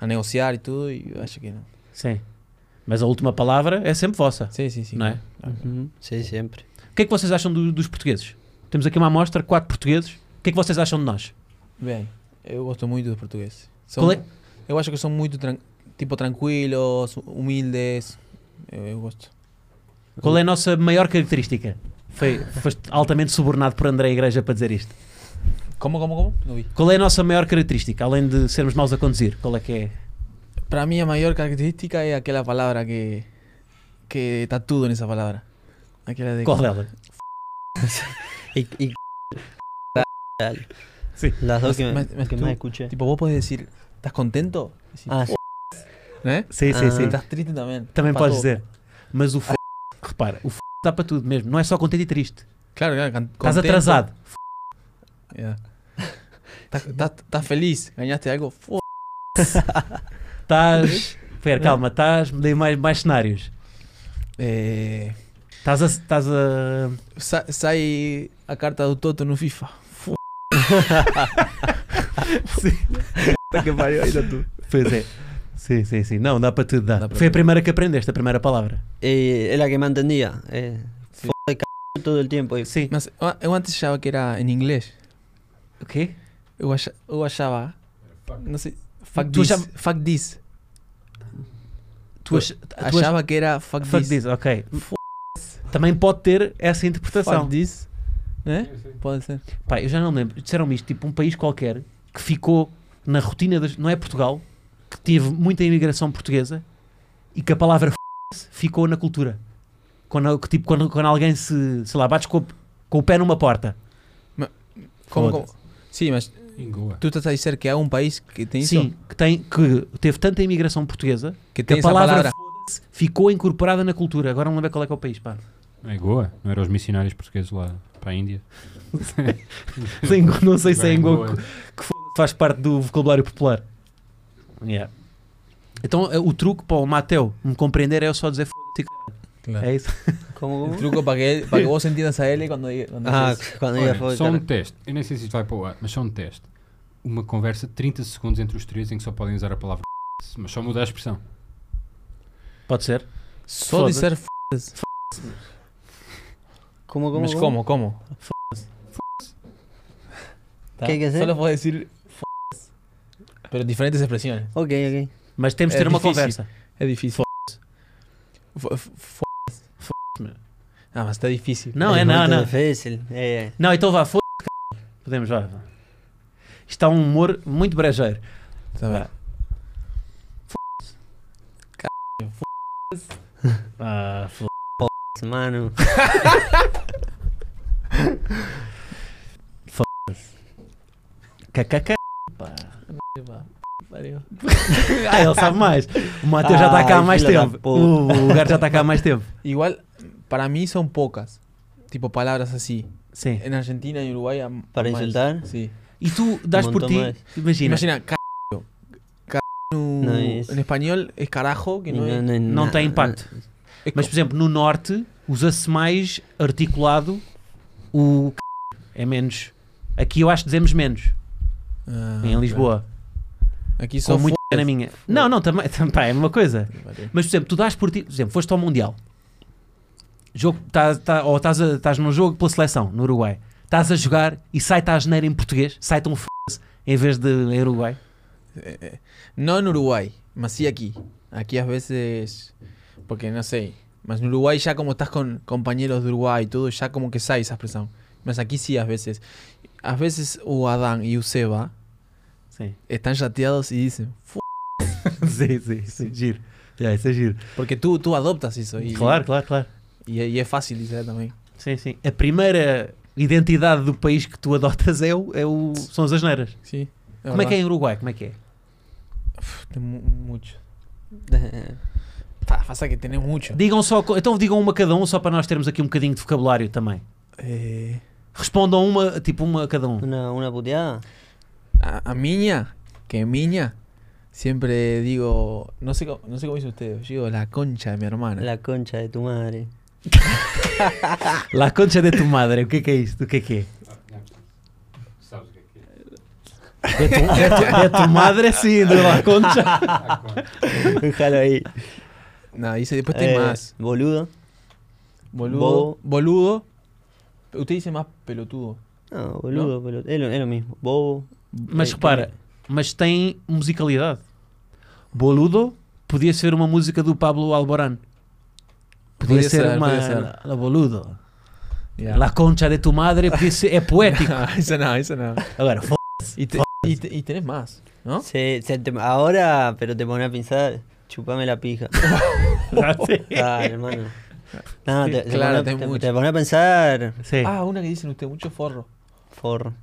[SPEAKER 2] a negociar e tudo. E eu acho que não.
[SPEAKER 1] Sim. Mas a última palavra é sempre vossa,
[SPEAKER 2] Sim, sim, sim.
[SPEAKER 1] não é?
[SPEAKER 3] Ujú, sí, siempre.
[SPEAKER 1] O que é que vocês acham do- dos portugueses? Temos aqui uma amostra, quatro portugueses. O que é que vocês acham de nós?
[SPEAKER 2] Bem, eu gosto muito dos portugueses. São-
[SPEAKER 1] Qual é-
[SPEAKER 2] Eu acho que são muito tran tipo tranquilos, humildes. Eu, eu gosto.
[SPEAKER 1] Qual é a nossa maior característica? Foi, foste altamente subornado por André Igreja para dizer isto.
[SPEAKER 2] Como, como, como? Não vi.
[SPEAKER 1] Qual é a nossa maior característica, além de sermos maus a conduzir? Qual é que é?
[SPEAKER 2] Para mí, la mayor característica es aquella palabra que. que está todo en esa palabra. Aquella de.
[SPEAKER 1] Qual dela?
[SPEAKER 3] Y, y- Dale.
[SPEAKER 1] Sí.
[SPEAKER 3] Las dos
[SPEAKER 2] Más-
[SPEAKER 3] que, me-
[SPEAKER 2] más- más
[SPEAKER 3] que
[SPEAKER 2] tú.
[SPEAKER 3] más escuché.
[SPEAKER 2] Tipo, vos podés decir, ¿estás contento? Decís,
[SPEAKER 3] Ah, sí.
[SPEAKER 2] ¿Eh?
[SPEAKER 1] Sim, sim, sim.
[SPEAKER 2] Estás triste también.
[SPEAKER 1] Ah, Também
[SPEAKER 2] Pa'
[SPEAKER 1] podes
[SPEAKER 2] todo.
[SPEAKER 1] dizer. Mas o f... Repara, o f... dá para tudo mesmo. Não é só contente e triste.
[SPEAKER 2] Claro, claro. can-
[SPEAKER 1] Estás
[SPEAKER 2] contento.
[SPEAKER 1] atrasado.
[SPEAKER 2] Ya. Estás- Estás estás feliz, ganaste algo. Fu-
[SPEAKER 1] Estás... Pera, calma. Estás... Me dei mais, mais cenários.
[SPEAKER 2] Eh,
[SPEAKER 1] Estás a... Estás a...
[SPEAKER 2] sa- sai a carta do Toto no FIFA. Fu-
[SPEAKER 1] que pariu ainda tu. Pois é. Sim, sim, sim. Não, dá para tudo dar.
[SPEAKER 2] Dá para
[SPEAKER 1] Foi a
[SPEAKER 2] tudo.
[SPEAKER 1] primeira que aprendeste, a primeira palavra.
[SPEAKER 3] Eh, es la que me entendía. Eh,
[SPEAKER 2] Sí.
[SPEAKER 3] foda de c- todo el tiempo. y-
[SPEAKER 1] Sim.
[SPEAKER 2] Mas, ah, eu antes achava que era em inglés.
[SPEAKER 1] O quê?
[SPEAKER 2] Eu acha- eu achava. Não sei. Fuck
[SPEAKER 1] Tu
[SPEAKER 2] this.
[SPEAKER 1] achava-
[SPEAKER 2] Fuck this.
[SPEAKER 1] Tu ach- tu ach-
[SPEAKER 2] Achava que era fuck,
[SPEAKER 1] Fuck
[SPEAKER 2] this.
[SPEAKER 1] this, ok. Também pode ter essa interpretação.
[SPEAKER 2] Fuck this. Né? Pode ¿Eh? ser.
[SPEAKER 1] Pá, eu já não lembro. Disseram-me isto, tipo um país qualquer que ficou na rotina das... Não é Portugal? Que teve muita imigração portuguesa e que a palavra f***se ficou na cultura. Quando, que, tipo, quando, quando alguém se... Sei lá, bates com o, com o pé numa porta.
[SPEAKER 2] Como, como?
[SPEAKER 1] Foda-se.
[SPEAKER 2] Sim, mas
[SPEAKER 5] Em Goa.
[SPEAKER 2] tu estás a dizer que há um país que tem isso?
[SPEAKER 1] Sim, que, tem, que teve tanta imigração portuguesa
[SPEAKER 2] Que
[SPEAKER 1] que
[SPEAKER 2] tem
[SPEAKER 1] a
[SPEAKER 2] essa
[SPEAKER 1] palavra,
[SPEAKER 2] palavra.
[SPEAKER 1] foda-se ficou incorporada na cultura. Agora não lembro qual é que é o país, pá.
[SPEAKER 5] Não é Goa? Não eram os missionários portugueses lá para a Índia?
[SPEAKER 1] Sem- não sei se é em Goa
[SPEAKER 5] Goa.
[SPEAKER 1] que f- faz parte do vocabulário popular. Yeah. Então eh, o truque para o Mateu me compreender é eu só dizer f***, e c****.
[SPEAKER 2] Claro.
[SPEAKER 1] é isso.
[SPEAKER 3] ¿Cómo,
[SPEAKER 2] El
[SPEAKER 3] cómo?
[SPEAKER 2] truco para que, él- para que vos entiendas a él cuando, diga- cuando
[SPEAKER 3] Ah,
[SPEAKER 2] dices-
[SPEAKER 3] cuando
[SPEAKER 5] Olha,
[SPEAKER 3] ella fue.
[SPEAKER 5] só um teste. Eu nem sei se isto vai para o ar, mas só um teste. Uma conversa de 30 segundos entre os três em que só podem usar a palavra mas só muda a expressão.
[SPEAKER 1] Pode ser.
[SPEAKER 2] só
[SPEAKER 1] foda-se.
[SPEAKER 2] dizer f***.
[SPEAKER 3] ¿Cómo, cómo,
[SPEAKER 2] Mas como,
[SPEAKER 3] cómo?
[SPEAKER 2] como? Tá?
[SPEAKER 3] Que hay que hacer?
[SPEAKER 2] Solo puedo decir f***. Pero diferentes expresiones.
[SPEAKER 3] Ok, ok.
[SPEAKER 1] Mas temos de
[SPEAKER 2] É
[SPEAKER 1] ter uma
[SPEAKER 2] difícil.
[SPEAKER 1] conversa.
[SPEAKER 2] Es difícil. F- f- f-
[SPEAKER 1] meu.
[SPEAKER 2] Ah, mas está difícil.
[SPEAKER 1] Não, é
[SPEAKER 3] Es
[SPEAKER 1] não,
[SPEAKER 3] muy
[SPEAKER 1] não.
[SPEAKER 3] Difícil. Eh,
[SPEAKER 1] Não, então vá, f***, c****. Podemos, vá. vá. Isto há um humor muito brejeiro.
[SPEAKER 2] Tá bem.
[SPEAKER 1] Ah, f***.
[SPEAKER 3] mano.
[SPEAKER 1] KKK. pá. Ah, ele sabe mais. O Mateu já está cá há
[SPEAKER 3] Ai,
[SPEAKER 1] mais
[SPEAKER 3] filho da
[SPEAKER 1] tempo.
[SPEAKER 3] puta.
[SPEAKER 1] O o lugar já está cá há mais tempo.
[SPEAKER 2] Igual, para mí son pocas. Tipo palabras así.
[SPEAKER 1] Sim.
[SPEAKER 2] En Argentina y Uruguai. a-
[SPEAKER 3] Para
[SPEAKER 2] a más.
[SPEAKER 3] insultar.
[SPEAKER 2] Sí.
[SPEAKER 1] E tu dás
[SPEAKER 3] Um
[SPEAKER 1] por
[SPEAKER 3] montão
[SPEAKER 1] ti,
[SPEAKER 3] mais.
[SPEAKER 1] imagina,
[SPEAKER 2] Imagina, c******. C******,
[SPEAKER 3] No es-
[SPEAKER 2] En español es carajo, que no, es.
[SPEAKER 1] não tem impacto.
[SPEAKER 2] es
[SPEAKER 1] Mas, por exemplo, no norte usa-se mais articulado o c... é menos. Aqui eu acho que dizemos menos,
[SPEAKER 2] Ah,
[SPEAKER 1] em
[SPEAKER 2] ok.
[SPEAKER 1] Lisboa.
[SPEAKER 2] Aqui só
[SPEAKER 1] Com muito
[SPEAKER 2] foi-
[SPEAKER 1] na minha. Não, não, também, também pá, é uma coisa. Mas, por exemplo, tu dás por ti, por exemplo, foste ao Mundial. Jogo, tá, tá- ou estás a- estás num jogo pela seleção, no Uruguai. Estás a jogar e sai-te a geneira em português, sai-te um f em vez de em Uruguai.
[SPEAKER 2] Eh, eh, No en Uruguay, más sí aquí. Aquí a veces, porque no sé, más en Uruguay ya como estás con compañeros de Uruguay y todo, ya como que sabes esa expresión. Más aquí sí a veces. A veces o Adán y Useba
[SPEAKER 1] Sim.
[SPEAKER 2] están chateados y dicen, "Fu-".
[SPEAKER 1] sim, sim, sim, giro. Yeah, isso é giro.
[SPEAKER 2] porque tú, tú adoptas eso y,
[SPEAKER 1] Claro, claro, claro.
[SPEAKER 2] y, y es fácil dice también.
[SPEAKER 1] Sim, sim. A primeira identidade do país que tu adotas é o, é o- são as asneiras.
[SPEAKER 2] Sí.
[SPEAKER 1] Como é que é em Uruguai? Como é que é?
[SPEAKER 2] mucho. Pa, Pasa que tenés mucho.
[SPEAKER 1] Digam só, co- então digam uma a cada um, só para nós termos aqui um bocadinho de vocabulário também.
[SPEAKER 2] Eh,
[SPEAKER 1] Respondam uma, tipo uma a cada um.
[SPEAKER 3] Una, una puteada.
[SPEAKER 2] a, a Miña, que Miña, siempre digo, no sé, cómo- no sé cómo dicen ustedes, yo digo la concha de mi hermana.
[SPEAKER 3] La concha de tu madre.
[SPEAKER 1] La concha de tu madre, o que é que é isto? O que é que é?
[SPEAKER 5] Sabes o que é que é?
[SPEAKER 1] De tu, de tu- de tu madre, é sim, de la concha.
[SPEAKER 5] Ah, claro.
[SPEAKER 3] Déjalo ahí.
[SPEAKER 2] Nada, dice, después tem
[SPEAKER 3] Eh,
[SPEAKER 2] más.
[SPEAKER 3] Boludo.
[SPEAKER 2] Boludo.
[SPEAKER 3] bobo.
[SPEAKER 2] Boludo. Usted dice más pelotudo.
[SPEAKER 3] No, boludo, pelotudo. Es lo, es lo mismo. Bobo.
[SPEAKER 1] Mas
[SPEAKER 3] Eh,
[SPEAKER 1] repara, mas tem musicalidade. Boludo podia ser uma música do Pablo Alborán. Podia,
[SPEAKER 2] Podia
[SPEAKER 1] ser,
[SPEAKER 2] ser,
[SPEAKER 1] uma.
[SPEAKER 2] podia ser.
[SPEAKER 1] La Boludo.
[SPEAKER 2] Ya.
[SPEAKER 1] La concha de tu madre podia ser- é poético.
[SPEAKER 2] eso no, eso no.
[SPEAKER 1] Agora, f-
[SPEAKER 2] Y, te- y te- y tenés más, ¿no?
[SPEAKER 3] Se, se te- ahora, pero te pones a pensar, chupame la pija. Dale, hermano. No, te, te
[SPEAKER 2] Ah, Claro,
[SPEAKER 3] pones-
[SPEAKER 2] tenés
[SPEAKER 3] te-
[SPEAKER 2] mucho.
[SPEAKER 3] te pones a pensar,
[SPEAKER 1] Sim.
[SPEAKER 2] Ah, una que dicen usted, mucho forro.
[SPEAKER 3] forro.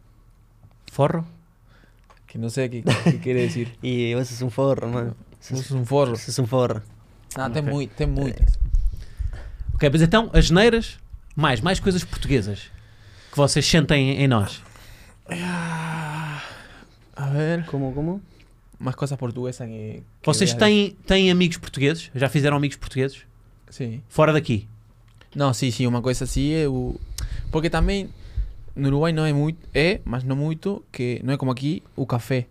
[SPEAKER 1] Forro?
[SPEAKER 2] Que no sé qué, qué quiere decir.
[SPEAKER 3] Y vos sos un forro, hermano.
[SPEAKER 2] Vos sos un forro.
[SPEAKER 3] Sos un forro.
[SPEAKER 2] Nada, ten
[SPEAKER 1] Ok.
[SPEAKER 2] muy, ten
[SPEAKER 3] Eh.
[SPEAKER 2] muy.
[SPEAKER 1] Ok, mas então, as neiras, mais, mais coisas portuguesas que vocês sentem em nós.
[SPEAKER 2] A ver.
[SPEAKER 3] ¿Cómo, cómo?
[SPEAKER 2] Más cosas portuguesas que. que
[SPEAKER 1] Vocês
[SPEAKER 2] veas.
[SPEAKER 1] têm, têm amigos portugueses? Já fizeram amigos portugueses?
[SPEAKER 2] Sí.
[SPEAKER 1] Fora daqui.
[SPEAKER 2] No, sí, sí, una cosa así é o- Porque también en Uruguay no hay muy... É, mas no mucho, que no es como aquí, o café.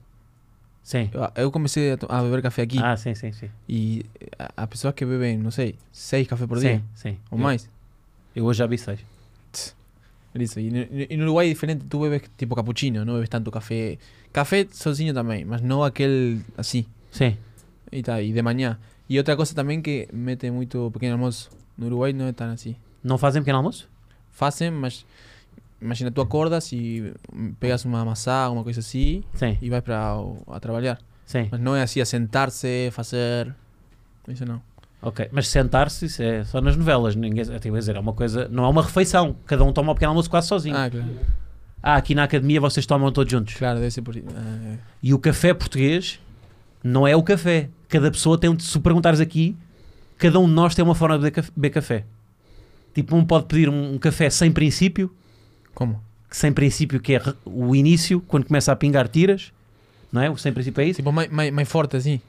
[SPEAKER 1] Sim.
[SPEAKER 2] Yo comencé a, to- a beber café aquí.
[SPEAKER 1] Ah, sim, sim, sim.
[SPEAKER 2] Y a, a pessoas que beben, não sei, seis cafés por
[SPEAKER 1] sim,
[SPEAKER 2] dia
[SPEAKER 1] sim.
[SPEAKER 2] ou mais.
[SPEAKER 1] Eu hoje já vi seis.
[SPEAKER 2] Isso. E no, e no Uruguai é diferente, tu bebes tipo cappuccino, não bebes tanto café. Café sozinho também, mas não aquele assim.
[SPEAKER 1] Sim.
[SPEAKER 2] E tá, e de manhã. E outra coisa também que mete muito pequeno almoço. No Uruguai não é tão assim.
[SPEAKER 1] Não fazem pequeno almoço?
[SPEAKER 2] Fazem, mas imagina, tu acordas e pegas uma maçã, alguma coisa assim,
[SPEAKER 1] Sim,
[SPEAKER 2] e vais para o- a Pues trabalhar.
[SPEAKER 1] sim.
[SPEAKER 2] Mas não é assim, a sentar-se, fazer. Isso não.
[SPEAKER 1] Ok. Mas sentar-se isso é só nas novelas. Ninguém, eu tenho a dizer, é uma coisa. Não é uma refeição. Cada um toma o pequeno almoço quase sozinho. Ah,
[SPEAKER 2] Ah, claro.
[SPEAKER 1] aqui na academia vocês tomam todos juntos.
[SPEAKER 2] Claro, deve ser por. ah,
[SPEAKER 1] E o café português não é o café. Cada pessoa tem, um- se perguntares aqui, cada um de nós tem uma forma de beber caf- beber café. Tipo, um pode pedir um, um café sem princípio,
[SPEAKER 2] como?
[SPEAKER 1] que sem princípio que é re- o início, quando começa a pingar tiras, não é? O sem princípio é isso.
[SPEAKER 2] Tipo, mais, mais, mais forte, assim.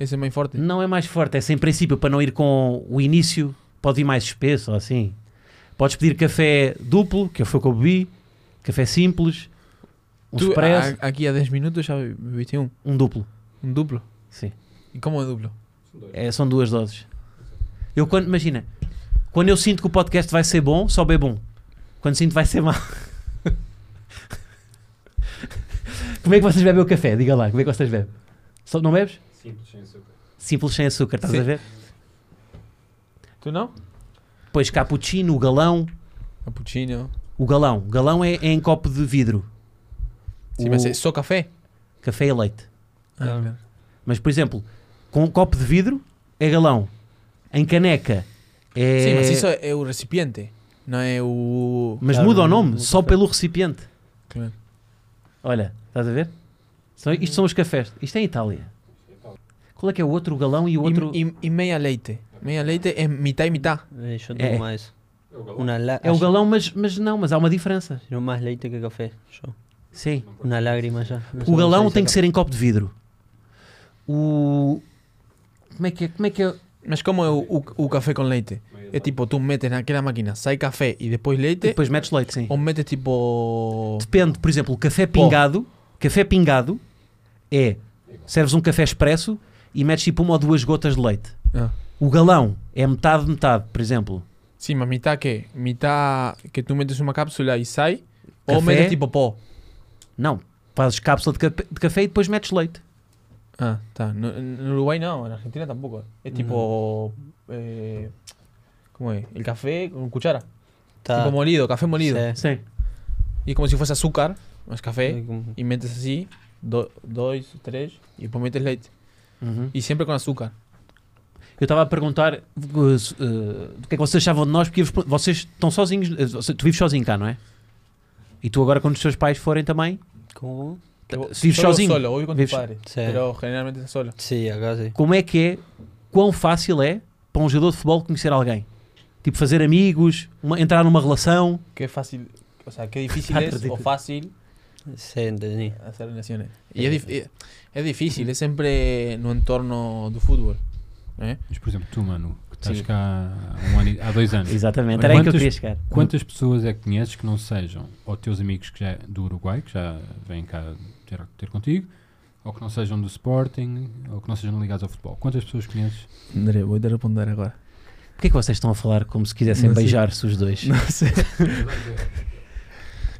[SPEAKER 2] Esse é mais forte.
[SPEAKER 1] Não é mais forte, é sem princípio, para não ir com o início, pode ir mais espesso, ou assim. Podes pedir café duplo, que foi o que eu bebi, café simples, um
[SPEAKER 2] Tu,
[SPEAKER 5] ah,
[SPEAKER 1] expresso,
[SPEAKER 2] a- aqui a 10 minutos já bebiste um.
[SPEAKER 1] um duplo.
[SPEAKER 2] Um duplo.
[SPEAKER 1] Sim.
[SPEAKER 2] E como é duplo?
[SPEAKER 1] É, são duas doses. Eu quando, imagina, quando eu sinto que o podcast vai ser bom, só bebo um. Quando sinto que vai ser mau. como é que vocês bebem o café? Diga lá, como é que vocês bebem? Só, não bebes?
[SPEAKER 5] Simples, sem açúcar.
[SPEAKER 1] Simples sem açúcar, estás
[SPEAKER 2] Sim.
[SPEAKER 1] a ver?
[SPEAKER 2] Tu não?
[SPEAKER 1] Depois cappuccino, o galão.
[SPEAKER 2] Cappuccino.
[SPEAKER 1] O galão. O galão é, é em copo de vidro.
[SPEAKER 2] Sim,
[SPEAKER 1] O
[SPEAKER 2] mas é só café?
[SPEAKER 1] Café e leite.
[SPEAKER 2] Ah, claro.
[SPEAKER 1] Mas, por exemplo, com um copo de vidro é galão. Em caneca é...
[SPEAKER 2] Sim, mas isso é o recipiente. Não é o...
[SPEAKER 1] Mas
[SPEAKER 3] Claro,
[SPEAKER 1] muda o
[SPEAKER 3] não-
[SPEAKER 1] nome,
[SPEAKER 3] não-
[SPEAKER 1] só pelo recipiente.
[SPEAKER 2] Claro.
[SPEAKER 1] Olha, estás a ver? São- isto são os cafés. Isto é em Itália. Qual é que é o outro galão e o outro.
[SPEAKER 2] E, e- e meia leite. Meia leite é mitad e mitad.
[SPEAKER 3] Eh, yo
[SPEAKER 1] Eh.
[SPEAKER 3] tomo más eso.
[SPEAKER 5] É o galão.
[SPEAKER 3] Una la-
[SPEAKER 1] É o
[SPEAKER 3] ayer-
[SPEAKER 1] galão, mas, mas não, mas há uma diferença.
[SPEAKER 3] Yo más leite que café, yo.
[SPEAKER 1] Sim.
[SPEAKER 3] Una lágrima ya. No sé
[SPEAKER 1] O
[SPEAKER 3] cómo se
[SPEAKER 1] galão
[SPEAKER 3] dice
[SPEAKER 1] tem que
[SPEAKER 3] acá.
[SPEAKER 1] ser em copo de vidro. O. Como é que é? Como é que é?
[SPEAKER 2] Mas como é o, o, o café com leite?
[SPEAKER 5] Meia
[SPEAKER 2] Es tipo, tú metes naquela máquina, sai café e depois leite,
[SPEAKER 1] E depois metes leite, sim.
[SPEAKER 2] ou metes tipo.
[SPEAKER 1] Depende, por exemplo, café pingado. Café pingado é. Serves um café expresso e metes tipo uma ou duas gotas de leite.
[SPEAKER 2] Ah.
[SPEAKER 1] O galão é metade, metade, por exemplo.
[SPEAKER 2] Sí, mas mitad que, mitad que tú metes una cápsula y sai, o
[SPEAKER 1] Café.
[SPEAKER 2] metes tipo pó.
[SPEAKER 1] Não. Fazes cápsula de, café- de café e depois metes leite.
[SPEAKER 2] Ah, está. No- en Uruguay no, en Argentina tampoco. Es tipo.
[SPEAKER 3] Mm.
[SPEAKER 2] eh, ¿Cómo es? El café con cuchara.
[SPEAKER 3] Está.
[SPEAKER 2] Tipo molido, café molido.
[SPEAKER 3] Sí.
[SPEAKER 1] É, Sim.
[SPEAKER 2] Y es como si fuese azúcar, más
[SPEAKER 3] Sí,
[SPEAKER 2] café,
[SPEAKER 3] como-
[SPEAKER 2] y metes así, do- dos, tres, y después metes leite.
[SPEAKER 1] Uhum.
[SPEAKER 2] Y siempre con azúcar.
[SPEAKER 1] Eu estava a perguntar uh, se, uh, o que é que vocês achavam de nós, porque vos- vocês estão sozinhos, uh, você- tu vives sozinho cá, não é? E tu agora, quando os teus pais forem tambbién
[SPEAKER 3] ¿Cómo?
[SPEAKER 2] Que vos-
[SPEAKER 1] vives
[SPEAKER 2] solo,
[SPEAKER 1] sozinho.
[SPEAKER 2] Solo, vivo con
[SPEAKER 1] Vives-
[SPEAKER 2] tus padres.
[SPEAKER 3] Sí.
[SPEAKER 2] Pero generalmente estás solo.
[SPEAKER 3] Sí, acá sí.
[SPEAKER 1] como é que é, quão fácil é para um jogador de futebol conhecer alguém? Tipo, fazer amigos, uma- entrar numa relação.
[SPEAKER 2] Qué fácil, o sea, qué difícil
[SPEAKER 1] Padre,
[SPEAKER 2] es o
[SPEAKER 1] tipo-
[SPEAKER 2] fácil
[SPEAKER 3] Sí, entendí.
[SPEAKER 2] hacer relaciones. Eh, Y es, dif- es difícil, es siempre no entorno do fútbol. ¿eh?
[SPEAKER 5] Mas, por exemplo, tu, Manu, que estás
[SPEAKER 2] Sim.
[SPEAKER 5] cá há, um ano, e- há dois anos.
[SPEAKER 1] Exatamente, era aí que eu
[SPEAKER 5] Quantos-
[SPEAKER 1] queria chegar.
[SPEAKER 5] Quantas pessoas é que conheces que não sejam ou teus amigos que já, do Uruguai, que já vêm cá ter, ter contigo, ou que não sejam do Sporting, ou que não sejam ligados ao futebol? Quantas pessoas conheces?
[SPEAKER 2] André, voy a responder ahora.
[SPEAKER 1] Porquê é que vocês estão a falar como se quisessem
[SPEAKER 2] Não sei.
[SPEAKER 1] beijar-se os dois?
[SPEAKER 2] No sé.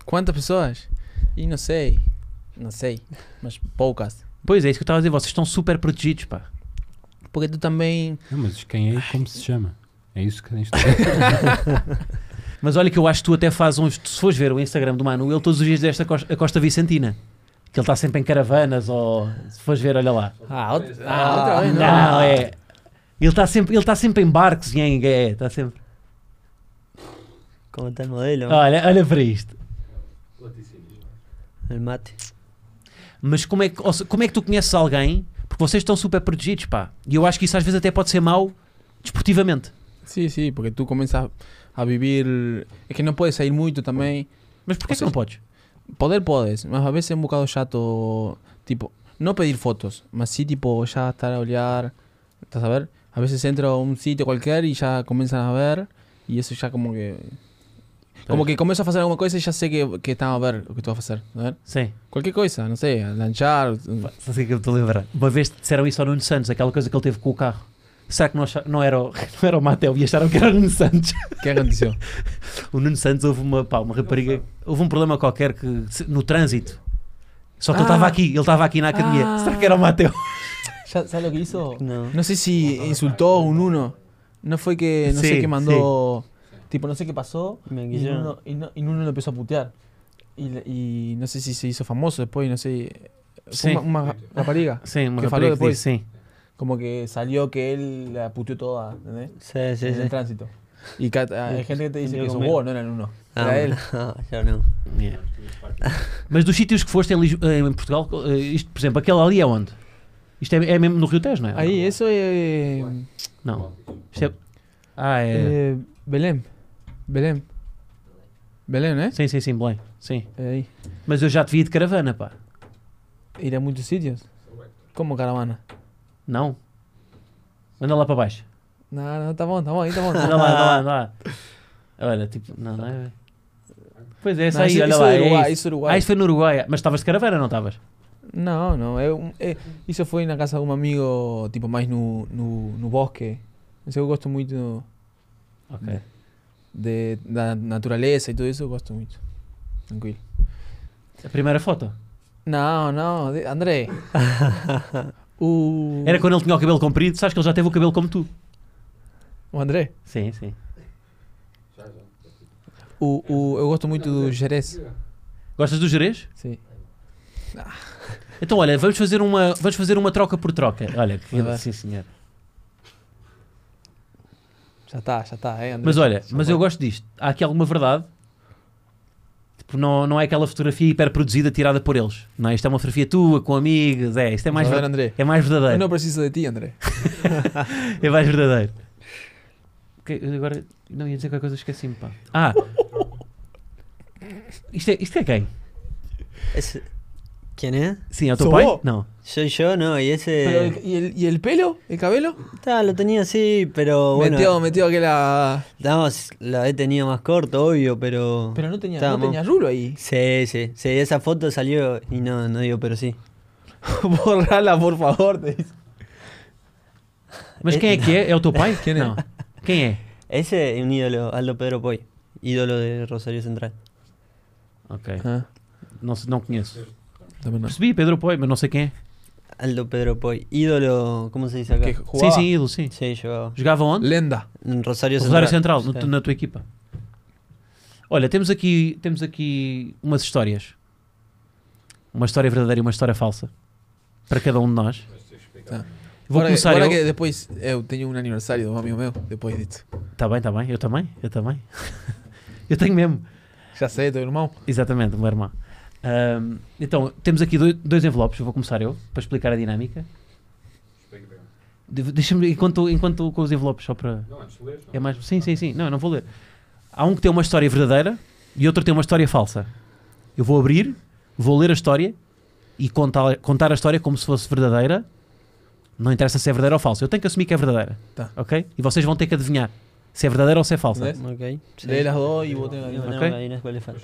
[SPEAKER 2] ¿Cuántas personas? Y no sé. No sé. Más pocas.
[SPEAKER 1] Pois é, isso que eu estava a dizer, vocês estão super protegidos, pá.
[SPEAKER 2] Porque tú también.
[SPEAKER 5] Não, mas quem é e como se chama? É isso que tens de saber.
[SPEAKER 1] Mas olha que eu acho que tu até fazes uns... Se fores ver o Instagram do Manu, ele todos os dias desta costa, a Costa Vicentina. Que ele está sempre em caravanas ou... Se fores ver, olha lá.
[SPEAKER 2] Ah, ot- ah,
[SPEAKER 3] Ah,
[SPEAKER 2] otra vez. No.
[SPEAKER 1] Não, é... Ele está sempre, ele tá sempre em barcos e em... É, está sempre...
[SPEAKER 3] ¿Cómo está el modelo?
[SPEAKER 2] Ah.
[SPEAKER 1] Olha, olha para isto.
[SPEAKER 3] El mate.
[SPEAKER 1] Mas como é, que, ou se- como é que tu conheces alguém? Porque vocês estão super protegidos, pá. E eu acho que isso às vezes até pode ser mau desportivamente.
[SPEAKER 2] Sí, sí, porque tú comienzas a vivir. Es que no puedes salir mucho también.
[SPEAKER 1] Mas porquê
[SPEAKER 2] Ou
[SPEAKER 1] que não
[SPEAKER 2] seja,
[SPEAKER 1] podes?
[SPEAKER 2] Poder podés, mas a veces un bocado chato, tipo, no pedir fotos, mas sí tipo ya estar a olear, estás a ver, a veces entro a un sitio cualquier y ya comienzan a ver y eso ya como que... Como que comienzo a hacer alguna cosa y ya sé que, que están a ver lo que tú vas a hacer, a ver?
[SPEAKER 1] Sim.
[SPEAKER 2] Cualquier cosa, no sé, a lanchar,
[SPEAKER 1] Só sei que eu estou a lembrar. Uma vez disseram isso ao Nuno Santos, aquela coisa que ele teve com o carro. Será que não, acha- não era, o, não era o Mateu e acharam que era o Nuno Santos?
[SPEAKER 2] ¿qué aconteció?
[SPEAKER 1] O Nuno Santos houve uma, pá, uma rapariga. Houve um problema qualquer que, se- no trânsito. Só que ele
[SPEAKER 2] Ah.
[SPEAKER 1] estava aqui, ele estava aqui na academia.
[SPEAKER 2] Ah.
[SPEAKER 1] Será que era o Mateu?
[SPEAKER 2] Ya, ¿Sabes lo que hizo?
[SPEAKER 3] No.
[SPEAKER 2] No sé si insultó a un uno, no fue que, no
[SPEAKER 1] Sí,
[SPEAKER 2] sé qué mandó, tipo, no sé qué pasó,
[SPEAKER 3] Me
[SPEAKER 2] Y
[SPEAKER 3] quisieron.
[SPEAKER 2] Nuno, y, no- y Nuno lo empezó a putear. Y, le- y no sé si se hizo famoso después, no sé. Fue
[SPEAKER 1] Sí.
[SPEAKER 2] una, una rapariga.
[SPEAKER 1] Sim, uma
[SPEAKER 2] Que
[SPEAKER 1] rapariga que
[SPEAKER 2] falou
[SPEAKER 1] disse, sim.
[SPEAKER 2] Como que salió que él la puteó toda, ¿entendés?
[SPEAKER 3] Sí, sí,
[SPEAKER 2] en el
[SPEAKER 3] sí.
[SPEAKER 2] tránsito. Y ca- hay gente que te dice
[SPEAKER 3] Entendió
[SPEAKER 2] que sos
[SPEAKER 3] conmigo.
[SPEAKER 2] vos, no era Nuno.
[SPEAKER 3] Ah,
[SPEAKER 2] Era él.
[SPEAKER 3] bueno, ya no.
[SPEAKER 1] Yeah. É. Mas dos sítios que foste em, Lis- em Portugal, eh, isto, por exemplo, aquele ali é onde? Isto é, é mesmo no Rio Tejo, não é?
[SPEAKER 2] Ahí,
[SPEAKER 3] Ah,
[SPEAKER 2] eso es.
[SPEAKER 1] Não. Isto é... Ah, é.
[SPEAKER 2] eh, Belén. Belén. Belén, ¿eh?
[SPEAKER 1] Sim, sim, sim, Belém. Sim.
[SPEAKER 2] Ahí.
[SPEAKER 1] Mas eu já te vi de caravana, pá.
[SPEAKER 2] Ir a muchos sitios. Como caravana.
[SPEAKER 1] Não? Anda lá para baixo.
[SPEAKER 2] No, no, está bueno, está bueno, está bueno.
[SPEAKER 1] Anda lá, anda lá, anda lá. Olha, tipo, não, não é. Pois é, essa
[SPEAKER 2] Não,
[SPEAKER 1] aí,
[SPEAKER 2] isso-
[SPEAKER 1] olha
[SPEAKER 2] isso
[SPEAKER 1] lá.
[SPEAKER 2] é Uruguai,
[SPEAKER 1] é
[SPEAKER 2] isso é Uruguai.
[SPEAKER 1] Ah, isso foi no Uruguai. Mas estavas de caravana, não estavas?
[SPEAKER 2] No, no, é un- eh, é- isso foi na casa de um amigo, tipo, mais no, no, no bosque. Mas eu gosto muito
[SPEAKER 1] Ok.
[SPEAKER 2] de, da natureza e tudo isso, eu gosto muito. Tranquilo.
[SPEAKER 1] A primeira foto.
[SPEAKER 2] Não, não, de- André. o...
[SPEAKER 1] Era quando ele tinha o cabelo comprido, sabes que ele já teve o cabelo como tu.
[SPEAKER 2] o André.
[SPEAKER 1] Sim, sim.
[SPEAKER 2] O, o, eu gosto muito do Jerez.
[SPEAKER 1] Gostas do Jerez?
[SPEAKER 2] Sim.
[SPEAKER 1] Então, olha, vamos fazer uma, vamos fazer uma troca por troca. Olha, que-
[SPEAKER 2] Vai lá.
[SPEAKER 1] sim, senhor.
[SPEAKER 2] Já está, já está, eh, é, André.
[SPEAKER 1] Mas olha,
[SPEAKER 2] Já
[SPEAKER 1] mas
[SPEAKER 2] foi.
[SPEAKER 1] eu gosto disto. Há aqui alguma verdade? Tipo, não, não é aquela fotografia hiper produzida tirada por eles. Não, isto é uma fotografia tua, com amigos, é, isto é mais,
[SPEAKER 2] Vamos ver,
[SPEAKER 1] ver-
[SPEAKER 2] André.
[SPEAKER 1] é mais
[SPEAKER 2] Eu
[SPEAKER 1] verdadeiro.
[SPEAKER 2] não preciso de ti, André.
[SPEAKER 1] É mais verdadeiro. Ok, eu agora não ia dizer qualquer coisa, esqueci-me, pá. Ah! Isto é, isto é quem?
[SPEAKER 3] Es- ¿Quién es?
[SPEAKER 1] Sim, é o teu
[SPEAKER 2] Sou
[SPEAKER 1] pai?
[SPEAKER 2] eu?
[SPEAKER 1] Não.
[SPEAKER 3] Soy yo, no,
[SPEAKER 2] Pero
[SPEAKER 3] y ese.
[SPEAKER 2] el- ¿y, el, ¿Y el pelo? ¿El cabello?
[SPEAKER 3] Ta, lo tenía así, pero bueno.
[SPEAKER 2] metió, metió aquella...
[SPEAKER 3] No, s- la he tenido más corto, obvio, pero.
[SPEAKER 2] Pero no tenía,
[SPEAKER 3] Ta,
[SPEAKER 2] no
[SPEAKER 3] mo-
[SPEAKER 2] tenía rulo ahí.
[SPEAKER 3] Sí, sí, sí, esa foto salió y no, no digo, pero sí.
[SPEAKER 2] Borrala, por favor, te dice.
[SPEAKER 1] Mas
[SPEAKER 3] Eh,
[SPEAKER 1] quem é que é? É o teu pai?
[SPEAKER 2] Quem é?
[SPEAKER 1] Não. Quem é?
[SPEAKER 3] Ese es un ídolo, Aldo Pedro Poy, ídolo de Rosario Central.
[SPEAKER 1] Ok.
[SPEAKER 2] Ah,
[SPEAKER 1] Não, se- não conheço.
[SPEAKER 2] también no.
[SPEAKER 1] Percebi Pedro Poi, mas não sei quem é.
[SPEAKER 3] Aldo Pedro Poy, ídolo, ¿cómo se dice acá?
[SPEAKER 2] Que
[SPEAKER 1] Sim,
[SPEAKER 2] jugaba.
[SPEAKER 1] sim, ídolo, sim.
[SPEAKER 3] Sí, yo.
[SPEAKER 1] Jogava onde?
[SPEAKER 2] Lenda.
[SPEAKER 3] En Rosario Central.
[SPEAKER 1] Rosário Central, no-
[SPEAKER 3] Sí.
[SPEAKER 1] na tua equipa. Olha, temos aqui, temos aqui umas histórias. Uma história verdadeira e uma história falsa. Para cada um de nós.
[SPEAKER 2] Tá.
[SPEAKER 1] Vou
[SPEAKER 2] Agora-
[SPEAKER 1] começar
[SPEAKER 2] agora
[SPEAKER 1] eu.
[SPEAKER 2] que depois eu tenho um aniversário do amigo meu, depois disso.
[SPEAKER 1] Tá bem, tá bem. Eu também, eu também. eu tenho mesmo.
[SPEAKER 2] Já sei, teu irmão.
[SPEAKER 1] Exatamente, uma irmã. Ahm, então, temos aqui dois, dois envelopes. Eu vou começar eu, para explicar a dinâmica. De- Deixa-me, enquanto, enquanto com os envelopes, só para.
[SPEAKER 5] Não, antes de ler.
[SPEAKER 1] É mais... Sim, sim, sim. Não, eu não vou ler. Há um que tem uma história verdadeira e outro tem uma história falsa. Eu vou abrir, vou ler a história e contar, contar a história como se fosse verdadeira. Não interessa se é verdadeira ou falsa. Eu tenho que assumir que é verdadeira.
[SPEAKER 2] Tá.
[SPEAKER 1] Ok? E vocês vão ter que adivinhar se é verdadeira ou se é falsa.
[SPEAKER 2] Né?
[SPEAKER 3] Ok. sí.
[SPEAKER 2] Lê as duas e vou ter
[SPEAKER 3] Digo, no,
[SPEAKER 1] Ok.
[SPEAKER 3] ahí no es cuál es falso.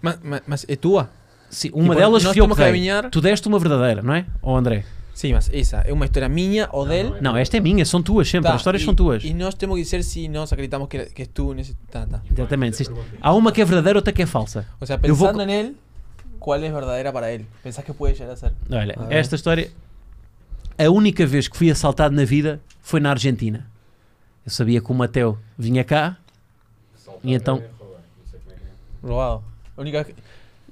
[SPEAKER 2] Mas, mas, mas é tua?
[SPEAKER 1] Sim, uma
[SPEAKER 2] Tipo,
[SPEAKER 1] delas
[SPEAKER 2] nós
[SPEAKER 1] fui eu que
[SPEAKER 2] temos que
[SPEAKER 1] dei.
[SPEAKER 2] adivinhar.
[SPEAKER 1] Tu deste uma verdadeira, não é? Ou André?
[SPEAKER 2] Sim, mas essa é uma história minha ou dele?
[SPEAKER 1] Não, esta é minha, são tuas sempre.
[SPEAKER 2] Tá,
[SPEAKER 1] As histórias
[SPEAKER 2] e-
[SPEAKER 1] são tuas.
[SPEAKER 2] E nós temos que dizer se nós acreditamos que, que é tu nesse. Tá, tá.
[SPEAKER 1] Exatamente. Se isto- Há uma que é verdadeira, outra que é falsa.
[SPEAKER 2] O sea,
[SPEAKER 1] Eu vou
[SPEAKER 2] pensando en él, ¿cuál es verdadera para él? ¿Pensás que puede llegar a ser?
[SPEAKER 1] Olha,
[SPEAKER 2] Ah, é?
[SPEAKER 1] esta história. A única vez que fui assaltado na vida foi na Argentina. Eu sabia que o Mateu vinha cá e então.
[SPEAKER 5] é
[SPEAKER 2] Robado. La única vez que,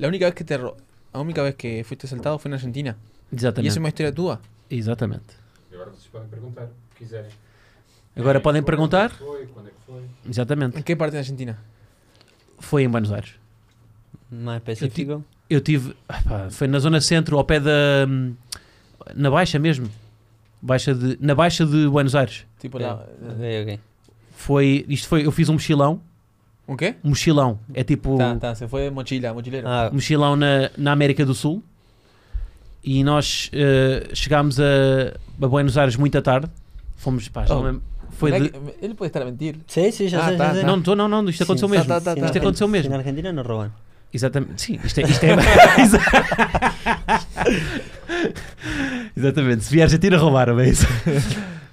[SPEAKER 2] la única vez que te ro- la única vez que fuiste asaltado fue en Argentina. Y
[SPEAKER 1] Exatamente.
[SPEAKER 2] eso es una historia tuya.
[SPEAKER 1] Exatamente.
[SPEAKER 5] Agora vocês podem perguntar, se quiserem. É,
[SPEAKER 1] Agora
[SPEAKER 2] É,
[SPEAKER 1] podem perguntar.
[SPEAKER 5] Foi, quando é que foi?
[SPEAKER 1] Exatamente.
[SPEAKER 2] ¿En qué parte de Argentina?
[SPEAKER 1] Foi em Buenos Aires.
[SPEAKER 3] Más específico.
[SPEAKER 1] Eu tive. ah, pá, Foi na zona centro, ao pé da. hum, Na Baixa mesmo. Baixa de, na Baixa de Buenos Aires.
[SPEAKER 2] Tipo
[SPEAKER 3] Ok,
[SPEAKER 2] la.
[SPEAKER 3] ok.
[SPEAKER 1] Foi. Isto foi. Eu fiz um mochilão.
[SPEAKER 2] ¿Un qué?
[SPEAKER 1] Um mochilão. É tipo.
[SPEAKER 2] Ta, ta, se fue de mochila, mochilero.
[SPEAKER 3] Uh. Ah,
[SPEAKER 1] mochilão na, na América do Sul e nós eh, chegámos a, a Buenos Aires muito à tarde. Fomos, pá, já
[SPEAKER 2] Oh,
[SPEAKER 1] não lembro. foi
[SPEAKER 2] Mirá
[SPEAKER 1] de-
[SPEAKER 2] que- él puede estar a mentir.
[SPEAKER 3] sí, sí, ya
[SPEAKER 2] Ah,
[SPEAKER 3] sé,
[SPEAKER 2] tá,
[SPEAKER 3] ya sé.
[SPEAKER 2] tá.
[SPEAKER 1] Não, não, tô- não, não, isto aconteceu
[SPEAKER 3] Sin-
[SPEAKER 1] mesmo.
[SPEAKER 2] tá, tá,
[SPEAKER 3] sin
[SPEAKER 2] tá.
[SPEAKER 1] Isto
[SPEAKER 3] Argen-
[SPEAKER 1] aconteceu mesmo.
[SPEAKER 3] sin Argentina no roban.
[SPEAKER 1] Exatamente, sim, isto é. Isto é Exatamente, se vier a Argentina roubaram, é isso.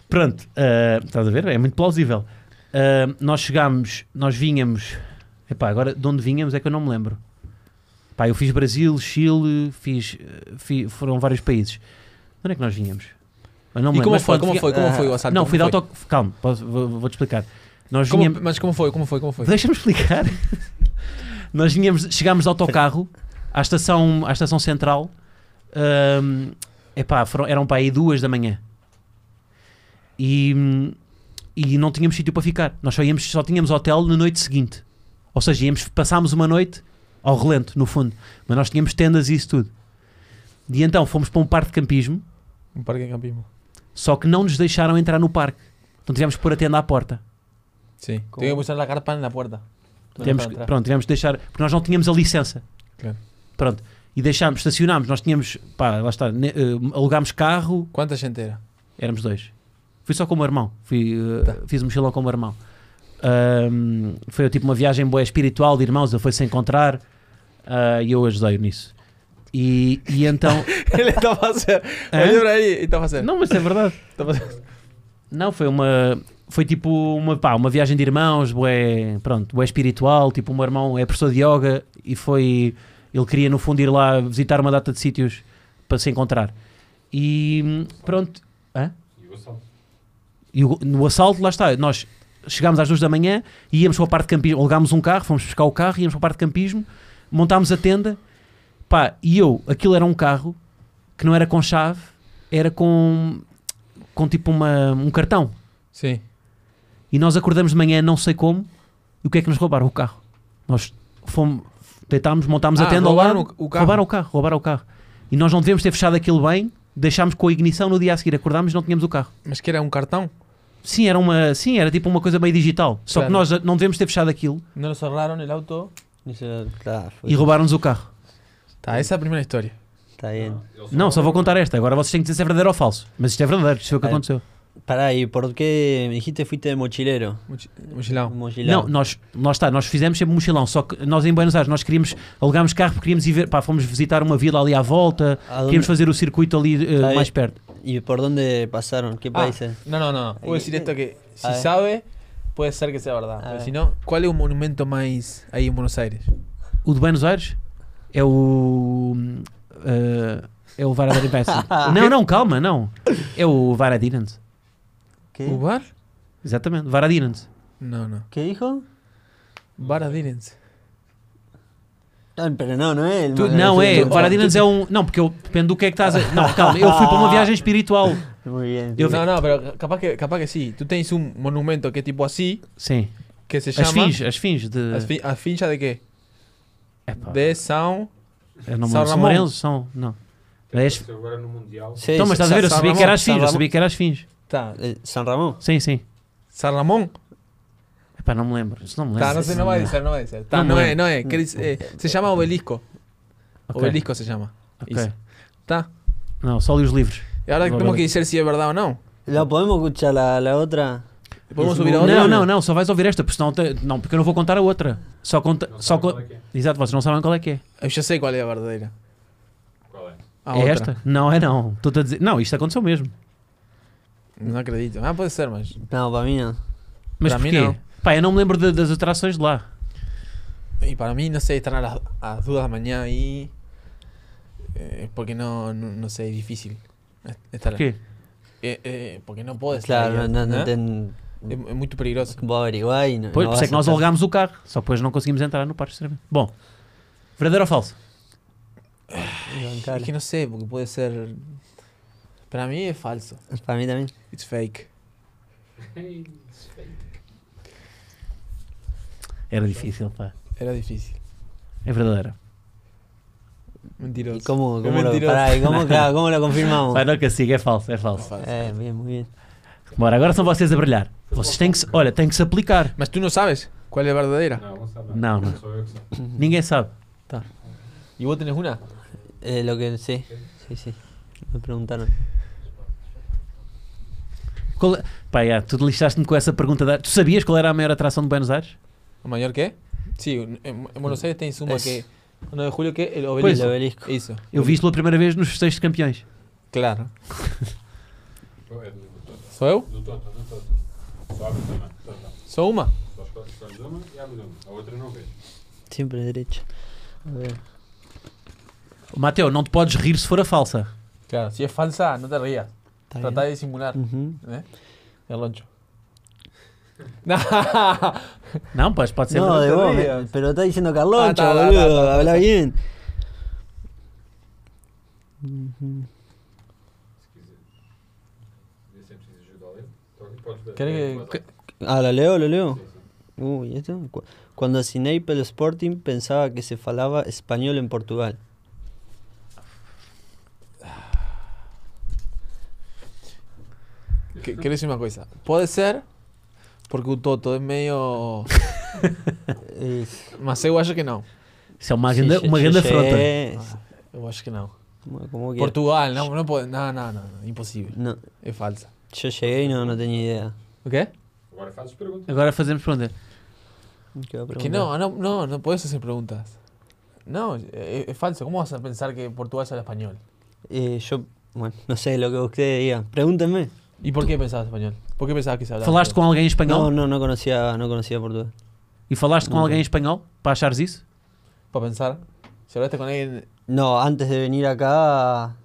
[SPEAKER 1] Pronto, eh, estás a ver? É muito plausível. Eh, nós chegámos, nós vinhamos. Epá, agora de onde vinhamos é que eu não me lembro. Pá, eu fiz Brasil, Chile, fiz, eh, fi- foram vários países. De onde é que nós vinhamos? Eu não me
[SPEAKER 2] ¿Y
[SPEAKER 1] lembro,
[SPEAKER 2] cómo
[SPEAKER 1] mas
[SPEAKER 2] fue?
[SPEAKER 1] pronto,
[SPEAKER 2] ¿Cómo
[SPEAKER 1] vinha-
[SPEAKER 2] fue? ¿Cómo fue el asalto?
[SPEAKER 1] é. Não, fui de
[SPEAKER 2] ¿Cómo
[SPEAKER 1] auto. Calma, posso- vou- vou- vou-te explicar. Nós
[SPEAKER 2] fue?
[SPEAKER 1] vinhamos.
[SPEAKER 2] ¿Cómo, mas, ¿Cómo fue? ¿Cómo fue? ¿Cómo fue?
[SPEAKER 1] Deixa-me explicar. Nós vinhamos, chegámos de autocarro à estação, à estação central. hum, epá, foram- eram para aí duas da manhã. E, hum, e não tínhamos sítio para ficar. Nós só, íamos, só tínhamos hotel na noite seguinte. Ou seja, íamos, passámos uma noite ao relento, no fundo. Mas nós tínhamos tendas e isso tudo. E então fomos para um parque de campismo,
[SPEAKER 2] Un parque de campismo.
[SPEAKER 1] só que não nos deixaram entrar no parque. Então tivemos que pôr a tenda à porta.
[SPEAKER 2] Sí.
[SPEAKER 3] ¿Cómo?
[SPEAKER 2] Tengo que poner la carpa en la puerta.
[SPEAKER 1] Tivemos que, pronto, tivemos que deixar, porque nós não tínhamos a licença.
[SPEAKER 2] Claro.
[SPEAKER 1] Pronto, e deixámos, estacionámos, nós tínhamos, pá, lá está, ne- eh, alugámos carro,
[SPEAKER 2] ¿Cuánta gente era?
[SPEAKER 1] éramos dois. Fui só com o meu irmão, fui, eh,
[SPEAKER 2] Tá.
[SPEAKER 1] fiz um mochilão com o meu irmão. Ahm, foi tipo uma viagem boa espiritual de irmãos, ele foi-se encontrar ah, e eu ajudei-o nisso. E, e então.
[SPEAKER 2] él estaba a hacer.
[SPEAKER 1] ¿Eh?
[SPEAKER 2] Olhó por ahí y estaba a hacer.
[SPEAKER 1] não, mas é verdade.
[SPEAKER 2] Estaba a hacer.
[SPEAKER 1] Não, foi uma. Foi tipo uma, pá, uma viagem de irmãos, bué, pronto, bué espiritual. Tipo, o meu irmão é professor de yoga e foi. Ele queria, no fundo, ir lá visitar uma data de sítios para se encontrar. E hum, pronto. Hã?
[SPEAKER 5] E o assalto?
[SPEAKER 1] E o- no assalto, lá está. Nós chegámos às duas da manhã e íamos para a parte de campismo. Alugámos um carro, fomos buscar o carro, íamos para a parte de campismo, montámos a tenda. Pá, e eu, aquilo era um carro que não era com chave, era com. com tipo uma, um cartão.
[SPEAKER 2] Sí.
[SPEAKER 1] E nós acordamos de manhã, não sei como, e o que é que nos roubaram? O carro. Nós fomos, deitámos, montámos a
[SPEAKER 2] Ah,
[SPEAKER 1] tenda ao
[SPEAKER 2] roubaram
[SPEAKER 1] lado,
[SPEAKER 2] o- o carro.
[SPEAKER 1] roubaram o carro, roubaram o carro. E nós não devemos ter fechado aquilo bem, deixámos com a ignição, no dia a seguir acordámos e não tínhamos o carro.
[SPEAKER 2] Mas que era um cartão?
[SPEAKER 1] Sim, era uma, sim, era tipo uma coisa meio digital. Só que
[SPEAKER 2] Claro.
[SPEAKER 1] nós não devemos ter fechado aquilo
[SPEAKER 2] No lo cerraron el auto.
[SPEAKER 3] Eso, claro, fue-
[SPEAKER 1] é. e roubaram-nos o carro.
[SPEAKER 2] Tá, esa es la primera historia.
[SPEAKER 3] Está bien.
[SPEAKER 1] Não, só vou contar esta. Agora vocês têm que dizer se é verdadeiro ou falso. Mas isto é verdadeiro, isto foi o que
[SPEAKER 3] Ah,
[SPEAKER 1] aconteceu.
[SPEAKER 3] Pará, ¿y por qué me dijiste fuiste de mochilero?
[SPEAKER 2] Mochi- Mochilão.
[SPEAKER 3] Mochilado.
[SPEAKER 1] Não, nós, nós, tá, nós fizemos sempre mochilão, só que nós em Buenos Aires nós queríamos, alugámos carro porque queríamos ir ver, pá, fomos visitar uma vila ali à volta,
[SPEAKER 3] ¿A dónde-
[SPEAKER 1] queríamos fazer o circuito Ah, ali eh,
[SPEAKER 3] Tá aí.
[SPEAKER 1] mais perto.
[SPEAKER 3] ¿Y por dónde pasaron? ¿Qué
[SPEAKER 2] Ah,
[SPEAKER 3] países?
[SPEAKER 2] no, no, no. Voy a decir esto que si
[SPEAKER 3] A ver.
[SPEAKER 2] sabe, puede ser que sea verdad.
[SPEAKER 3] A
[SPEAKER 2] Pero
[SPEAKER 3] ver.
[SPEAKER 2] si no, ¿cuál es un monumento más ahí en Buenos Aires?
[SPEAKER 1] O de Buenos Aires é o. hum, eh, é o Varadin Não, não, calma, não. É o Varadinand.
[SPEAKER 3] ¿Qué?
[SPEAKER 2] ¿Ubar?
[SPEAKER 1] Exatamente, Varadinand.
[SPEAKER 2] No, no.
[SPEAKER 3] ¿Qué dijo?
[SPEAKER 2] Varas Direns.
[SPEAKER 3] Ah, pero no, no eh, es. el
[SPEAKER 1] Tu-
[SPEAKER 3] más
[SPEAKER 1] não, é.
[SPEAKER 3] gracioso.
[SPEAKER 1] Varadinand é um. Não, porque eu, depende do que é que estás a. Não, calma, eu fui para uma viagem espiritual.
[SPEAKER 3] Muy bien.
[SPEAKER 1] Yo-
[SPEAKER 2] No, no, pero capaz que, capaz que sí. Tú tenés un monumento que es tipo así,
[SPEAKER 1] Sim.
[SPEAKER 2] que se
[SPEAKER 1] As
[SPEAKER 2] llama...
[SPEAKER 1] fins, as fins de.
[SPEAKER 2] As fi- as finchas de quê?
[SPEAKER 1] Epá,
[SPEAKER 2] De São...
[SPEAKER 1] eu não me
[SPEAKER 2] São
[SPEAKER 1] lembro, São
[SPEAKER 2] Ramon.
[SPEAKER 1] Lourenço, são. Não. É as-
[SPEAKER 5] Agora no Mundial.
[SPEAKER 3] Sí,
[SPEAKER 1] Então, mas estás a
[SPEAKER 2] São-
[SPEAKER 1] ver? Eu
[SPEAKER 2] São
[SPEAKER 1] sabia que era as
[SPEAKER 3] Ramon,
[SPEAKER 1] fins, eu
[SPEAKER 3] São
[SPEAKER 1] sabia que era as fins.
[SPEAKER 2] Tá.
[SPEAKER 3] eh, San Ramón.
[SPEAKER 1] Sim, sim.
[SPEAKER 2] San Ramón.
[SPEAKER 1] Epá, não me lembro. Isso não me lembro.
[SPEAKER 2] Tá, no sé, no va a decir, no va a decir. Tá,
[SPEAKER 1] No,
[SPEAKER 2] no
[SPEAKER 1] bueno.
[SPEAKER 2] es, no es. ¿Qué dice? Eh, se llama Obelisco.
[SPEAKER 1] Ok,
[SPEAKER 2] Obelisco se llama.
[SPEAKER 1] ok.
[SPEAKER 2] Isso. Tá.
[SPEAKER 1] Não, só li os livros.
[SPEAKER 2] Y ahora
[SPEAKER 1] Bueno,
[SPEAKER 2] tenemos que
[SPEAKER 1] vale.
[SPEAKER 2] decir si es verdad o no.
[SPEAKER 3] ¿La podemos escuchar la, la otra?
[SPEAKER 2] ¿Podemos
[SPEAKER 3] Es
[SPEAKER 2] subir a
[SPEAKER 3] muy-
[SPEAKER 2] otra?
[SPEAKER 1] Não, não, não, só vais ouvir esta, porque senão te- não, porque eu não vou contar a outra. Só conta, só con- Exato, vocês não sabem qual é que é.
[SPEAKER 2] Eh, Yo sé cuál es la verdadera.
[SPEAKER 5] Qual é?
[SPEAKER 2] Ah,
[SPEAKER 1] é
[SPEAKER 2] otra.
[SPEAKER 1] esta? Não, é não. Estou a dizer, não, isto aconteceu mesmo.
[SPEAKER 2] No acredito. Ah, puede ser, más.
[SPEAKER 3] No, para mí no.
[SPEAKER 1] Mas
[SPEAKER 2] Para mim,
[SPEAKER 1] porquê?
[SPEAKER 2] não.
[SPEAKER 1] Pá, eu não me lembro de- das atrações de lá.
[SPEAKER 2] Y para mí, no sé, están a las, a las dudas de mañana ahí. Eh, porque no, no, no sé, es difícil. es- Estar,
[SPEAKER 1] Porquê?
[SPEAKER 2] Eh, eh, porque no puedes.
[SPEAKER 3] Claro, no, no,
[SPEAKER 2] ¿eh?
[SPEAKER 3] no
[SPEAKER 2] es,
[SPEAKER 3] ten-
[SPEAKER 2] es muy peligroso.
[SPEAKER 3] Vos averiguá y no.
[SPEAKER 1] Pois,
[SPEAKER 3] Pues, no
[SPEAKER 1] por isso é
[SPEAKER 3] vas
[SPEAKER 1] que nós
[SPEAKER 3] a-
[SPEAKER 1] alugámos o carro, só que depois não conseguimos entrar no parque de estacionamento. Bom, verdadeiro ou falso?
[SPEAKER 2] Es que no sé, porque puede ser. Para mí es falso.
[SPEAKER 3] Para mí también.
[SPEAKER 2] It's fake.
[SPEAKER 1] Era difícil, pá.
[SPEAKER 2] Era difícil.
[SPEAKER 1] É verdadeiro.
[SPEAKER 2] Mentiroso.
[SPEAKER 3] ¿Y cómo,
[SPEAKER 2] Es
[SPEAKER 3] cómo, lo,
[SPEAKER 2] mentiroso.
[SPEAKER 3] pará, ¿y cómo, claro, cómo lo confirmamos?
[SPEAKER 1] Pá, não consigo, é falso, é falso.
[SPEAKER 2] Falso.
[SPEAKER 3] Eh, bien, muy bien.
[SPEAKER 1] Bora, agora são vocês a brilhar. Vocês têm que se, olha, têm que se aplicar.
[SPEAKER 2] Mas tú no sabes cuál es la verdadera.
[SPEAKER 5] Não, não sabe.
[SPEAKER 1] Não, não.
[SPEAKER 5] Sou eu que sei.
[SPEAKER 1] Ninguém sabe.
[SPEAKER 2] ¿Y vos tenés una?
[SPEAKER 3] Eh, lo que sí, sí, sí. Me preguntaron.
[SPEAKER 1] Qual, é, pá, já, tu lixaste-me com essa pergunta. Da, tu sabias qual era a maior atração de Buenos Aires?
[SPEAKER 2] ¿O mayor qué? Sí, en, en Buenos Aires tenés una
[SPEAKER 3] Es-
[SPEAKER 2] que. 1 Mm. de julio que el
[SPEAKER 3] Pues,
[SPEAKER 2] obelisco.
[SPEAKER 3] el obelisco.
[SPEAKER 2] Eso.
[SPEAKER 1] Eu vi isto pela primeira vez nos festejos de campeões.
[SPEAKER 2] Claro.
[SPEAKER 5] É do do Toto.
[SPEAKER 2] ¿Soy eu?
[SPEAKER 5] Do Toto, do Toto. Sobe também. Toto.
[SPEAKER 2] ¿Soy uma?
[SPEAKER 5] Só escolhe- escolhes uma e abre uma. A outra não vês.
[SPEAKER 3] Siempre derecho. A ver.
[SPEAKER 1] Mateu, não te podes rir se for a falsa.
[SPEAKER 2] Claro, si es falsa, no te rías.
[SPEAKER 3] Está
[SPEAKER 2] Tratá de
[SPEAKER 3] bien.
[SPEAKER 2] disimular.
[SPEAKER 3] Ujú.
[SPEAKER 2] ¿Eh? El loncho.
[SPEAKER 1] Não, pois pode ser.
[SPEAKER 3] No,
[SPEAKER 1] verdade.
[SPEAKER 3] de
[SPEAKER 2] te
[SPEAKER 3] vos, me-
[SPEAKER 2] rías.
[SPEAKER 3] pero está diciendo Carloncho,
[SPEAKER 2] Ah, está, está,
[SPEAKER 3] boludo.
[SPEAKER 2] está, está, está.
[SPEAKER 3] Habla bien.
[SPEAKER 5] Vê se é preciso ajudar ali. Então, podes ver.
[SPEAKER 2] ¿Querés que.?
[SPEAKER 3] Ah, lo leo, lo leo. Uy, esto. Cu- Cuando asiné el Sporting pensaba que se falaba español en Portugal.
[SPEAKER 2] que- que- Quiero decir una cosa. Puede ser porque un toto es medio.
[SPEAKER 3] Eh,
[SPEAKER 2] Más eu acho que no.
[SPEAKER 1] Isso é uma
[SPEAKER 3] sí,
[SPEAKER 1] grande,
[SPEAKER 3] sí,
[SPEAKER 1] uma
[SPEAKER 3] sí,
[SPEAKER 1] grande
[SPEAKER 3] sí.
[SPEAKER 1] afronta.
[SPEAKER 2] Eu acho que no.
[SPEAKER 3] Bueno, como quieras.
[SPEAKER 2] Portugal, no, no puede. No, no, no, no, imposible.
[SPEAKER 3] No,
[SPEAKER 2] Es falsa.
[SPEAKER 3] yo llegué y no, no tenía idea.
[SPEAKER 2] ¿Ok?
[SPEAKER 5] Agora fazes perguntas.
[SPEAKER 1] Agora fazemos pergunta.
[SPEAKER 3] ¿Qué va a
[SPEAKER 2] Que
[SPEAKER 3] preguntar?
[SPEAKER 2] no, no, no, no puedes hacer preguntas. No, es, es falso. ¿Cómo vas a pensar que Portugal sabe español?
[SPEAKER 3] Eh, yo, bueno, no sé lo que ustedes digan. Pregúntenme.
[SPEAKER 2] ¿Y por qué pensabas español? ¿Por qué pensabas que se hablaba?
[SPEAKER 1] Falaste com alguém em espanhol?
[SPEAKER 3] No, no, no conocía, no conocía Portugal.
[SPEAKER 1] E falaste com alguém em espanhol para achares isso?
[SPEAKER 2] Para pensar. Si hablaste con alguien.
[SPEAKER 3] No, antes de venir acá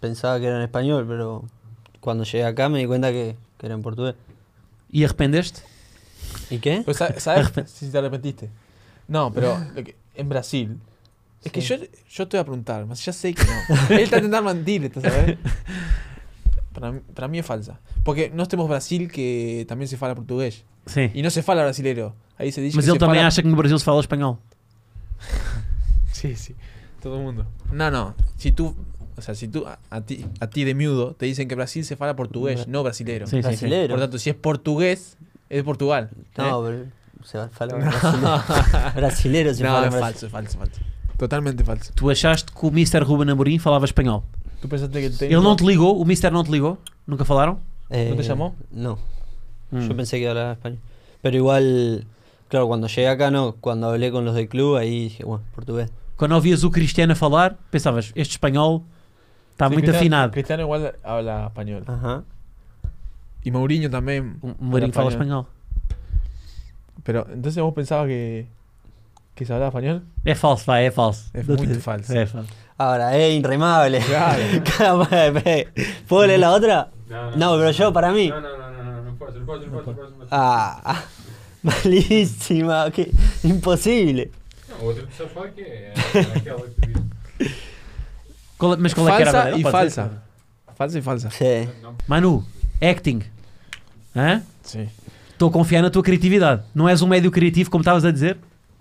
[SPEAKER 3] pensaba que era en español, pero cuando llegué acá me di cuenta que, que era en portugués.
[SPEAKER 1] E arrependeste?
[SPEAKER 3] ¿Y qué?
[SPEAKER 2] Pues, sa- ¿Sabes si te arrepentiste? No, pero lo que- en Brasil. Es que yo, yo te voy a preguntar, mas ya sé que no. Él está intentando mentir, ¿estás sabes? Para, mí- para mí es falsa. Porque no tenemos Brasil que también se fala portugués.
[SPEAKER 1] Sim.
[SPEAKER 2] Y no se fala brasilero. Ahí se dice
[SPEAKER 1] Mas
[SPEAKER 2] que
[SPEAKER 1] ele
[SPEAKER 2] se
[SPEAKER 1] também
[SPEAKER 2] fala-
[SPEAKER 1] acha que no Brasil se fala espanhol.
[SPEAKER 2] Sí, sí. Todo el mundo. No, no. Si tú. O sea, si tú a, a ti, a ti de miudo te dicen que Brasil se fala portugués,
[SPEAKER 3] Bra-
[SPEAKER 2] no brasilero.
[SPEAKER 1] Sim, sim, sim.
[SPEAKER 3] Brasileiro.
[SPEAKER 2] Por tanto, si es portugués, es de Portugal. ¿eh?
[SPEAKER 3] No, pero se va- fala brasilero. brasilero se
[SPEAKER 2] no,
[SPEAKER 3] fala
[SPEAKER 2] es
[SPEAKER 3] brasi-
[SPEAKER 2] falso, es falso, es falso. Todo Totalmente falso.
[SPEAKER 1] Tu achaste que o Mr. Ruben Amorim falava espanhol.
[SPEAKER 2] ¿Tú pensaste que el
[SPEAKER 1] Ele
[SPEAKER 2] técnico-
[SPEAKER 1] não te ligou? O Mr. não te ligou? Nunca falaram?
[SPEAKER 3] Eh,
[SPEAKER 2] te llamó? Mm.
[SPEAKER 3] No. Yo pensé que hablaba español. Pero igual, claro, cuando llegué acá, no. Cuando hablé con los del club, ahí dije, bueno, portugués.
[SPEAKER 1] Quando ouvias o Cristiano a falar, pensavas, este espanhol está Ah.
[SPEAKER 6] Sí,
[SPEAKER 1] muito
[SPEAKER 6] Cristiano-
[SPEAKER 1] afinado.
[SPEAKER 6] Cristiano igual habla español.
[SPEAKER 3] Ajá.
[SPEAKER 2] Y Mourinho también.
[SPEAKER 1] O Mourinho fala espanhol.
[SPEAKER 6] Pero entonces vos pensabas que, que se hablaba español.
[SPEAKER 1] É falso, vai, é falso.
[SPEAKER 2] Es
[SPEAKER 1] Não
[SPEAKER 2] muy
[SPEAKER 1] te- eh,
[SPEAKER 2] falso.
[SPEAKER 1] É falso.
[SPEAKER 3] Ahora, es inremable.
[SPEAKER 2] Claro.
[SPEAKER 3] Caramba, eh, ¿Puedo leer la otra? No, pero yo, para mí.
[SPEAKER 5] No, no, no, no, no, no puedo, no puedo, no puedo, no puedo.
[SPEAKER 3] Ah, ah, malísima. que- imposible.
[SPEAKER 1] Ah.
[SPEAKER 5] Não, outra que só fala que é aquela que diz.
[SPEAKER 1] Qual é- mas qual é que era a
[SPEAKER 2] Falsa
[SPEAKER 1] verdadeira?
[SPEAKER 2] y
[SPEAKER 1] Pode ser?
[SPEAKER 2] falsa. Falsa y falsa.
[SPEAKER 3] Sí.
[SPEAKER 1] Manu, acting. Hã?
[SPEAKER 6] Sí.
[SPEAKER 1] Estou a confiar na tua criatividade. Não és um médio criativo, como estavas a dizer?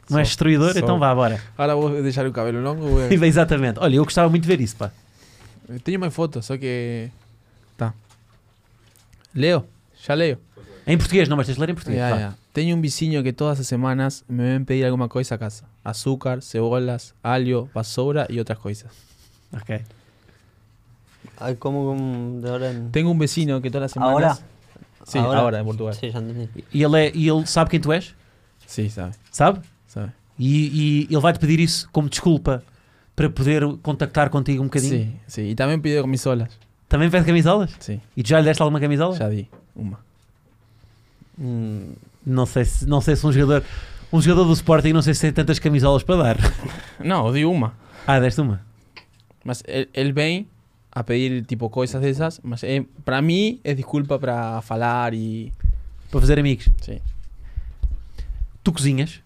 [SPEAKER 1] Não és
[SPEAKER 2] Sou,
[SPEAKER 1] destruidor?
[SPEAKER 2] sou.
[SPEAKER 1] Então vá, bora.
[SPEAKER 2] Ahora vos deixar el cabelo longo, güey.
[SPEAKER 1] Exatamente. Olha, eu gostava muito de ver isso, pá.
[SPEAKER 2] Tengo más fotos, só que. Está. Leo, ya leo.
[SPEAKER 1] Em português, não, mas tens de ler em português.
[SPEAKER 2] Ya,
[SPEAKER 1] vá.
[SPEAKER 2] ya. Tengo un vecino que todas las semanas me ven pedir alguna cosa a casa. Azúcar, cebolas, alio, basura y otras cosas.
[SPEAKER 1] Ok.
[SPEAKER 3] Ay, ¿cómo, cómo de ahora en-
[SPEAKER 2] Tengo un vecino que todas las semanas...
[SPEAKER 3] ¿Ahora?
[SPEAKER 2] Sí, ahora, en Portugal.
[SPEAKER 3] Sí, ya entendí.
[SPEAKER 1] E ele, é- e ele sabe quem tu és?
[SPEAKER 2] Sí, sabe,
[SPEAKER 1] Sabe?
[SPEAKER 2] sabe.
[SPEAKER 1] E, e ele vai-te pedir isso como desculpa para poder contactar contigo um bocadinho.
[SPEAKER 2] Sí, sí. Y también pidió camisolas.
[SPEAKER 1] Também pede camisolas?
[SPEAKER 2] Sí,
[SPEAKER 1] E tu já lhe deste alguma camisola?
[SPEAKER 2] ya di. Uma.
[SPEAKER 3] Mm,
[SPEAKER 1] Não sei se, não sei se um jogador, um jogador do Sporting, não sei se tem tantas camisolas para dar.
[SPEAKER 2] No, di uma.
[SPEAKER 1] Ah, deste uma.
[SPEAKER 2] Mas él, él ven a pedir tipo cosas de esas, mas eh, para mí es disculpa para falar y...
[SPEAKER 1] Para fazer amigos.
[SPEAKER 2] Sí.
[SPEAKER 1] Tu cozinhas?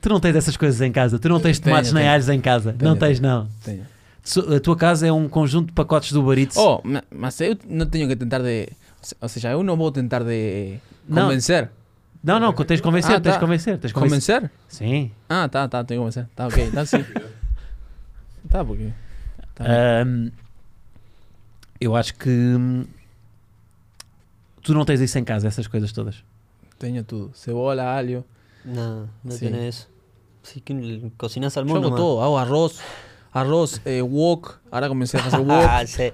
[SPEAKER 1] Tu não tens essas coisas em casa? Tu não tens
[SPEAKER 2] Tenho,
[SPEAKER 1] tomates nem
[SPEAKER 2] tenho.
[SPEAKER 1] alhos em casa?
[SPEAKER 2] Tenho,
[SPEAKER 1] não tens, não.
[SPEAKER 2] Tenho.
[SPEAKER 1] Su- A tua casa é um conjunto de pacotes do Baritz.
[SPEAKER 2] Oh, ma- mas eu no tengo que tentar de... O sea, eu no voy a tentar de
[SPEAKER 1] Não.
[SPEAKER 2] convencer.
[SPEAKER 1] Não, não, tens de convencer,
[SPEAKER 2] Ah,
[SPEAKER 1] tens de
[SPEAKER 2] tá.
[SPEAKER 1] convencer, tens de convencer.
[SPEAKER 2] ¿Convencer?
[SPEAKER 1] Sim.
[SPEAKER 2] Ah, está, está, tengo que comenzar. Está, ok, está, sí. Está, porque. Tá.
[SPEAKER 1] Ahm, eu acho que hum, tu não tens isso em casa, essas coisas todas.
[SPEAKER 2] Tengo todo. Cebola, alio.
[SPEAKER 3] no, no
[SPEAKER 2] Sí.
[SPEAKER 3] tenés eso. Sí, que cocinas al
[SPEAKER 2] Yo hago
[SPEAKER 3] mundo.
[SPEAKER 2] todo. Hago arroz. Arroz, eh, wok. Ahora comencé a hacer
[SPEAKER 3] Ah,
[SPEAKER 2] wok.
[SPEAKER 3] sí.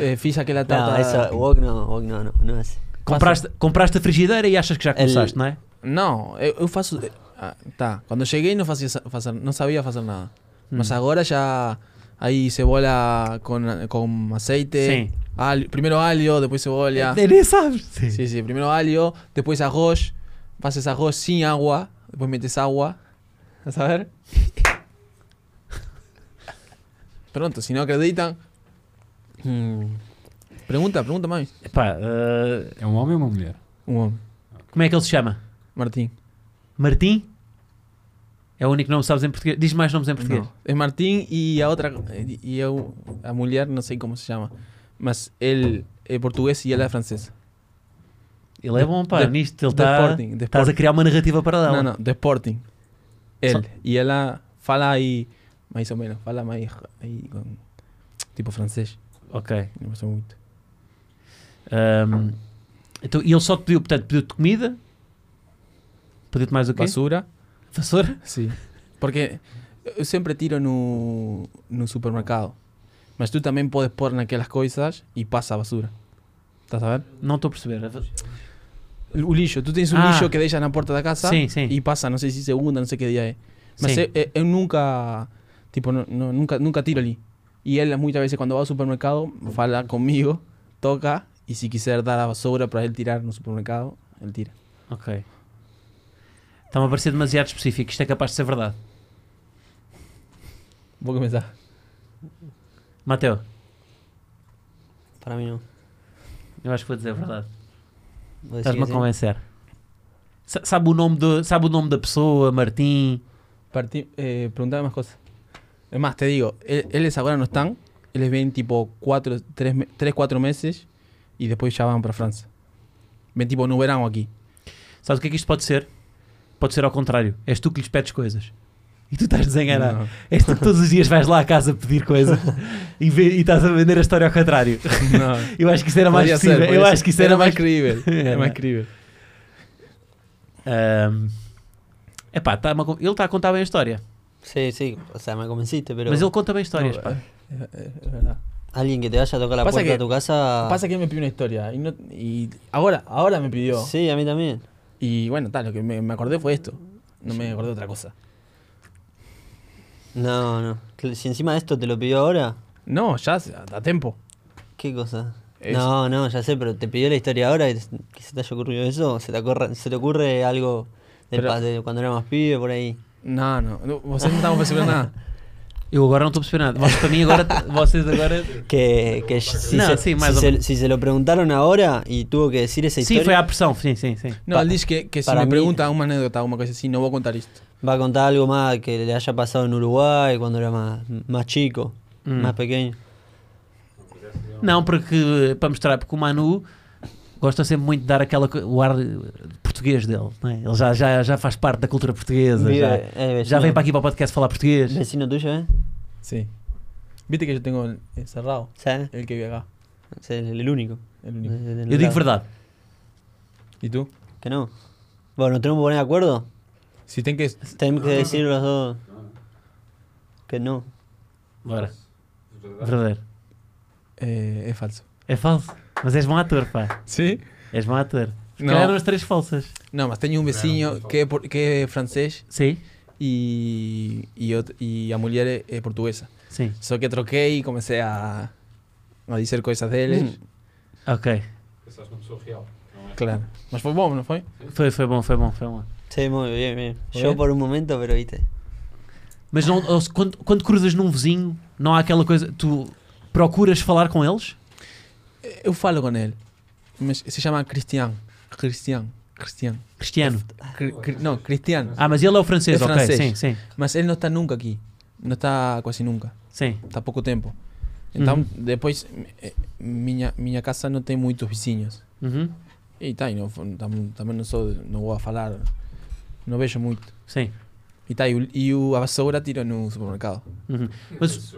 [SPEAKER 2] eh, fiz aquella
[SPEAKER 3] No,
[SPEAKER 2] tarta.
[SPEAKER 3] eso, wok no, wok no, no, no es.
[SPEAKER 1] Compraste, compraste a frigideira e achas que já começaste, não é?
[SPEAKER 2] No, eu, eu faço. eh, ah, tá. Cuando llegué no, fazia, sa- fazer, no sabía hacer nada.
[SPEAKER 3] Mm.
[SPEAKER 2] Mas ahora ya hay cebola con, con aceite.
[SPEAKER 1] Sí.
[SPEAKER 2] alio- primero alio, después
[SPEAKER 3] Eh,
[SPEAKER 2] cebolla.
[SPEAKER 1] Nem- Nem sabes. Ah. Sim.
[SPEAKER 2] Sí, sí, primero alio, después arroz, haces arroz sin agua, después metes agua. ¿A saber? Pronto, si no acreditan,
[SPEAKER 3] Mm,
[SPEAKER 2] pregunta, pregunta, mami.
[SPEAKER 1] Epá, ah,
[SPEAKER 5] É um homem ou uma mulher?
[SPEAKER 2] Un hombre,
[SPEAKER 1] como é que ele se chama?
[SPEAKER 2] Martín.
[SPEAKER 1] Martim? É o único nome que sabes em português. Diz mais nomes em português.
[SPEAKER 2] No, es Martín y a otra, eh, y a, u- a mujer, no sé cómo se llama, más él es portugués y ela es francesa.
[SPEAKER 1] Ele é bom, pá,
[SPEAKER 2] De-
[SPEAKER 1] nisto. Ele
[SPEAKER 2] de
[SPEAKER 1] está.
[SPEAKER 2] Sporting, de
[SPEAKER 1] Estás a
[SPEAKER 2] Sporting.
[SPEAKER 1] criar uma narrativa para ela.
[SPEAKER 2] No, no, de Sporting. Él y ella fala ahí, más o menos, fala más ahí con tipo francés.
[SPEAKER 1] Ok.
[SPEAKER 2] Me gustó mucho.
[SPEAKER 1] Ahm, então, e ele só te pediu, portanto, pediu-te comida. Pediu-te mais o quê?
[SPEAKER 2] Basura.
[SPEAKER 1] Vassoura?
[SPEAKER 2] Sí. Porque eu sempre tiro no, no supermercado. Mas tu também podes pôr naquelas coisas e passa a basura. Estás a ver?
[SPEAKER 1] Não estou a perceber.
[SPEAKER 2] O lixo. Tu tens um
[SPEAKER 1] Ah.
[SPEAKER 2] lixo que deixas na porta da casa
[SPEAKER 1] Sim, sim.
[SPEAKER 2] e passa, não sei se segunda, não sei que dia é. Mas
[SPEAKER 1] Sim.
[SPEAKER 2] eu, eu- eu nunca, tipo, não- não- nunca, nunca tiro ali. E ele muitas vezes quando vai ao supermercado, fala comigo, toca e se quiser dar a basura para ele tirar no supermercado, ele tira.
[SPEAKER 1] Ok. Está-me a parecer demasiado específico. Isto é capaz de ser verdade.
[SPEAKER 2] Vou começar.
[SPEAKER 1] Mateu,
[SPEAKER 3] para mí no.
[SPEAKER 1] eu acho que vou dizer a verdade.
[SPEAKER 3] Vos decís
[SPEAKER 1] Estás-me a
[SPEAKER 3] que sí.
[SPEAKER 1] convencer. Sa- Sabe o, nome do, sabe o nome da pessoa, Martim?
[SPEAKER 2] Parti, eh, preguntame más cosas. Es más, te digo, él- ellos ahora no están, ellos ven tipo 4, 3, 4 meses y después ya van para Francia. Ven tipo no verano aquí.
[SPEAKER 1] Sabes o que é que isto pode ser? Pode ser ao contrário. És tu que lhes pedes coisas. E tu estás desenganado.
[SPEAKER 2] Não.
[SPEAKER 1] És tu que todos os dias vais lá à casa pedir coisa e, vê- e estás a vender a história ao contrário.
[SPEAKER 2] No,
[SPEAKER 1] Eu acho que isso era mais
[SPEAKER 2] podía
[SPEAKER 1] possível.
[SPEAKER 2] ser,
[SPEAKER 1] Eu
[SPEAKER 2] podía
[SPEAKER 1] acho
[SPEAKER 2] ser.
[SPEAKER 1] que isso é, era, mais.
[SPEAKER 2] creíble.
[SPEAKER 1] Era.
[SPEAKER 2] Era más creíble.
[SPEAKER 1] Ahm, Epá, tá uma co- ele está a tá contar bem a história.
[SPEAKER 3] Sí, sí, o sea, me convenciste, pero
[SPEAKER 1] Mas ele conta bem histórias,
[SPEAKER 2] No,
[SPEAKER 1] pá.
[SPEAKER 2] Es, es- es verdad.
[SPEAKER 3] alguien que te vaya a tocar la
[SPEAKER 2] Pasa
[SPEAKER 3] puerta
[SPEAKER 2] que-
[SPEAKER 3] de tu casa...
[SPEAKER 2] Pasa que él me pidió una historia. Y, no- y ahora, ahora me pidió.
[SPEAKER 3] Sí, a mí también.
[SPEAKER 2] Y bueno, tal, lo que me, me acordé fue esto. No me acordé otra cosa.
[SPEAKER 3] No, no. Que Si encima de esto te lo pidió ahora,
[SPEAKER 2] No, ya hace- a, a tiempo.
[SPEAKER 3] ¿qué cosa?
[SPEAKER 2] Es-
[SPEAKER 3] No, no, ya sé, pero te pidió la historia ahora y que se te haya ocurrido eso. ¿Se te, ocurre, se te ocurre algo del
[SPEAKER 2] Pero-
[SPEAKER 3] pa- de cuando era más pibe por ahí?
[SPEAKER 2] No, no, no, Vocês no estaban percibiendo nada.
[SPEAKER 1] Eu agora não estou a perceber nada. Vocês, para mim agora, vocês agora.
[SPEAKER 3] Que, que si,
[SPEAKER 1] No,
[SPEAKER 3] se,
[SPEAKER 1] sí, más
[SPEAKER 3] si
[SPEAKER 1] o
[SPEAKER 3] se-
[SPEAKER 1] menos.
[SPEAKER 3] si se lo preguntaron ahora y tuvo que decir esa
[SPEAKER 1] Sim,
[SPEAKER 3] historia,
[SPEAKER 1] foi à pressão. Sim, sim, sim.
[SPEAKER 2] No,
[SPEAKER 3] Pa-
[SPEAKER 2] él dice que, que si
[SPEAKER 3] para
[SPEAKER 2] me
[SPEAKER 3] mí-
[SPEAKER 2] pregunta una anécdota, una cosa así, no voy a contar esto.
[SPEAKER 3] va a contar algo más que le haya pasado en Uruguay cuando era más, más chico,
[SPEAKER 2] Mm.
[SPEAKER 1] Hum.
[SPEAKER 3] más pequeño.
[SPEAKER 1] Não, porque para mostrar, porque o Manu gosta sempre muito de dar aquela, co- o ar eh, português dele. Não é? Ele já, já, já faz parte da cultura portuguesa.
[SPEAKER 3] Vive-
[SPEAKER 1] Já,
[SPEAKER 3] eh,
[SPEAKER 1] já
[SPEAKER 3] vecino-
[SPEAKER 1] vem para aqui para o podcast falar português.
[SPEAKER 3] ¿Vecino tuyo, eh?
[SPEAKER 2] Sí. Viste que yo tengo el- el cerrado,
[SPEAKER 3] ¿Sabes?
[SPEAKER 2] el que vive acá,
[SPEAKER 3] Es el, el único.
[SPEAKER 2] el
[SPEAKER 3] de-
[SPEAKER 2] único.
[SPEAKER 3] de- del
[SPEAKER 1] Eu digo
[SPEAKER 3] lado.
[SPEAKER 1] verdade.
[SPEAKER 2] ¿Y tú?
[SPEAKER 3] Que no. Bueno, ¿nos tenemos que poner de acuerdo?
[SPEAKER 2] Si ten que.
[SPEAKER 3] Tenemos que decir los dos que no.
[SPEAKER 1] Bora. Verdadeiro.
[SPEAKER 2] Eh, es falso.
[SPEAKER 1] É falso. Mas és bom ator, pá.
[SPEAKER 2] ¿Sí?
[SPEAKER 1] És bom ator. Se
[SPEAKER 2] Não.
[SPEAKER 1] calhar eram as três falsas.
[SPEAKER 2] No, más tengo un vecino que, é por- que es francés
[SPEAKER 1] Sim?
[SPEAKER 2] y, y, ot- y a mujer es, es portuguesa.
[SPEAKER 1] Sim.
[SPEAKER 2] Só que troqué y comencé a, a decir cosas de él.
[SPEAKER 1] Ok.
[SPEAKER 5] Pensaste numa pessoa real.
[SPEAKER 2] Claro. Mas fue bom, ¿no fue?
[SPEAKER 1] Foi, foi bom, foi bom, foi bom.
[SPEAKER 3] Sí, muy bien, bien.
[SPEAKER 2] Muy
[SPEAKER 3] Yo
[SPEAKER 2] bien.
[SPEAKER 3] por un momento, pero viste.
[SPEAKER 1] Mas não, ou se- quando, quando cruzas num vizinho, não há aquela coisa. Tu procuras falar com eles?
[SPEAKER 2] Eu Eh, falo con él. Me- se llama Cristian. Cristian. Cristian.
[SPEAKER 1] Cristiano.
[SPEAKER 2] Cri- cri- no, Cristian.
[SPEAKER 1] Ah, mas ele é o francês,
[SPEAKER 2] É
[SPEAKER 1] ok.
[SPEAKER 2] francês.
[SPEAKER 1] Sim, sim.
[SPEAKER 2] Mas él no está nunca aquí. No está casi nunca.
[SPEAKER 1] Sim.
[SPEAKER 2] Está Tá pouco tempo. Então, depois, eh, minha, minha casa não tem muitos vizinhos.
[SPEAKER 1] Uhum.
[SPEAKER 2] E tá, e não, fo- tam, também não sou, não vou a falar, não vejo muito.
[SPEAKER 1] Sim.
[SPEAKER 2] E tá, e, o- e o, a vassoura tiro no supermercado.
[SPEAKER 1] Uhum. Mas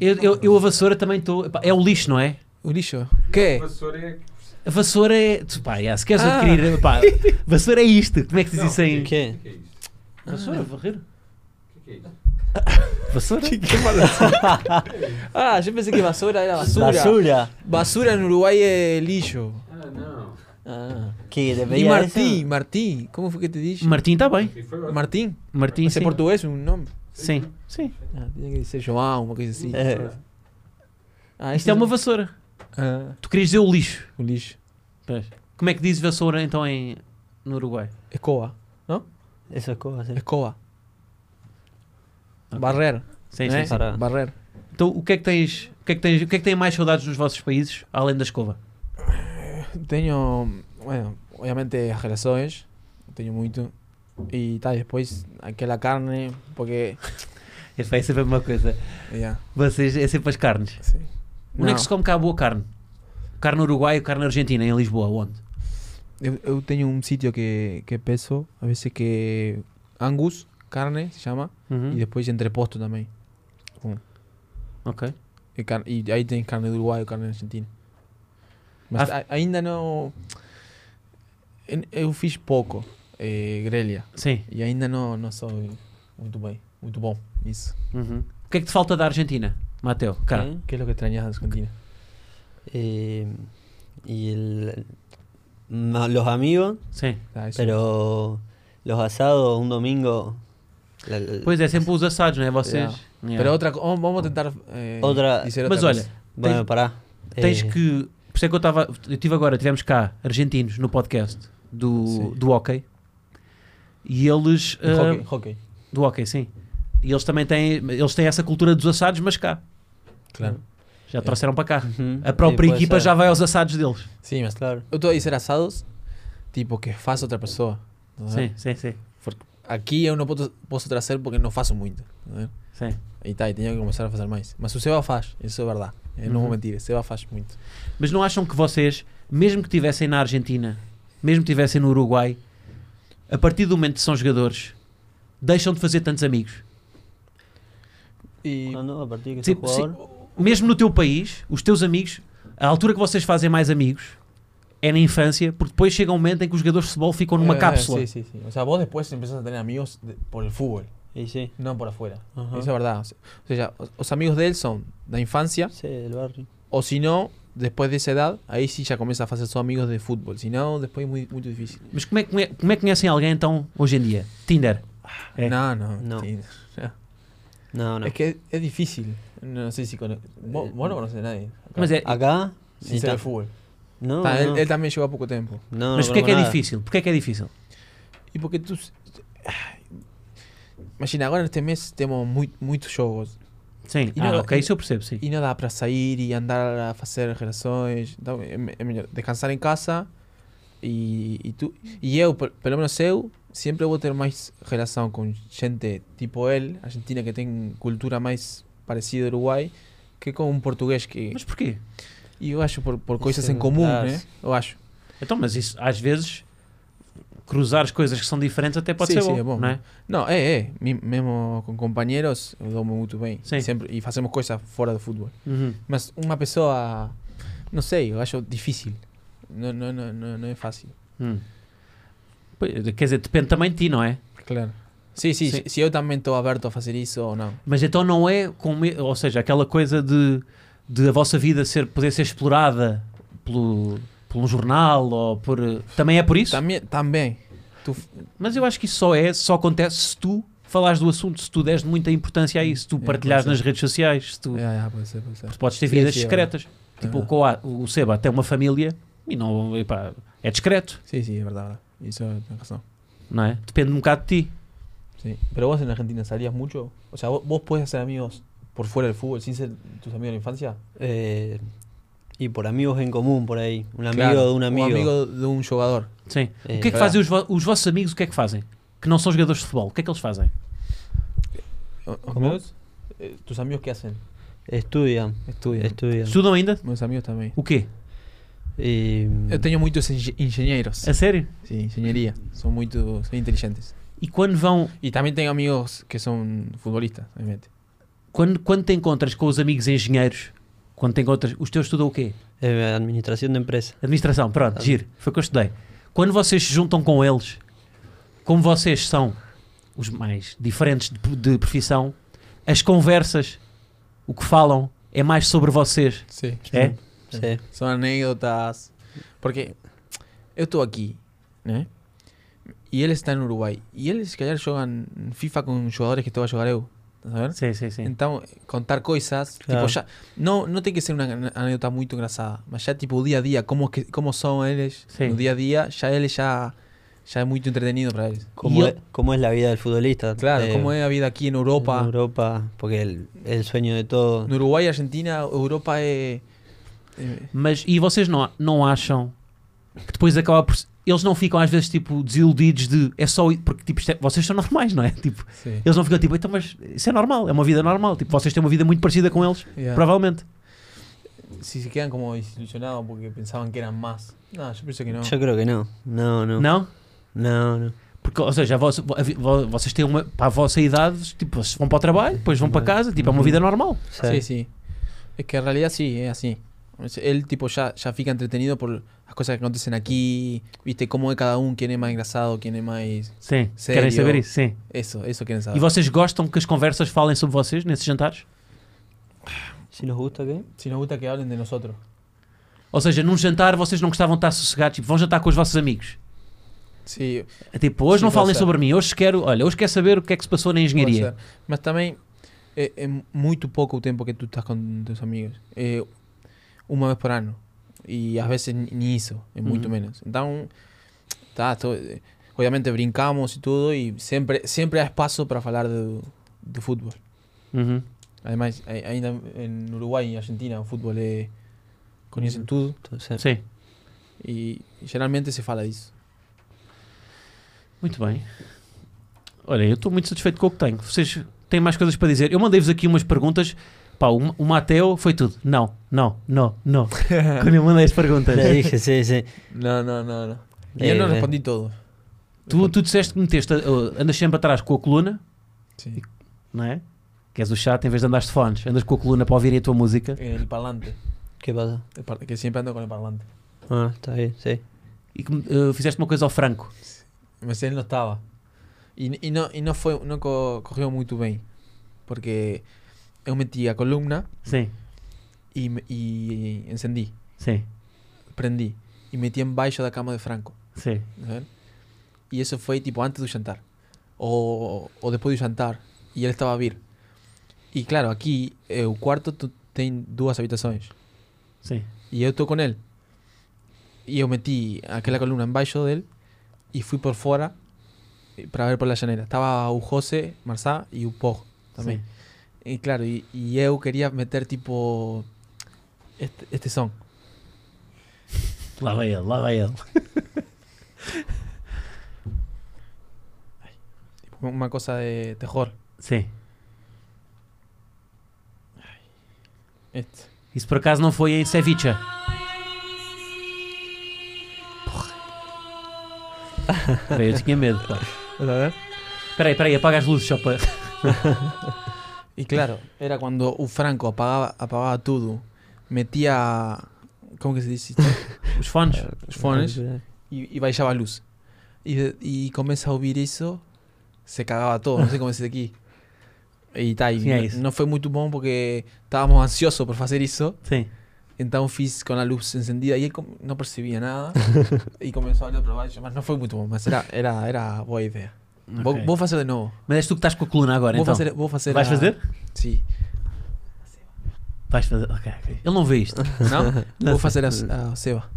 [SPEAKER 1] eu, eu, eu a vassoura também estou. É o lixo, não é?
[SPEAKER 2] O lixo. Que?
[SPEAKER 5] é,
[SPEAKER 1] A vassoura é. Tu, pá, yeah, se queres
[SPEAKER 2] Ah.
[SPEAKER 1] adquirir. Pá, vassoura é isto. Como é que se diz isso em. Ah.
[SPEAKER 3] ¿Qué?
[SPEAKER 5] é
[SPEAKER 1] Vassoura, varrer. Vassoura?
[SPEAKER 2] Ah, eu pensei que vassoura era basura.
[SPEAKER 3] Basura.
[SPEAKER 2] Basura no Uruguai é lixo.
[SPEAKER 5] Ah, não.
[SPEAKER 2] Ah.
[SPEAKER 3] ¿Qué? ¿Te
[SPEAKER 2] E
[SPEAKER 3] pedía
[SPEAKER 2] Martim,
[SPEAKER 3] eso?
[SPEAKER 2] Martim, como foi que te disse?
[SPEAKER 1] Martim está bem.
[SPEAKER 5] E foi ótimo.
[SPEAKER 2] Martim?
[SPEAKER 1] Martim,
[SPEAKER 2] Isso
[SPEAKER 1] sim.
[SPEAKER 2] é português, um nome?
[SPEAKER 1] Sim, sim.
[SPEAKER 2] Ah, tinha que ser João, uma coisa assim.
[SPEAKER 3] Eh,
[SPEAKER 2] Ah,
[SPEAKER 1] Isto é uma vassoura.
[SPEAKER 2] Ah,
[SPEAKER 1] Tu querias dizer o lixo.
[SPEAKER 2] o lixo.
[SPEAKER 1] Como é que diz vassoura então em... no Uruguai?
[SPEAKER 2] Escoa.
[SPEAKER 3] eso es cosa, sí.
[SPEAKER 2] Escoa. Barrer.
[SPEAKER 1] Sim,
[SPEAKER 2] né?
[SPEAKER 1] sim, sim.
[SPEAKER 3] Para-
[SPEAKER 2] Barrer.
[SPEAKER 1] Então o que é que tens. O que é que tens. O que é que tem mais saudades nos vossos países, além da escova?
[SPEAKER 2] Tengo, bueno, obviamente as relações, tengo mucho. Y tal, después aquella carne, porque...
[SPEAKER 1] Esse vai ser É, sempre a mesma coisa.
[SPEAKER 2] Ya,
[SPEAKER 1] Vocês é sempre as carnes.
[SPEAKER 2] sí.
[SPEAKER 1] Onde é que se come cá a boa carne? Carne uruguaia, carne argentina, em Lisboa, onde?
[SPEAKER 2] eu, eu tenho um sitio que, que peso, a veces que Angus, carne se llama, y después entreposto também.
[SPEAKER 1] Ok.
[SPEAKER 2] E, car e aí tem carne do Uruguai, carne argentina. Mas a- ainda não... en- Eu fiz pouco, eh, grelha,
[SPEAKER 1] Sim.
[SPEAKER 2] e ainda não, não sou muito bem, muito bom nisso.
[SPEAKER 1] O que é que te falta da Argentina, Mateu? Cara.
[SPEAKER 3] ¿Qué?
[SPEAKER 2] Que é o que extrañas da Argentina?
[SPEAKER 3] Eh, y el- no, los amigos,
[SPEAKER 1] Sim.
[SPEAKER 2] Ah, isso-
[SPEAKER 3] pero los asados un domingo. la- la-
[SPEAKER 2] Pues, eh,
[SPEAKER 1] Pois é, sempre os assados, não é? Vocês.
[SPEAKER 2] Yeah.
[SPEAKER 1] Yeah.
[SPEAKER 2] Pero outra co- vamos- vamos tentar eh,
[SPEAKER 3] Outra-
[SPEAKER 2] dizer outra
[SPEAKER 1] Mas olha,
[SPEAKER 2] coisa.
[SPEAKER 3] bueno,
[SPEAKER 1] tens-
[SPEAKER 3] pará.
[SPEAKER 1] tens
[SPEAKER 3] Eh,
[SPEAKER 1] que. Por isso é que eu estava. Eu tive agora, tivemos cá argentinos no podcast do,
[SPEAKER 2] Sim.
[SPEAKER 1] do hockey. E eles.
[SPEAKER 2] De
[SPEAKER 1] ah,
[SPEAKER 2] hockey, hockey.
[SPEAKER 1] Do hockey, sim. E eles também têm, eles têm essa cultura dos assados, mas cá.
[SPEAKER 2] Claro.
[SPEAKER 1] Já trouxeram para cá.
[SPEAKER 2] Uhum.
[SPEAKER 3] ujú,
[SPEAKER 1] A
[SPEAKER 3] eh,
[SPEAKER 1] própria
[SPEAKER 3] puede
[SPEAKER 1] equipa
[SPEAKER 2] é.
[SPEAKER 3] ser.
[SPEAKER 1] já vai aos assados deles.
[SPEAKER 2] Sim, mas
[SPEAKER 3] Claro.
[SPEAKER 2] eu estou a dizer assados, tipo que faço outra pessoa. tá vendo?
[SPEAKER 1] Sim, sim, sim.
[SPEAKER 2] Aqui eu não posso, posso trazer porque não faço muito. tá vendo?
[SPEAKER 1] sim.
[SPEAKER 2] E tá, e tenho que começar a fazer mais. Mas o Seba faz, isso é verdade. Eu não vou
[SPEAKER 1] Uhum.
[SPEAKER 2] mentir, o Seba faz muito.
[SPEAKER 1] Mas não acham que vocês, mesmo que estivessem na Argentina, mesmo que estivessem no Uruguai, a partir do momento que são jogadores, deixam de fazer tantos amigos?
[SPEAKER 2] E
[SPEAKER 3] Cuando, a partir de que
[SPEAKER 1] Sim,
[SPEAKER 3] sos jugador.
[SPEAKER 1] Mesmo no teu país, os teus amigos, a altura que vocês fazem mais amigos é na infância, porque depois chega um momento em que os jogadores de futebol ficam numa
[SPEAKER 2] Eh,
[SPEAKER 1] cápsula.
[SPEAKER 2] Sí, sí, sí. O sea, vos después empezás a tener amigos de- por el fútbol.
[SPEAKER 3] Y sí.
[SPEAKER 2] no por afuera.
[SPEAKER 3] Ajá.
[SPEAKER 2] Esa es verdad. O sea, o sea, ya, os- os amigos de él son da infancia,
[SPEAKER 3] Sí, del barrio.
[SPEAKER 2] o si no, después de esa edad, ahí sí ya comienza a hacer sus amigos de fútbol. Si no, después es muy, muy difícil.
[SPEAKER 1] Mas como é, que- como, é, como é que conhecem alguém então hoje em dia? Tinder. É.
[SPEAKER 2] No, no,
[SPEAKER 3] No.
[SPEAKER 2] sí, no.
[SPEAKER 3] No, no.
[SPEAKER 2] Es que es, es difícil. No sé si cono- vos, vos no conoces a nadie. acá,
[SPEAKER 1] Mas, é,
[SPEAKER 3] Acá.
[SPEAKER 2] Sin
[SPEAKER 3] está-
[SPEAKER 2] ser de fútbol.
[SPEAKER 3] No,
[SPEAKER 2] Está,
[SPEAKER 3] no.
[SPEAKER 2] él, él también llegó a poco tiempo.
[SPEAKER 3] No, no
[SPEAKER 1] mas porque é que é
[SPEAKER 3] conozco nada.
[SPEAKER 1] difícil? Porque é que é difícil?
[SPEAKER 2] Y porque tú. Ay, Imagina, ahora en este mes tenemos muy, muchos jogos.
[SPEAKER 1] Sim,
[SPEAKER 2] E
[SPEAKER 1] ah,
[SPEAKER 2] não-
[SPEAKER 1] ok,
[SPEAKER 2] e-
[SPEAKER 1] isso eu percebo, sim.
[SPEAKER 2] Y no da para salir y andar a hacer relaciones. da- é me- é melhor descansar en casa. Y, y tú. Y yo, por, por lo menos yo, siempre voy a tener más relación con gente tipo él, Argentina, que tiene cultura más parecida a Uruguay, que con un portugués que.
[SPEAKER 1] Mas porquê?
[SPEAKER 2] Y yo acho por, por
[SPEAKER 3] Isso
[SPEAKER 2] coisas
[SPEAKER 3] é
[SPEAKER 2] en común, ¿eh?
[SPEAKER 3] verdade.
[SPEAKER 2] né? Eu acho.
[SPEAKER 1] Então, mas isso às vezes cruzar as coisas que são diferentes até pode
[SPEAKER 2] Sim,
[SPEAKER 1] ser
[SPEAKER 2] sim,
[SPEAKER 1] bom,
[SPEAKER 2] é bom.
[SPEAKER 1] não é?
[SPEAKER 2] No, eh, eh. mi- Mesmo con compañeros, eu dou muito bem.
[SPEAKER 1] Sim.
[SPEAKER 2] Sempre, e fazemos coisas fora do futebol.
[SPEAKER 1] Uhum.
[SPEAKER 2] Mas uma pessoa, não sei, eu acho difícil. Não, não, não, não, não é fácil.
[SPEAKER 1] Hum. Pois, Quer dizer, depende também de ti, não é?
[SPEAKER 2] Claro. Sim, sim,
[SPEAKER 1] Sim.
[SPEAKER 2] se- se eu também estou aberto a fazer isso ou não.
[SPEAKER 1] Mas então não é como, ou seja, aquela coisa de, de a vossa vida ser, poder ser explorada pelo, por um jornal ou por. Também é por isso?
[SPEAKER 2] Também, também. Tu, f-
[SPEAKER 1] Mas eu acho que isso só é, só acontece se tu falares do assunto, se tu deres muita importância a isso, se tu
[SPEAKER 2] É,
[SPEAKER 1] partilhares
[SPEAKER 2] pode
[SPEAKER 1] nas
[SPEAKER 2] ser.
[SPEAKER 1] redes sociais, se tu.
[SPEAKER 2] é, é, pode ser, pode ser.
[SPEAKER 1] Porque podes ter
[SPEAKER 2] Sim,
[SPEAKER 1] vidas
[SPEAKER 2] sim, é
[SPEAKER 1] discretas. tipo, o,
[SPEAKER 2] verdade.
[SPEAKER 1] Coa, o Seba tem uma família e não. epá, é discreto,
[SPEAKER 2] Sim, sim, é verdade. é verdade. Isso tem razão.
[SPEAKER 1] não é? Depende um bocado de ti.
[SPEAKER 2] Sí. Pero vos en Argentina salías mucho. O sea, vos, vos podés hacer amigos por fuera del fútbol sin ser tus amigos de la infancia.
[SPEAKER 3] Eh, y por amigos en común, por ahí. Un amigo
[SPEAKER 2] Claro,
[SPEAKER 3] de un amigo.
[SPEAKER 2] Un amigo de un jugador.
[SPEAKER 1] Sim.
[SPEAKER 3] É,
[SPEAKER 1] o que é que
[SPEAKER 2] verdade.
[SPEAKER 1] fazem os, vo- os vossos amigos? O que é que fazem? Que não são jogadores de futebol, o que é que eles fazem?
[SPEAKER 2] ¿Amigos? Eh, ¿Tus amigos qué hacen?
[SPEAKER 3] Estudian,
[SPEAKER 2] Estudian.
[SPEAKER 3] estudian.
[SPEAKER 1] Estudam ainda?
[SPEAKER 2] Meus amigos também.
[SPEAKER 1] O quê?
[SPEAKER 3] Y,
[SPEAKER 2] Eu tenho muitos engen- engenheiros.
[SPEAKER 1] A sério?
[SPEAKER 2] Sim, engenharia. São muito são inteligentes.
[SPEAKER 1] E quando vão.
[SPEAKER 2] E também tenho amigos que são futbolistas, obviamente.
[SPEAKER 1] Quando, quando te encontras com os amigos engenheiros, quando te encontras. Os teus estudam o quê?
[SPEAKER 3] eh, administración de empresa.
[SPEAKER 1] Administração,
[SPEAKER 2] Ah.
[SPEAKER 1] pronto, giro, foi o que eu estudei. Quando vocês se juntam com eles, como vocês são os mais diferentes de, de profissão, as conversas, o que falam, é mais sobre vocês.
[SPEAKER 2] Sim.
[SPEAKER 3] ¿Eh?
[SPEAKER 1] É?
[SPEAKER 3] Sí.
[SPEAKER 2] São anedotas. Porque eu estou aqui, né? E ele está no Uruguai. E eles, se calhar, jogam FIFA com jogadores que estou a jogar eu. Estás a ver?
[SPEAKER 1] Sim, sim, sim.
[SPEAKER 2] Então, contar coisas,
[SPEAKER 3] Claro.
[SPEAKER 2] tipo, já, não, não tem que ser uma ane- anedota muito engraçada, mas já, tipo, o dia a dia, como, que, como são eles
[SPEAKER 1] Sim.
[SPEAKER 2] no dia a dia, já ele já, já é muito entretenido para eles.
[SPEAKER 3] ¿Cómo,
[SPEAKER 1] Y-
[SPEAKER 3] es, cómo es la vida del futbolista?
[SPEAKER 2] Claro,
[SPEAKER 3] Eh,
[SPEAKER 2] como é a vida aqui na Europa,
[SPEAKER 3] en Europa, porque el, el sueño de todo.
[SPEAKER 2] no Uruguai e Argentina, a Europa é... é-
[SPEAKER 1] Mas, e vocês não, não acham que depois acaba por. se- Eles não ficam às vezes tipo desiludidos de. É só. i- Porque tipo, isto é- vocês são normais, não é? Tipo, eles não ficam tipo, então, mas isso é normal, é uma vida normal. Tipo, vocês têm uma vida muito parecida com eles,
[SPEAKER 2] Yeah.
[SPEAKER 1] provavelmente.
[SPEAKER 2] Se se quedam como desilusionados porque pensavam que eram más. Não, eu penso que não.
[SPEAKER 3] Yo creo que no. No, no.
[SPEAKER 1] Não?
[SPEAKER 3] No, no.
[SPEAKER 1] Porque, ou seja, a vossa- vo- a vi- vo- vocês têm uma. Para a vossa idade, tipo, vocês vão para o trabalho, depois vão para casa, tipo, é uma vida normal.
[SPEAKER 3] O sea,
[SPEAKER 2] Sí, sí. Es que en realidad sí, es así. Es- Él tipo ya, ya fica entretenido por las cosas que acontecen aquí, viste cómo es cada uno, quién es más engrasado, quién es más...
[SPEAKER 1] Sim.
[SPEAKER 2] Sério?
[SPEAKER 1] Querem saber isso? Sim.
[SPEAKER 2] Eso, eso quieren saber.
[SPEAKER 1] E vocês gostam que as conversas falem sobre vocês nesses jantares?
[SPEAKER 3] si nos gusta, ¿qué?
[SPEAKER 2] Si nos gusta que hablen de nosotros.
[SPEAKER 1] Ou seja, num jantar vocês não gostavam de estar sossegados, tipo, vão jantar com os vossos amigos.
[SPEAKER 2] Sí,
[SPEAKER 1] É tipo, hoje
[SPEAKER 2] Sim,
[SPEAKER 1] não
[SPEAKER 2] pode
[SPEAKER 1] falem
[SPEAKER 2] ser.
[SPEAKER 1] sobre mim, hoje quero, olha, hoje quero saber o que é que se passou na engenharia.
[SPEAKER 2] Mas também é, é muito pouco o tempo que tu estás com teus amigos. É uma vez por ano. E às vezes ni- nem isso, é muito
[SPEAKER 1] Uhum.
[SPEAKER 2] menos. Então, tá, tô- eh, obviamente brincamos e tudo, e sempre, sempre há espaço para falar do, do futebol.
[SPEAKER 1] Uhum.
[SPEAKER 2] Ademais, ai- ainda em Uruguai e Argentina, eh, o futebol é. conhecem tudo
[SPEAKER 3] Entonces,
[SPEAKER 1] Sim.
[SPEAKER 2] e geralmente se fala disso.
[SPEAKER 1] Muito bem. Olha, eu estou muito satisfeito com o que tenho. Vocês têm mais coisas para dizer? Eu mandei-vos aqui umas perguntas. Pá, o, o Mateo foi tudo. Não, não, não, não. Quando eu mandei as perguntas.
[SPEAKER 3] le dije, sí, sí.
[SPEAKER 2] Não, não, não, não. E
[SPEAKER 3] Eh,
[SPEAKER 2] eu não
[SPEAKER 3] eh,
[SPEAKER 2] respondi todo.
[SPEAKER 1] Tu, tu disseste que meteste, uh, andas sempre atrás com a coluna,
[SPEAKER 2] Sim.
[SPEAKER 1] não é? Que és o chato, em vez de andares de fones, andas com a coluna para ouvirem a tua música.
[SPEAKER 2] El parlante.
[SPEAKER 3] ¿Qué pasa?
[SPEAKER 2] El par- Que sempre ando com o parlante.
[SPEAKER 3] Ah, está bien, sí.
[SPEAKER 1] eh, E que uh, fizeste uma coisa ao Franco.
[SPEAKER 2] Mas ele não estava. E, e não, e não foi, não co- correu muito bem. Porque eu meti a coluna
[SPEAKER 1] Sim,
[SPEAKER 2] e, me- e encendi,
[SPEAKER 1] sim,
[SPEAKER 2] prendi. E meti embaixo da cama de Franco.
[SPEAKER 1] sim.
[SPEAKER 2] tá vendo? E isso foi tipo antes do jantar. Ou, ou depois do jantar. E ele estava a vir. E claro, aqui eh, o quarto tu- tem duas habitações.
[SPEAKER 1] sim.
[SPEAKER 2] E eu estou com ele. E eu meti aquela coluna embaixo dele e fui por fora para ver por la janela. Estava o José Marçá e o Pog também. E claro, e, e eu queria meter tipo este, este som.
[SPEAKER 1] Sim. Lá vai ele, lá vai ele.
[SPEAKER 2] tipo, Uma coisa de terror.
[SPEAKER 1] Sim.
[SPEAKER 2] Este.
[SPEAKER 1] Isso por acaso não foi em Ceviche. Porra. Eu tinha medo, pá.
[SPEAKER 2] Vas a ver?
[SPEAKER 1] Espera aí, espera aí, apaga as luzes só para...
[SPEAKER 2] Y claro, era cuando un Franco apagaba, apagaba todo, metía. ¿Cómo que se dice?
[SPEAKER 1] Os fones.
[SPEAKER 2] Los fones
[SPEAKER 3] Eh,
[SPEAKER 2] y, y bailaba luz. Y, de- y comienza a oír eso, se cagaba todo, no sé cómo se dice aquí. Y tal, y
[SPEAKER 1] Sí, ahí es.
[SPEAKER 2] no, no fue muy tupón porque estábamos ansiosos por hacer eso.
[SPEAKER 1] Sim.
[SPEAKER 2] Entonces fiz con la luz encendida y él com- no percibía nada. y comenzó a hablar otro baile. Mas no fue muy tupón, mas era, era, era buena idea. Vos
[SPEAKER 1] Ok.
[SPEAKER 2] Vos hacer de nuevo.
[SPEAKER 1] Mas és tu que estás com a coluna agora,
[SPEAKER 2] Vos
[SPEAKER 1] então.
[SPEAKER 2] hacer, vos hacer
[SPEAKER 1] Vais
[SPEAKER 2] a-
[SPEAKER 1] fazer?
[SPEAKER 2] Sí.
[SPEAKER 1] Vais fazer, ok, ok. Ele não vê isto.
[SPEAKER 2] ¿No? Vos hacer a,
[SPEAKER 1] Mm.
[SPEAKER 2] a Seba.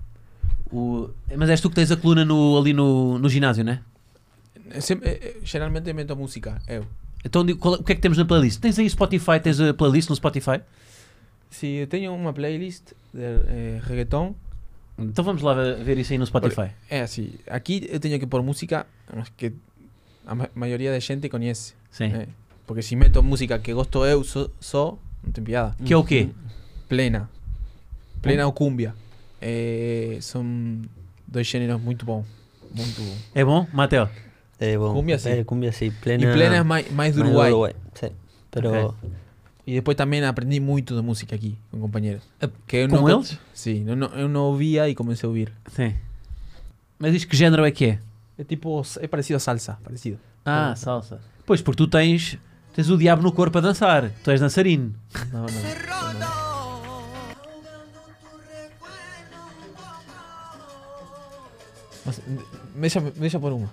[SPEAKER 1] O- Mas és tu que tens a coluna no- ali no, no ginásio, não é?
[SPEAKER 2] Sempre, eh, eh, geralmente meto música, eu.
[SPEAKER 1] Então digo, qual é- o que é que temos na playlist? Tens aí Spotify, tens a playlist no Spotify?
[SPEAKER 2] Sí, eu tenho uma playlist de eh, reggaetón. eh,
[SPEAKER 1] Então vamos lá ver isso aí no Spotify.
[SPEAKER 2] É assim, aqui eu tenho que pôr música que a ma maioria da gente conhece.
[SPEAKER 1] Sim.
[SPEAKER 2] né? Porque se meto música que gosto eu só, só não tem piada.
[SPEAKER 1] Que é o quê?
[SPEAKER 2] Plena. Plena ou cumbia. Eh, são dois gêneros muito bons. Muito bom.
[SPEAKER 1] É bom, Mateo?
[SPEAKER 3] Eh, bueno,
[SPEAKER 2] Cumbia sí.
[SPEAKER 3] eh, cumbia sí,
[SPEAKER 2] E
[SPEAKER 3] plena.
[SPEAKER 2] plena é mais, mais do Uruguai.
[SPEAKER 3] Sí, pero
[SPEAKER 1] Ok.
[SPEAKER 2] E depois também aprendi muito de música aqui com companheiros.
[SPEAKER 1] Ah,
[SPEAKER 2] Que eu
[SPEAKER 1] Com
[SPEAKER 2] não,
[SPEAKER 1] eles?
[SPEAKER 2] Sim, eu não, eu não ouvia e comecei a ouvir.
[SPEAKER 1] Sim. Mas diz que género é que é?
[SPEAKER 2] É tipo, é parecido a salsa, parecido.
[SPEAKER 1] Ah, salsa. Pois, porque tu tens, tens o diabo no corpo a dançar. Tu és dançarino.
[SPEAKER 2] No, no. Mas, de- deixa, deixa por uma.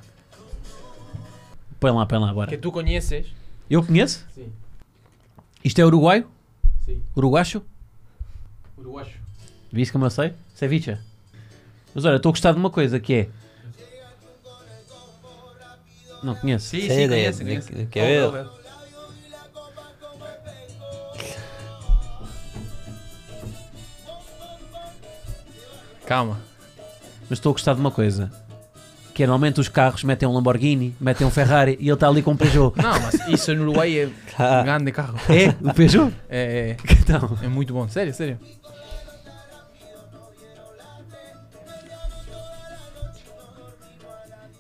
[SPEAKER 1] Põe lá, põe lá, bora.
[SPEAKER 2] tu conheces.
[SPEAKER 1] Eu conheço?
[SPEAKER 2] Sim.
[SPEAKER 1] Isto é uruguaio?
[SPEAKER 2] Sim.
[SPEAKER 1] Uruguacho?
[SPEAKER 2] Uruguaio.
[SPEAKER 1] Viste como eu sei? Ceviche. Mas olha, estou a gostar de uma coisa que é. Não conheço.
[SPEAKER 3] Sí, de- de- de Quevedo.
[SPEAKER 2] Calma.
[SPEAKER 1] Mas estou a gostar de uma coisa. Que é, normalmente os carros metem um Lamborghini, metem um Ferrari e ele está ali com um Peugeot.
[SPEAKER 2] Não, mas isso no Uruguai é um grande Eh, carro.
[SPEAKER 1] É? O Peugeot?
[SPEAKER 2] É, é,
[SPEAKER 1] Então,
[SPEAKER 2] é muito bom. Sério, sério.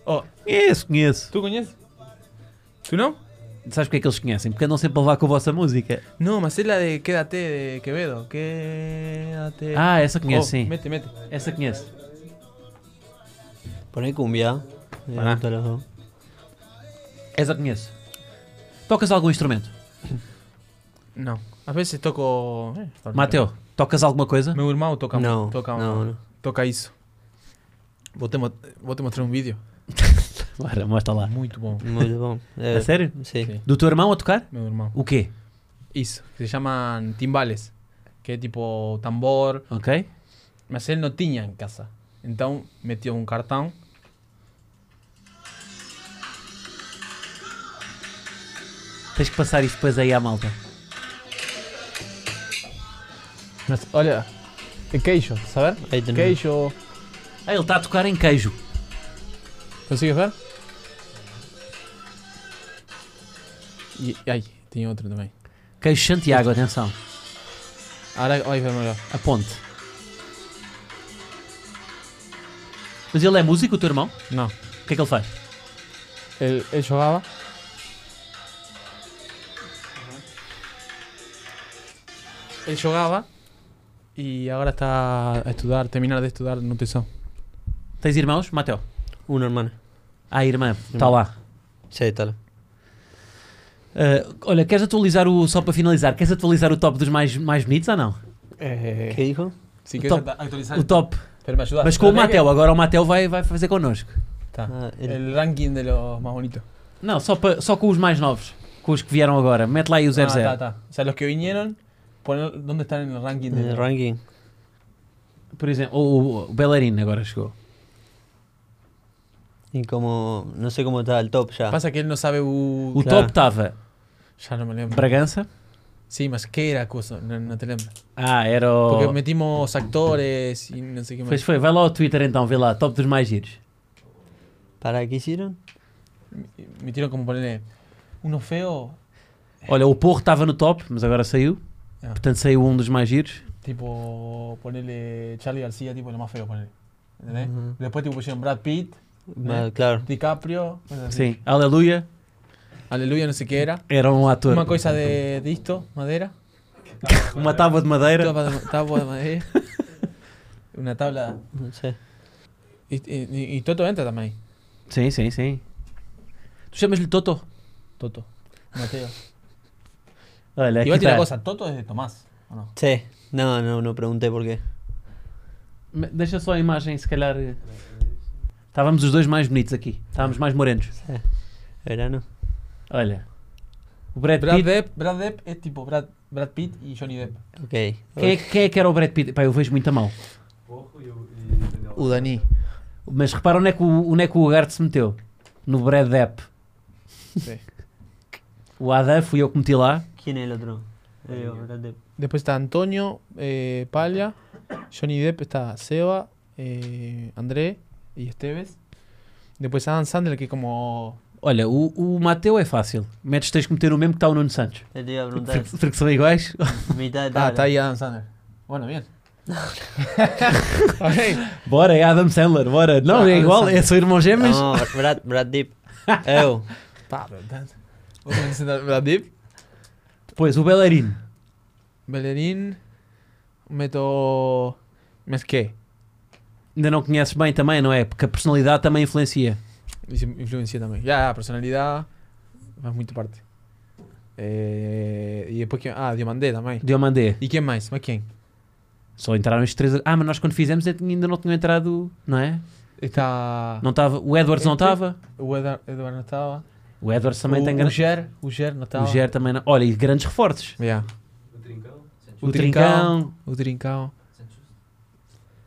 [SPEAKER 2] Oh,
[SPEAKER 1] conheço, conheço.
[SPEAKER 2] tu conheces? Tu não?
[SPEAKER 1] Sabes porque é que eles conhecem? Porque andam sempre a levar com a vossa música.
[SPEAKER 2] No, mas es la de Quédate de Quevedo. Quédate.
[SPEAKER 1] Ah, esa que
[SPEAKER 2] Oh,
[SPEAKER 1] sí.
[SPEAKER 2] Mete, mete.
[SPEAKER 1] Essa conheço.
[SPEAKER 3] poné cumbia. Me
[SPEAKER 2] Pará.
[SPEAKER 3] gustan los dos.
[SPEAKER 1] Essa conheço. Tocas algum instrumento?
[SPEAKER 2] No. A veces toco. eh,
[SPEAKER 1] Mateo, tocas alguma coisa?
[SPEAKER 2] Mi hermano toca.
[SPEAKER 3] No,
[SPEAKER 2] Toca,
[SPEAKER 3] no, no.
[SPEAKER 2] toca eso. Vos te, mo- vos te mostré un vídeo.
[SPEAKER 1] Bora, mostra lá.
[SPEAKER 2] Muy bueno.
[SPEAKER 3] Muy bom. Eh,
[SPEAKER 1] A sério?
[SPEAKER 3] Sí.
[SPEAKER 2] Sí.
[SPEAKER 1] Do teu irmão a tocar?
[SPEAKER 2] Mi hermano.
[SPEAKER 1] O quê?
[SPEAKER 2] Eso. Que se llaman timbales. Que es tipo tambor.
[SPEAKER 1] Ok?
[SPEAKER 2] Mas él no tenía en casa. Entonces metió un cartón.
[SPEAKER 1] Tens que passar isto depois aí à malta.
[SPEAKER 2] Mas, olha. É queijo, saber?
[SPEAKER 3] Ahí tenés.
[SPEAKER 2] Queijo.
[SPEAKER 1] Ah, ele está a tocar em queijo.
[SPEAKER 2] ¿Consigues ver? Y, ay, tenía otro también.
[SPEAKER 1] Queijo Santiago, atenção.
[SPEAKER 2] Ahora vais a ver melhor.
[SPEAKER 1] A ponte. Mas ele é músico, o teu irmão?
[SPEAKER 2] No.
[SPEAKER 1] O que é que ele faz?
[SPEAKER 2] Él, él jugaba. Él jugaba y ahora está a estudiar, terminar de estudiar nutrición.
[SPEAKER 1] Tens irmãos? Mateo.
[SPEAKER 3] Una hermana.
[SPEAKER 1] Ah, irmã, está lá.
[SPEAKER 3] Sim, tá lá.
[SPEAKER 1] Ah, olha, queres atualizar o. Só para finalizar, queres atualizar o top dos mais, mais bonitos ou não?
[SPEAKER 2] Eh,
[SPEAKER 3] Que dijo?
[SPEAKER 2] si
[SPEAKER 1] o
[SPEAKER 2] quieres
[SPEAKER 1] top-
[SPEAKER 2] ata- actualizar.
[SPEAKER 1] O top.
[SPEAKER 2] Pero me ayudas.
[SPEAKER 1] Mas com o
[SPEAKER 2] Pero
[SPEAKER 1] Mateu, agora o Mateu vai, vai fazer connosco.
[SPEAKER 2] Está.
[SPEAKER 3] Ah,
[SPEAKER 2] el...
[SPEAKER 3] el-
[SPEAKER 2] ranking de los más bonitos.
[SPEAKER 1] Não, só, pa- só com os mais novos. tá, Com os que vieram agora. Mete lá aí o 00.
[SPEAKER 2] Ah, está, está. O sea, los que vinieron, poner dónde están en el ranking de.
[SPEAKER 3] Eh, ranking.
[SPEAKER 1] Por exemplo, o, o, o Bellerin agora chegou.
[SPEAKER 3] Y como. No sé cómo está el top ya.
[SPEAKER 2] Pasa que él no sabe. u-
[SPEAKER 1] O
[SPEAKER 3] Claro.
[SPEAKER 1] top estava
[SPEAKER 2] Ya no me lembro.
[SPEAKER 1] Bragança.
[SPEAKER 2] Sí, más que era cosa, no, no te lembro.
[SPEAKER 1] Ah, era o.
[SPEAKER 2] Porque metimos actores y no sé qué más.
[SPEAKER 1] Pois foi, vai lá ao Twitter então, vê lá, top dos mais giros.
[SPEAKER 3] ¿Para qué hicieron?
[SPEAKER 2] Metieron como ponerle uno feo,
[SPEAKER 1] Olha, o Porro estava no top, mas agora saiu.
[SPEAKER 2] Ah.
[SPEAKER 1] Portanto, saiu um dos mais giros.
[SPEAKER 2] tipo ponerle Charlie García, tipo lo más feo ponerle. ¿Entendés?
[SPEAKER 3] Ujú.
[SPEAKER 2] Después tipo pusieron Brad Pitt,
[SPEAKER 3] Ma- Ah, Claro.
[SPEAKER 2] DiCaprio, cosas así.
[SPEAKER 1] Sim. Aleluia.
[SPEAKER 2] Aleluya, no sé qué era.
[SPEAKER 1] Era um ator.
[SPEAKER 2] Una cosa de de esto, madera.
[SPEAKER 1] Uma tábua de madeira.
[SPEAKER 2] Tapa de- Tabla de madera. Una tabla.
[SPEAKER 3] No sé.
[SPEAKER 2] Y, y- y- y Toto entra también.
[SPEAKER 1] Sim, sim, sim. Tu chamas-lhe Toto?
[SPEAKER 2] Toto. Mateo.
[SPEAKER 1] Olha, aqui
[SPEAKER 2] Y
[SPEAKER 1] tá.
[SPEAKER 2] voy a decir
[SPEAKER 1] está.
[SPEAKER 2] una cosa, Toto es de Tomás. ¿o no?
[SPEAKER 3] Sí. No, no, no pregunté por qué.
[SPEAKER 1] Me- Deixa só a imagem, se calhar. eh. Estávamos os dois mais bonitos aqui. Estávamos mais morenos.
[SPEAKER 3] Verano.
[SPEAKER 1] Olha. O Brad
[SPEAKER 2] Brad
[SPEAKER 1] Pitt.
[SPEAKER 2] Depp, Brad Depp es tipo Brad, Brad Pitt y Johnny Depp.
[SPEAKER 3] Ok.
[SPEAKER 1] Quem é, quem é que era o Brad Pitt? Pá, eu vejo muito a mal.
[SPEAKER 2] Udani.
[SPEAKER 1] Mas repara onde é que o, onde é que o Ugarte se meteu. No Brad Depp.
[SPEAKER 2] Sí.
[SPEAKER 1] O Adam fui eu que meti lá.
[SPEAKER 3] ¿Quién es el otro? Eh, Brad Pitt.
[SPEAKER 2] Después está Antonio, eh, Paglia, Johnny Depp está Seba, eh, André y Esteves. Después Adam Sandler, que como.
[SPEAKER 1] Olha, o, o Mateu é fácil. Metes, tens que meter o mesmo que está o Nuno Santos.
[SPEAKER 3] Eh, Te iba a preguntar.
[SPEAKER 1] Porque, porque são iguais.
[SPEAKER 3] mitad de
[SPEAKER 2] Ah,
[SPEAKER 3] tabla.
[SPEAKER 2] está ahí Adam Sandler. Bueno, bien. Ok.
[SPEAKER 1] bora, é Adam Sandler, bora. Não,
[SPEAKER 2] Ah,
[SPEAKER 1] é
[SPEAKER 2] Adam
[SPEAKER 1] igual,
[SPEAKER 2] Sandler. Ah.
[SPEAKER 1] é só irmão gêmeos.
[SPEAKER 3] No, Brad, Brad Pitt. Eu.
[SPEAKER 2] Pa, pero tan- ¿Vos me decís Brad Pitt?
[SPEAKER 1] Depois, o Bellerin.
[SPEAKER 2] Bellerín. Meto. Mesqué.
[SPEAKER 1] Ainda não conheces bem também, não é? Porque a personalidade também influencia.
[SPEAKER 2] Influencia también. Ya, personalidad. Más muy tu parte. Eh, y después que. Ah, Diomandé también.
[SPEAKER 1] Diomandé.
[SPEAKER 2] ¿Y quién más? ¿Más quién?
[SPEAKER 1] Só entraram estes três. Ah, mas nós quando fizemos eu tinha- ainda não tinham entrado, não é?
[SPEAKER 2] Está.
[SPEAKER 1] Não estava. O Edwards não
[SPEAKER 2] Este-
[SPEAKER 1] estava.
[SPEAKER 2] Eduardo no estaba.
[SPEAKER 1] É, então, O Edwards também
[SPEAKER 2] U-
[SPEAKER 1] tem grande.
[SPEAKER 2] Ujer, Ujer no estaba.
[SPEAKER 1] O Ger também não. Olha, e grandes reforços.
[SPEAKER 2] Ya.
[SPEAKER 1] O Trincão.
[SPEAKER 2] Utrincao.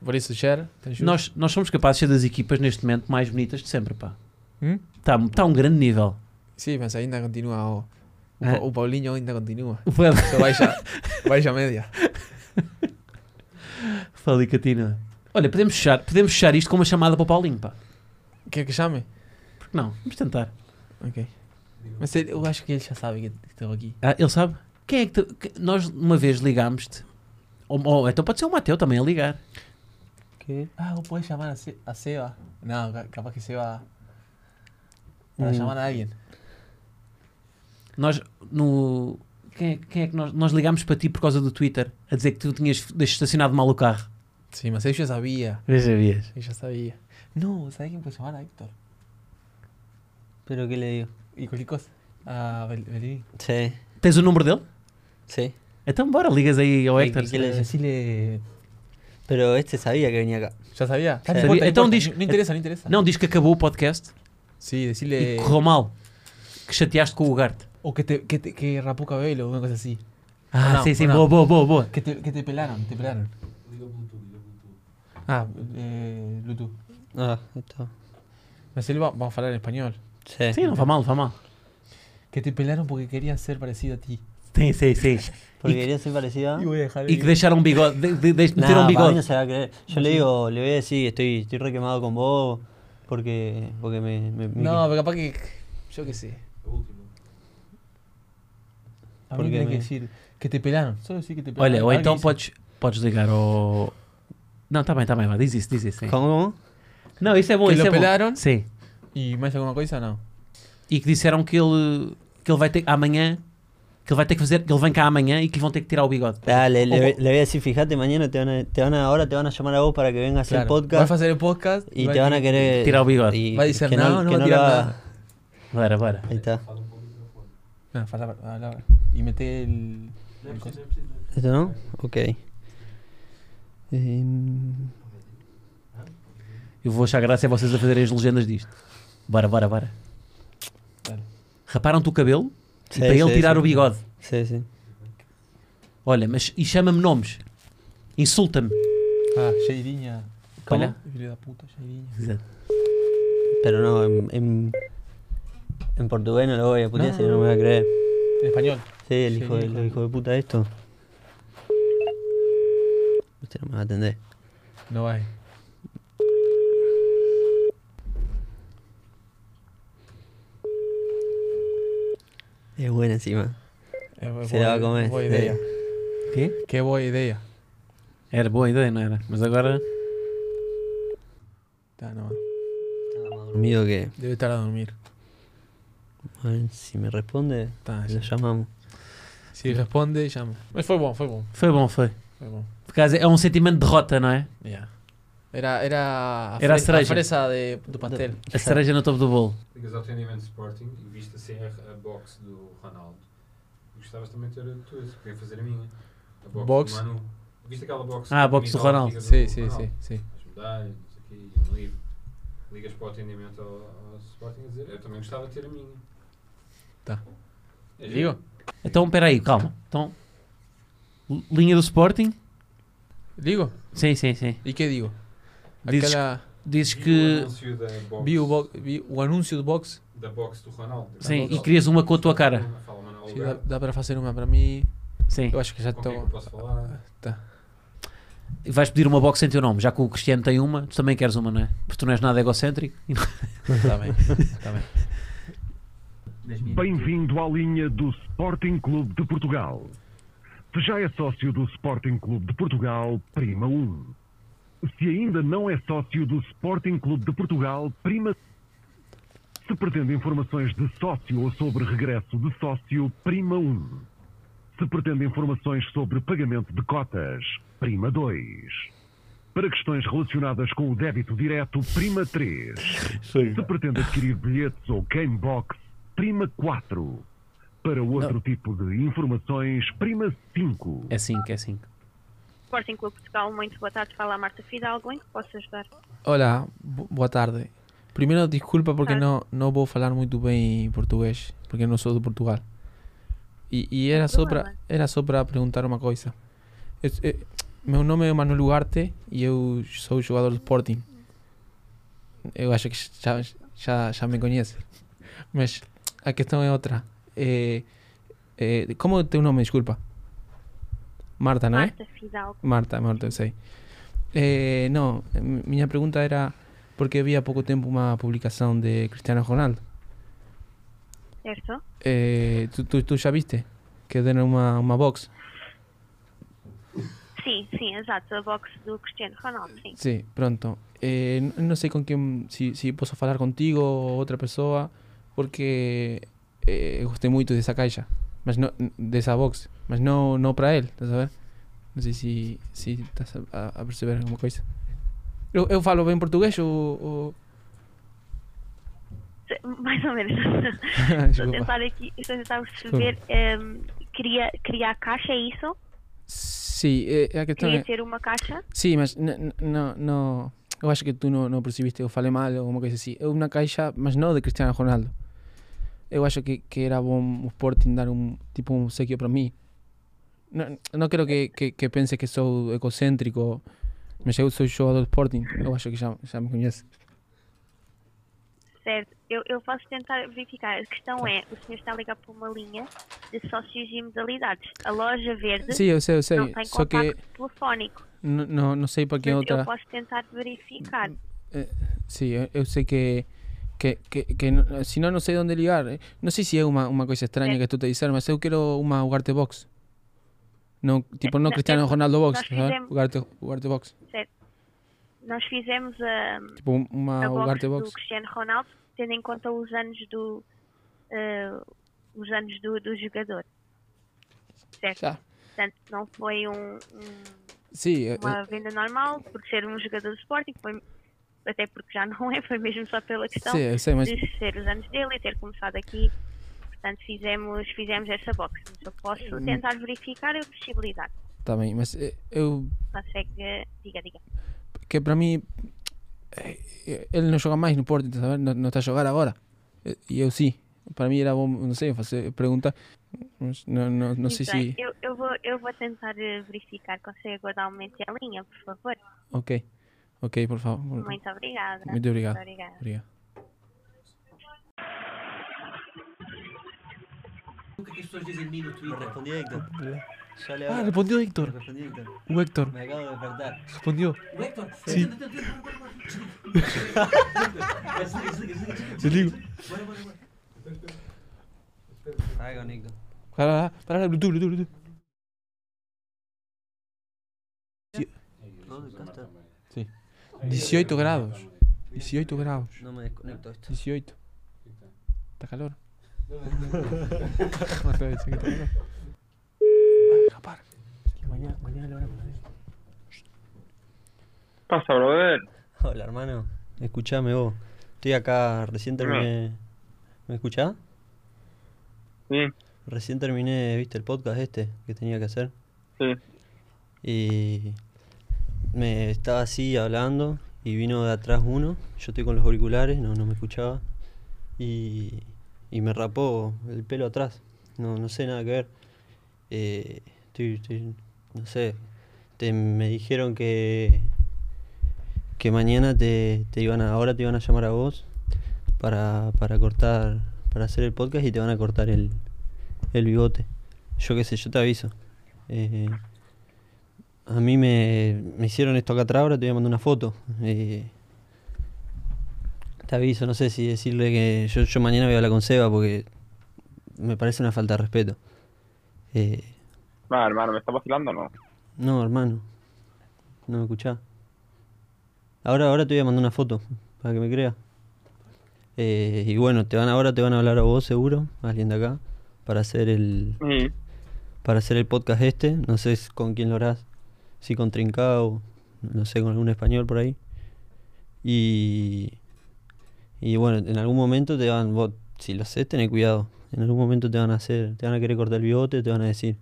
[SPEAKER 2] Por isso, Ujer. Tenchu.
[SPEAKER 1] Nós, nós somos capazes de ser das equipas neste momento mais bonitas de sempre, pá.
[SPEAKER 2] Hum?
[SPEAKER 1] Está tá um grande nível.
[SPEAKER 2] Sí, mas ainda continúa. O, o,
[SPEAKER 1] Ah.
[SPEAKER 2] Pa- o Paulinho ainda continúa.
[SPEAKER 1] O Ed-
[SPEAKER 2] Só vai já, vai já media.
[SPEAKER 1] Falicatina. Olha, podemos fechar, podemos fechar isto com uma chamada para o Paulinho, pá.
[SPEAKER 2] Quer que chame?
[SPEAKER 1] Porque não? Vamos tentar.
[SPEAKER 2] Ok. Mas ele, eu acho que ele já sabe que estou aqui.
[SPEAKER 1] Ah, ele sabe? Quem é que, tu- que- Nós uma vez ligámos-te. Ou, ou então pode ser o Mateu também a ligar.
[SPEAKER 3] ¿Qué?
[SPEAKER 2] Ah, vos podés llamar a, Se- a Seba. No, ca- capaz que Seba. Para
[SPEAKER 1] Mm.
[SPEAKER 2] llamar a alguien.
[SPEAKER 1] Nós no. Quem é, quem é que nós, nós ligámos para ti por causa do Twitter a dizer que tu tinhas deixado estacionado mal o carro?
[SPEAKER 2] Sí, mas ella sabía.
[SPEAKER 1] Veja, vias.
[SPEAKER 2] Ella sabía. No, ¿sabés quién puede llamar a Héctor?
[SPEAKER 3] ¿Pero qué le digo?
[SPEAKER 2] Y cualquier cosa. A Bel Belini.
[SPEAKER 3] Sí.
[SPEAKER 1] Tens o número dele?
[SPEAKER 3] Sí.
[SPEAKER 1] Então bora, ligas aí ao
[SPEAKER 3] Ei,
[SPEAKER 1] Hector.
[SPEAKER 3] que- ¿Qué le
[SPEAKER 2] Eh,
[SPEAKER 3] decís?
[SPEAKER 2] decirle-
[SPEAKER 3] Pero este sabía que venía acá.
[SPEAKER 2] Ya sabía.
[SPEAKER 3] Sí.
[SPEAKER 2] No importa,
[SPEAKER 1] Sabía.
[SPEAKER 2] no
[SPEAKER 1] Entonces
[SPEAKER 2] importa,
[SPEAKER 1] dice-
[SPEAKER 2] No no interesa, no interesa.
[SPEAKER 1] Não, diz que acabou o podcast
[SPEAKER 2] Sí,
[SPEAKER 1] e
[SPEAKER 2] decirle.
[SPEAKER 1] que correu mal. Que chateaste com o Ugarte.
[SPEAKER 2] O que te, que te que rapó cabello, una cosa así.
[SPEAKER 1] Ah,
[SPEAKER 2] não,
[SPEAKER 1] sim, sim,
[SPEAKER 2] não.
[SPEAKER 1] boa, boa, boa, boa.
[SPEAKER 2] Que te, que te pelaron, te pelaron. Ah, eh, Bluetooth.
[SPEAKER 3] Ah, está.
[SPEAKER 2] Mas él va, va a hablar en español.
[SPEAKER 3] Sí.
[SPEAKER 1] Sim, não vai mal, não vai mal.
[SPEAKER 2] Que te pelaron porque querías ser parecido a ti.
[SPEAKER 1] Sim, sim, sim.
[SPEAKER 3] Porque quería ser parecida.
[SPEAKER 2] Y voy a dejar
[SPEAKER 1] E
[SPEAKER 2] el-
[SPEAKER 1] que deixaram um bigode. De, de, de,
[SPEAKER 3] Nah,
[SPEAKER 1] meteram um
[SPEAKER 3] para mí
[SPEAKER 1] bigode.
[SPEAKER 3] no se va a creer. Yo le digo, le voy a decir, estoy, estoy re quemado con vos porque, porque me, me- me-
[SPEAKER 2] No, pero capaz que. Yo qué sé. A mí me
[SPEAKER 3] Porque
[SPEAKER 2] tenés que
[SPEAKER 3] me-
[SPEAKER 2] decir que te pelaron. Solo decir que te pelaron.
[SPEAKER 1] Olha, ou
[SPEAKER 2] Ahora
[SPEAKER 1] então
[SPEAKER 2] que
[SPEAKER 1] podes, podes ligar ao. Não, tá bem, tá bem, vá, diz isso, diz isso. sim.
[SPEAKER 3] ¿Cómo?
[SPEAKER 1] Não, isso é bom,
[SPEAKER 2] Que
[SPEAKER 1] isso
[SPEAKER 2] lo
[SPEAKER 1] é bom.
[SPEAKER 2] pelaron.
[SPEAKER 1] Sim.
[SPEAKER 2] dicen- ¿Y más alguna cosa no?
[SPEAKER 1] E que disseram que ele, que ele vai ter. Amanhã. Que ele vai ter que fazer. Que ele vem cá amanhã e que lhe vão ter que tirar o bigode.
[SPEAKER 3] Dale,
[SPEAKER 2] Oh.
[SPEAKER 3] le,
[SPEAKER 1] O-
[SPEAKER 3] le voy a decir, fíjate, mañana te van a, te van a- ahora te van a llamar a vos para que vengas a hacer
[SPEAKER 2] Vas a
[SPEAKER 3] podcast
[SPEAKER 2] hacer el podcast.
[SPEAKER 3] y te van a querer
[SPEAKER 1] Tira el bigote.
[SPEAKER 3] y
[SPEAKER 2] Va a decir,
[SPEAKER 3] que
[SPEAKER 2] no, no va
[SPEAKER 3] que
[SPEAKER 2] a
[SPEAKER 3] lo
[SPEAKER 2] tirar
[SPEAKER 3] haga.
[SPEAKER 2] nada.
[SPEAKER 1] Bora, bora.
[SPEAKER 3] Aí está.
[SPEAKER 2] Ah, fala, fala. Y mete el. el coso.
[SPEAKER 3] ¿Esto no? Ok. Em,
[SPEAKER 1] Eu vou achar graça é vocês a fazerem as legendas disto. Bora, bora, bora.
[SPEAKER 2] Bora.
[SPEAKER 1] Raparam-te o cabelo e
[SPEAKER 3] Sim,
[SPEAKER 1] para ele
[SPEAKER 3] sim,
[SPEAKER 1] tirar
[SPEAKER 3] sim.
[SPEAKER 1] o bigode.
[SPEAKER 3] Sim, sim.
[SPEAKER 1] Olha, mas e chama-me nomes. Insulta-me.
[SPEAKER 2] Ah, Sheirinha.
[SPEAKER 1] Olha.
[SPEAKER 2] Filho da puta, Sheirinha.
[SPEAKER 1] Exato.
[SPEAKER 3] Pero no, en, en, en portugués no lo voy a putear, si no me voy a creer.
[SPEAKER 2] En español.
[SPEAKER 3] Sí, el
[SPEAKER 2] Sí,
[SPEAKER 3] hijo, de,
[SPEAKER 2] hijo
[SPEAKER 3] el hijo de puta esto. Usted no me va a atender.
[SPEAKER 2] No hay.
[SPEAKER 3] Es buena encima.
[SPEAKER 2] Eh,
[SPEAKER 3] Se la va a comer,
[SPEAKER 2] Boa
[SPEAKER 3] sí.
[SPEAKER 2] ideia.
[SPEAKER 1] Quê?
[SPEAKER 2] Que boa ideia.
[SPEAKER 1] Era boa ideia, não era? Mas agora.
[SPEAKER 2] Tá, no.
[SPEAKER 3] Estaba más dormido que.
[SPEAKER 2] Debe estar a dormir.
[SPEAKER 3] A ver, si me responde,
[SPEAKER 2] Tá,
[SPEAKER 3] lo
[SPEAKER 2] ya.
[SPEAKER 3] llamamos.
[SPEAKER 2] Si responde, llama. Mas foi bom, foi bom.
[SPEAKER 1] Foi bom, foi.
[SPEAKER 2] Foi bom.
[SPEAKER 1] Por causa é um sentimento de derrota, não é?
[SPEAKER 2] Yeah. Era, era a,
[SPEAKER 1] Era a
[SPEAKER 2] fre- a
[SPEAKER 1] cereja.
[SPEAKER 2] fresa de, do pastel.
[SPEAKER 1] A cereja no topo do bolo.
[SPEAKER 5] Ligas ao evento Sporting e viste a CR, a box do Ronaldo. E gostavas também de ter a tua, se queria fazer a minha. A box,
[SPEAKER 2] Box?
[SPEAKER 5] do Manu. Viste aquela box?
[SPEAKER 1] Ah, a box do
[SPEAKER 5] mitológica
[SPEAKER 1] Ronaldo.
[SPEAKER 2] Sí, sí, sí, sí.
[SPEAKER 5] As medalhas, não sei o quê, um livro. Ligas para o atendimento ao, ao Sporting a dizer, eu também gostava de ter a minha.
[SPEAKER 2] Tá.
[SPEAKER 5] É
[SPEAKER 2] Digo?
[SPEAKER 5] giro.
[SPEAKER 1] Então, peraí, calma. Então. l- Linha do Sporting?
[SPEAKER 2] Digo?
[SPEAKER 1] Sim, sim, sim.
[SPEAKER 2] E que digo?
[SPEAKER 1] Dizes,
[SPEAKER 2] Aquela.
[SPEAKER 1] dizes
[SPEAKER 5] Vi o
[SPEAKER 1] que.
[SPEAKER 5] anúncio da box,
[SPEAKER 2] Vi o, bo- vi o anúncio do box.
[SPEAKER 5] da box do Ronaldo.
[SPEAKER 1] Sim,
[SPEAKER 5] Da
[SPEAKER 1] e querias uma com a tua cara.
[SPEAKER 5] Fala, Manuel,
[SPEAKER 2] Sí, dá, dá para fazer uma para mim.
[SPEAKER 1] Sim.
[SPEAKER 2] Eu acho que Ah, já
[SPEAKER 5] com quem é que
[SPEAKER 2] estou.
[SPEAKER 5] eu posso falar?
[SPEAKER 1] E vais pedir uma box em teu nome, já que o Cristiano tem uma, tu também queres uma, não é? Porque tu não és nada egocêntrico.
[SPEAKER 2] Está bem, está bem.
[SPEAKER 7] Bem-vindo à linha do Sporting Clube de Portugal. Se já é sócio do Sporting Clube de Portugal, prima 1. Se ainda não é sócio do Sporting Clube de Portugal, prima Se pretende informações de sócio ou sobre regresso de sócio, prima 1. Se pretende informações sobre pagamento de cotas, prima 2. Para questões relacionadas com o débito direto, prima 3. Se pretende adquirir bilhetes ou game box, prima 4. Para outro tipo de informações, prima 5.
[SPEAKER 1] É 5, é 5.
[SPEAKER 8] Sporting Clube de Portugal, muito boa tarde. Fala a Marta Fidalgo, em que posso ajudar?
[SPEAKER 2] Tá, Hola, bo- boa tarde. Primeiro, disculpa porque
[SPEAKER 8] Ah.
[SPEAKER 2] não, não vou falar muito bem português, porque não sou de Portugal. E, e era, só pra,
[SPEAKER 8] problema.
[SPEAKER 2] era só para perguntar uma coisa. Es- eh, meu nome é Manuel Ugarte e eu sou jogador do Sporting. Eu acho que já, já, já me conhece. Mas a questão é outra. É, é, como é o teu nome? Desculpa. Marta, não é?
[SPEAKER 8] Marta Fidalgo.
[SPEAKER 2] Marta, Marta, eu sei. Eh, não, m- minha pergunta era porque havia há pouco tempo uma publicação de Cristiano Ronaldo.
[SPEAKER 8] Certo?
[SPEAKER 2] Eh, tu, tu, tu já viste? Que deram uma, uma box?
[SPEAKER 8] Sim, sim, exato. A box do Cristiano Ronaldo, sim.
[SPEAKER 2] Sim, pronto. Eh, n- não sei com quem, se, se posso falar contigo ou outra pessoa, porque eh, eu gostei muito dessa caixa, mas não, dessa box, mas não, não para ele, estás a ver? Não sei se, se estás a- a, a perceber alguma coisa. Eu, eu falo bem português ou- ou...
[SPEAKER 8] Se- Mais ou menos. estou a
[SPEAKER 2] Desculpa.
[SPEAKER 8] tentar aqui, estou a tentar perceber. ehm, queria, queria a caixa, é isso?
[SPEAKER 2] Sim, é, é a questão
[SPEAKER 8] Queria
[SPEAKER 2] é...
[SPEAKER 8] ter uma caixa?
[SPEAKER 2] Sim, mas n- n- não, não... Eu acho que tu não, não percebiste, eu falei mal ou alguma coisa assim. É uma caixa, mas não de Cristiano Ronaldo. Eu acho que, que era bom o Sporting dar um tipo um obsequio para mim. Não, não quero que, que, que pense que sou egocêntrico, mas eu sou jogador do Sporting. Eu acho que já, já me conhece.
[SPEAKER 8] Certo. Eu, eu posso tentar verificar. A questão é, o senhor está a ligar para uma linha de sócios e modalidades. A loja verde
[SPEAKER 2] Sim, eu sei, eu sei.
[SPEAKER 8] não tem
[SPEAKER 2] Só que
[SPEAKER 8] contacto telefónico.
[SPEAKER 2] n- não, não sei para que é
[SPEAKER 8] Mas
[SPEAKER 2] outra...
[SPEAKER 8] eu posso tentar verificar.
[SPEAKER 2] Sí, eu, eu sei que que, que, que no- eh, si no, no sé dónde ligar. eh. No sé si es una, una cosa extraña
[SPEAKER 8] Eh.
[SPEAKER 2] que tú te dices, mas eu quero una Ugarte Box. No, tipo, no
[SPEAKER 8] eh,
[SPEAKER 2] Cristiano
[SPEAKER 8] eh,
[SPEAKER 2] Ronaldo Box,
[SPEAKER 8] nós
[SPEAKER 2] ¿sabes?
[SPEAKER 8] fizemos-
[SPEAKER 2] Ugarte, Ugarte Box.
[SPEAKER 8] Nós fizemos a...
[SPEAKER 2] Tipo, una
[SPEAKER 8] a box
[SPEAKER 2] Ugarte
[SPEAKER 8] do
[SPEAKER 2] Box.
[SPEAKER 8] Cristiano Ronaldo, tendo em conta os anos do eh, os anos do, do jogador. Certo?
[SPEAKER 2] Já.
[SPEAKER 8] Portanto, não foi um- um-
[SPEAKER 2] Sí, eh, eh,
[SPEAKER 8] uma venda normal, por ser um jogador de Sporting, foi até porque já não é, foi mesmo só pela questão
[SPEAKER 2] Sim, eu sei, mas
[SPEAKER 8] de ser os anos dele e ter começado aqui. Portanto, fizemos, fizemos essa box. Mas eu
[SPEAKER 2] Hum.
[SPEAKER 8] posso tentar verificar a possibilidade.
[SPEAKER 2] está bem. Mas eh, eu.
[SPEAKER 8] Consegue. eh, Diga, diga.
[SPEAKER 2] Que para mim. eh, Ele não joga mais no Porto, estás a ver? não, não está a jogar agora. Eh, E eu sim. Para mim era bom, não sei, fazer pergunta. Mas não, não, não sei
[SPEAKER 8] Muito bem.
[SPEAKER 2] se.
[SPEAKER 8] é, eu, eu, vou, eu vou tentar eh, verificar. Consegue aguardar um momento em linha, por favor?
[SPEAKER 2] Ok. Ok, por favor.
[SPEAKER 8] Muito obrigada.
[SPEAKER 2] Muito obrigado.
[SPEAKER 8] Muito obrigada.
[SPEAKER 2] Obrigado.
[SPEAKER 3] O que as pessoas dizem de mim no Twitter? Respondi a Héctor. Já le
[SPEAKER 6] Ah,
[SPEAKER 3] hablo.
[SPEAKER 6] respondió Héctor.
[SPEAKER 3] Respondí a Héctor.
[SPEAKER 6] Un Héctor.
[SPEAKER 3] Me acabo de despertar.
[SPEAKER 6] Respondió.
[SPEAKER 3] Héctor,
[SPEAKER 6] Sí. Te digo.
[SPEAKER 3] Ahí con Héctor.
[SPEAKER 6] Pará, pará, pará, Bluetooth, Bluetooth, Bluetooth.
[SPEAKER 3] ¿Dónde acá está?
[SPEAKER 6] 18 grados. 18 grados.
[SPEAKER 3] No me desconecto esto.
[SPEAKER 6] 18. ¿Está calor? No te voy a decir que está calor.
[SPEAKER 9] pasa, brother?
[SPEAKER 3] Hola, hermano. Escuchame vos. Estoy acá,
[SPEAKER 9] Ah.
[SPEAKER 3] recién terminé. ¿Me escuchás?
[SPEAKER 9] Sí,
[SPEAKER 3] Recién terminé, viste, el podcast este que tenía que hacer.
[SPEAKER 9] sí.
[SPEAKER 3] Y me estaba así hablando y vino de atrás uno. Yo estoy con los auriculares, no, no me escuchaba. Y, y me rapó el pelo atrás. No, no sé nada que ver. Eh, estoy- estoy- no sé. Te- me dijeron que, que mañana te, te iban a, ahora te iban a llamar a vos para, para cortar, para hacer el podcast y te van a cortar el, el bigote. Yo qué sé, yo te aviso. Eh, a mí me, me hicieron esto acá atrás, ahora te voy a mandar una foto. Eh, te aviso, no sé si decirle que yo, yo mañana voy a hablar con Seba porque me parece una falta de respeto. Eh,
[SPEAKER 9] Va, hermano, ¿me estás vacilando o no?
[SPEAKER 3] no, hermano, no me escuchás. Ahora, ahora te voy a mandar una foto para que me creas. Eh, y bueno, te van ahora te van a hablar a vos seguro, alguien de acá, para hacer el,
[SPEAKER 9] Sí.
[SPEAKER 3] para hacer el podcast este. No sé s- con quién lo harás. Si con Trincao, no sé, con algún español por ahí. Y. Y bueno, en algún momento te van. vos, si lo haces, tené cuidado. En algún momento te van a hacer. Te van a querer cortar el bigote, te van a decir.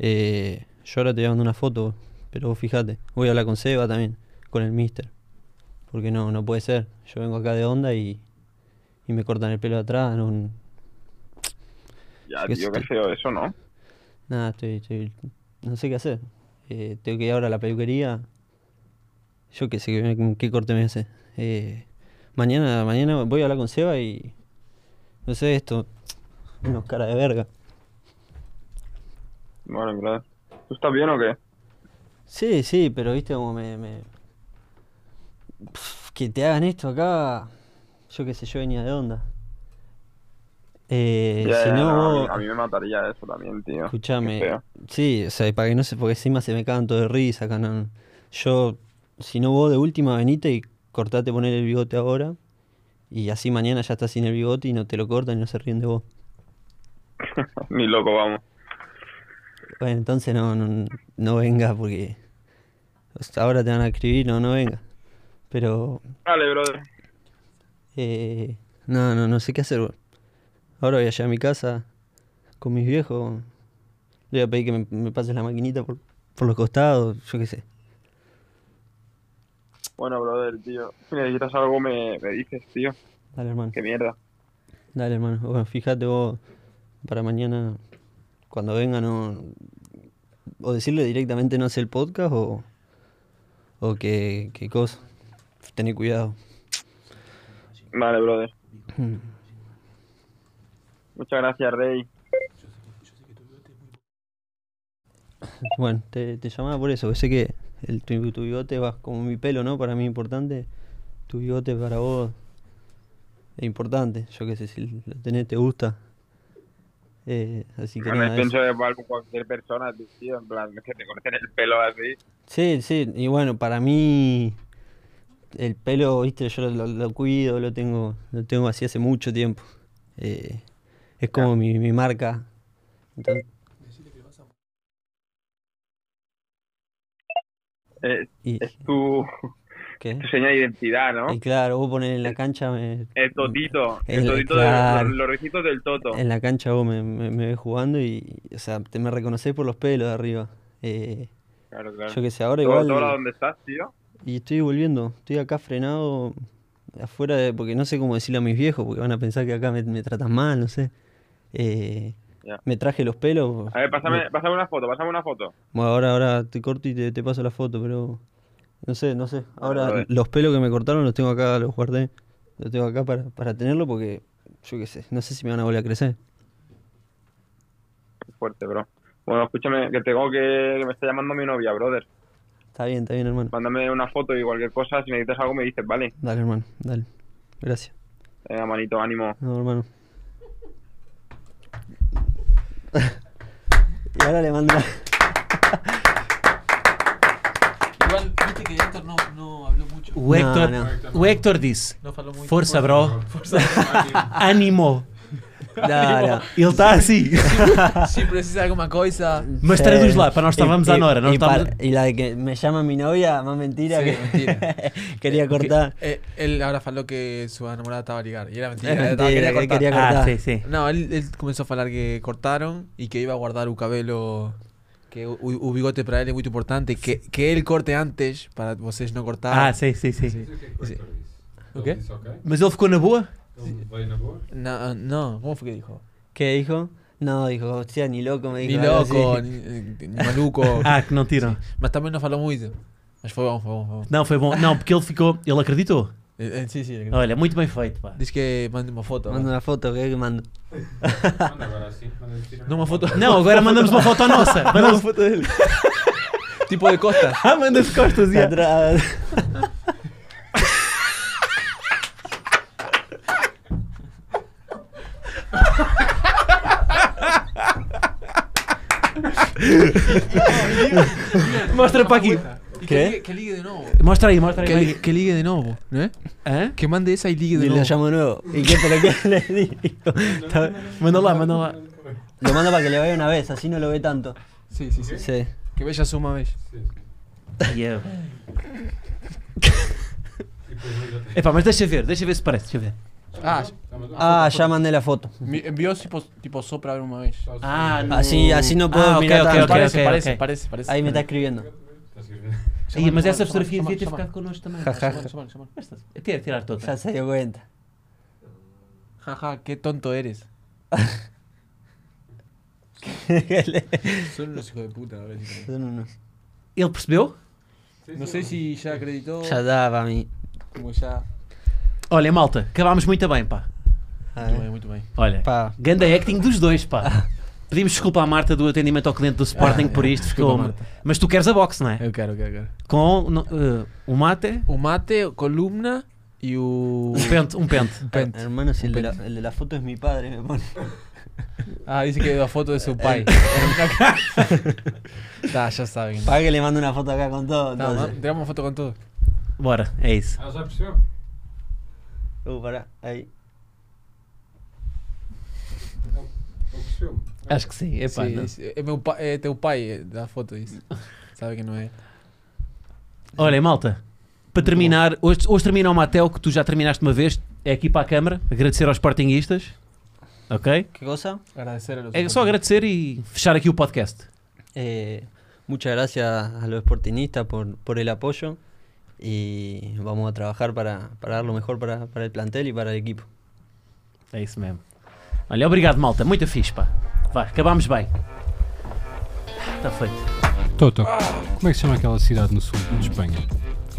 [SPEAKER 3] eh, yo ahora te voy a mandar una foto, pero vos fíjate. Voy a hablar con Seba también, con el mister. Porque no, no puede ser. Yo vengo acá de onda y. Y me cortan el pelo de atrás. No,
[SPEAKER 9] Ya,
[SPEAKER 3] ¿Qué
[SPEAKER 9] tío, qué
[SPEAKER 3] es-
[SPEAKER 9] feo eso, ¿no?
[SPEAKER 3] Nada, estoy, estoy- No sé qué hacer. Eh, tengo que ir ahora a la peluquería. Yo qué sé qué, qué corte me hace. Eh, mañana, mañana voy a hablar con Seba y. No sé esto. Unos cara de verga.
[SPEAKER 9] Bueno, brother. ¿Tú estás bien o qué?
[SPEAKER 3] Sí, sí, pero viste como me. me- Pf, que te hagan esto acá. Yo qué sé, yo venía de onda. Eh,
[SPEAKER 9] Ya,
[SPEAKER 3] si
[SPEAKER 9] ya,
[SPEAKER 3] no,
[SPEAKER 9] no,
[SPEAKER 3] vos-
[SPEAKER 9] a mí me mataría eso también, tío.
[SPEAKER 3] Escuchame,
[SPEAKER 9] Qué feo.
[SPEAKER 3] sí, o sea, y para que no se, porque encima se me cagan todo de risa, acá no- Yo, si no vos de última venite y cortate poner el bigote ahora, y así mañana ya estás sin el bigote y no te lo cortan y no se ríen de vos.
[SPEAKER 9] Ni loco, vamos.
[SPEAKER 3] Bueno, entonces no, no, no venga porque o sea, ahora te van a escribir, no, no venga. Pero,
[SPEAKER 9] Vale, brother.
[SPEAKER 3] eh, no, no, no sé qué hacer. bro. Ahora voy allá a mi casa con mis viejos, le voy a pedir que me, me pases la maquinita por, por los costados, yo qué sé.
[SPEAKER 9] Bueno, brother, tío. Si necesitas algo, me, me dices, tío.
[SPEAKER 3] Dale, hermano.
[SPEAKER 9] Qué mierda.
[SPEAKER 3] Dale, hermano. Bueno, fíjate vos para mañana, cuando venga, no. O decirle directamente no hace el podcast o. O que. qué cosa. Tené cuidado.
[SPEAKER 9] Vale, brother. Muchas gracias, Rey.
[SPEAKER 3] Bueno, te, te llamaba por eso, porque sé que el, tu, tu bigote va como mi pelo, ¿no? Para mí es importante. Tu bigote para vos es importante. Yo qué sé, si lo tenés, te gusta. Eh, así que
[SPEAKER 9] Bueno,
[SPEAKER 3] nada,
[SPEAKER 9] es
[SPEAKER 3] eso.
[SPEAKER 9] pienso de igual con cualquier persona, tío. En plan, que te corten el pelo así.
[SPEAKER 3] Sí, sí, y bueno, para mí el pelo, viste, yo lo, lo cuido, lo tengo, lo tengo así hace mucho tiempo. Eh, es como mi, mi marca. Entonces-
[SPEAKER 9] Eh,
[SPEAKER 3] y,
[SPEAKER 9] es tu,
[SPEAKER 3] ¿Qué?
[SPEAKER 9] Tu seña de identidad, ¿no?
[SPEAKER 3] Y claro, vos poner en la cancha, me-
[SPEAKER 9] El totito. El,
[SPEAKER 3] El-
[SPEAKER 9] totito de
[SPEAKER 3] claro.
[SPEAKER 9] los, los rejitos del toto.
[SPEAKER 3] en la cancha vos me, me, me ves jugando y, o sea, te me reconocés por los pelos de arriba. Eh,
[SPEAKER 9] Claro, claro.
[SPEAKER 3] yo que sé, ahora
[SPEAKER 9] Todo-
[SPEAKER 3] igual...
[SPEAKER 9] todo ahora donde estás, tío.
[SPEAKER 3] Y estoy volviendo, estoy acá frenado afuera, de- porque no sé cómo decirle a mis viejos, porque van a pensar que acá me, me tratan mal, no sé. Eh,
[SPEAKER 9] Ya.
[SPEAKER 3] Me traje los pelos.
[SPEAKER 9] A ver, pásame, pásame una foto, pásame una foto.
[SPEAKER 3] Bueno, ahora, ahora te corto y te, te paso la foto, pero no sé, no sé.
[SPEAKER 9] a
[SPEAKER 3] Ahora
[SPEAKER 9] ver.
[SPEAKER 3] los pelos que me cortaron los tengo acá, los guardé. Los tengo acá para, para tenerlo porque yo qué sé, no sé si me van a volver a crecer.
[SPEAKER 9] Qué Fuerte, bro. Bueno, escúchame, que tengo que... que Me está llamando mi novia, brother.
[SPEAKER 3] Está bien, está bien, hermano.
[SPEAKER 9] Mándame una foto y cualquier cosa. Si necesitas algo, me dices, ¿vale?
[SPEAKER 3] Dale, hermano, dale. Gracias.
[SPEAKER 9] Venga, manito, ánimo.
[SPEAKER 3] No, hermano. y ahora le mando la-
[SPEAKER 6] Igual, viste que Héctor no, no habló mucho.
[SPEAKER 1] O Héctor,
[SPEAKER 3] No,
[SPEAKER 1] o Héctor diz:
[SPEAKER 6] No faló mucho.
[SPEAKER 1] Força, bro.
[SPEAKER 6] Força.
[SPEAKER 1] Ânimo.
[SPEAKER 3] Claro.
[SPEAKER 1] Ele está assim.
[SPEAKER 6] Si precisa alguma coisa.
[SPEAKER 1] Mas
[SPEAKER 3] Sí.
[SPEAKER 1] traduz lá, para nós estávamos
[SPEAKER 3] Y-
[SPEAKER 1] à
[SPEAKER 3] y-
[SPEAKER 1] Nora. Nós
[SPEAKER 3] y,
[SPEAKER 1] estávamos...
[SPEAKER 3] para- y la de que me llama mi novia, más mentira
[SPEAKER 6] Sí,
[SPEAKER 3] que
[SPEAKER 6] mentira.
[SPEAKER 3] quería cortar.
[SPEAKER 6] Eh, él ahora faló que su enamorada estaba a ligar. Y era mentira.
[SPEAKER 3] Es mentira,
[SPEAKER 6] estaba- quería
[SPEAKER 3] que
[SPEAKER 6] cortar.
[SPEAKER 3] quería cortar.
[SPEAKER 1] Ah, sim, sim.
[SPEAKER 6] No, él, él comenzó a falar que cortaron y que iba a guardar un cabelo, que o, o bigote para él es muy importante, que, que él corte antes para vocês não
[SPEAKER 2] Tá.
[SPEAKER 6] cortar.
[SPEAKER 1] Ah, sim, sim, sim.
[SPEAKER 6] O quê?
[SPEAKER 1] Mas ele ficou na boa?
[SPEAKER 5] Ele veio na boa.
[SPEAKER 6] No, no, ¿cómo fue que dijo?
[SPEAKER 3] ¿Qué dijo? No, dijo, hostia, ni loco me
[SPEAKER 6] Ni
[SPEAKER 3] dijo. algo
[SPEAKER 6] loco,
[SPEAKER 3] así.
[SPEAKER 6] ni, ni maluco.
[SPEAKER 1] Ah, que não tiram.
[SPEAKER 6] Mas também não falou muito. Mas foi bom, foi bom, foi bom.
[SPEAKER 1] Não, foi bom. Não, porque ele ficou. Ele acreditou.
[SPEAKER 6] Eh, eh, sí, sí.
[SPEAKER 1] Olha, muito bem feito, pá.
[SPEAKER 6] Diz que mande uma foto.
[SPEAKER 3] Mando
[SPEAKER 6] Manda
[SPEAKER 3] una foto, ¿qué que mando?
[SPEAKER 5] Manda agora assim. Manda assim.
[SPEAKER 6] uma foto.
[SPEAKER 1] Não, agora mandamos uma foto nossa. Mandamos...
[SPEAKER 6] foto dele. tipo de costa.
[SPEAKER 1] Ah, manda de costas e
[SPEAKER 3] Atrás.
[SPEAKER 1] Mostra para aqui.
[SPEAKER 6] E
[SPEAKER 3] Quê?
[SPEAKER 6] ligue- que ligue de novo.
[SPEAKER 1] Mostra aí, mostra
[SPEAKER 6] Que,
[SPEAKER 1] aí.
[SPEAKER 6] ligue- que ligue de novo, né?
[SPEAKER 1] Hã?
[SPEAKER 6] Que mande esa y ligue de
[SPEAKER 3] Y lo
[SPEAKER 6] nuevo.
[SPEAKER 3] llamo de nuevo. ¿Y qué, pero qué le digo? Está-
[SPEAKER 1] Manda lá, manda lá.
[SPEAKER 3] Lo mando para que le vea una vez, así no lo ve tanto.
[SPEAKER 6] Sí, sí, sí.
[SPEAKER 3] Sí.
[SPEAKER 6] Que bella suma, bella.
[SPEAKER 1] Epá, mas deixa ver, deixa ver se parece, deixa ver.
[SPEAKER 6] Ah,
[SPEAKER 3] Ah, ya mandé la foto.
[SPEAKER 6] mi- envió tipo, pues, tipo sopra a ver una vez.
[SPEAKER 1] Ah, não.
[SPEAKER 3] Así, así no puedo
[SPEAKER 1] Ah, ok,
[SPEAKER 3] mirar
[SPEAKER 1] ok,
[SPEAKER 3] tanto.
[SPEAKER 1] ok.
[SPEAKER 6] parece, parece, parece, parece.
[SPEAKER 3] Ahí me está escribiendo.
[SPEAKER 1] Ih, mas essa
[SPEAKER 6] Chama-
[SPEAKER 1] fotografia
[SPEAKER 6] chama-
[SPEAKER 1] devia ter
[SPEAKER 6] chama-
[SPEAKER 1] ficado connosco também.
[SPEAKER 3] Ja, ja,
[SPEAKER 6] Llaman,
[SPEAKER 3] ja.
[SPEAKER 6] llaman, llaman.
[SPEAKER 1] Esta- Tira, tirar toda.
[SPEAKER 3] Ya se dio cuenta.
[SPEAKER 6] Jaja, qué tonto eres. Son unos hijos de puta. a ver si-
[SPEAKER 3] Son unos-
[SPEAKER 1] Ele percebeu?
[SPEAKER 6] No sé si ya acreditó.
[SPEAKER 3] Ya da para mí.
[SPEAKER 6] Como ya.
[SPEAKER 1] Olha, malta, acabámos muito bem, pá.
[SPEAKER 3] A
[SPEAKER 6] Muy
[SPEAKER 3] ver.
[SPEAKER 6] bien, muy bien.
[SPEAKER 1] Olha,
[SPEAKER 3] Pá.
[SPEAKER 1] ganda acting dos dois, pá. Pedimos desculpa à Marta do atendimento ao cliente do Sporting por isto,
[SPEAKER 6] desculpa,
[SPEAKER 1] ficou.
[SPEAKER 6] Marta.
[SPEAKER 1] Mas tu queres a boxe, não é?
[SPEAKER 6] Eu quero, eu quero, eu quero.
[SPEAKER 1] Com no- eh, um mate,
[SPEAKER 6] O mate, o columna y o.
[SPEAKER 1] um pente, um pente.
[SPEAKER 6] Pent.
[SPEAKER 3] Hermano, si el de, la, el de la foto es mi padre, me pone.
[SPEAKER 6] Ah, dice que la foto de su pai. Está, ya saben.
[SPEAKER 3] Para que le mando una foto acá con todo.
[SPEAKER 6] Tá, ma-
[SPEAKER 3] entonces.
[SPEAKER 6] tiramos foto con todo.
[SPEAKER 1] Bora, é isso.
[SPEAKER 5] Ela já percebeu?
[SPEAKER 3] Uh, pará, ahí.
[SPEAKER 5] Ela percebeu.
[SPEAKER 1] Acho que sim, epá.
[SPEAKER 6] Sí,
[SPEAKER 1] não.
[SPEAKER 6] dice, é meu pa- é teu pai, é da foto disso. Sabe que não é.
[SPEAKER 1] Olha, malta, para terminar, hoje, hoje termina o Matel, que tu já terminaste uma vez, é aqui para a câmara, agradecer aos Sportinguistas, ok?
[SPEAKER 3] ¿Qué cosa?
[SPEAKER 6] Agradecer a los
[SPEAKER 1] É só agradecer e fechar aqui o podcast.
[SPEAKER 3] Eh, muchas gracias a los sportinistas por, por el apoyo y vamos a trabajar para, para dar lo mejor para, para el plantel y para el equipo.
[SPEAKER 1] É isso mesmo. Olha, obrigado, malta, muito fixe, pá. Vá, acabámos bem. Está feito.
[SPEAKER 5] Toto, como é que se chama aquela cidade no sul de Espanha?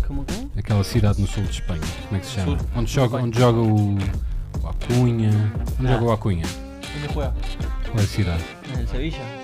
[SPEAKER 3] ¿Cómo, cómo?
[SPEAKER 5] Aquela cidade no sul de Espanha, como é que se chama?
[SPEAKER 6] Sul.
[SPEAKER 5] Onde joga, onde joga o, o Acunha? Onde joga o Acunha?
[SPEAKER 6] ¿Dónde juega?
[SPEAKER 5] Qual é a cidade?
[SPEAKER 3] ¿En el Sevilla?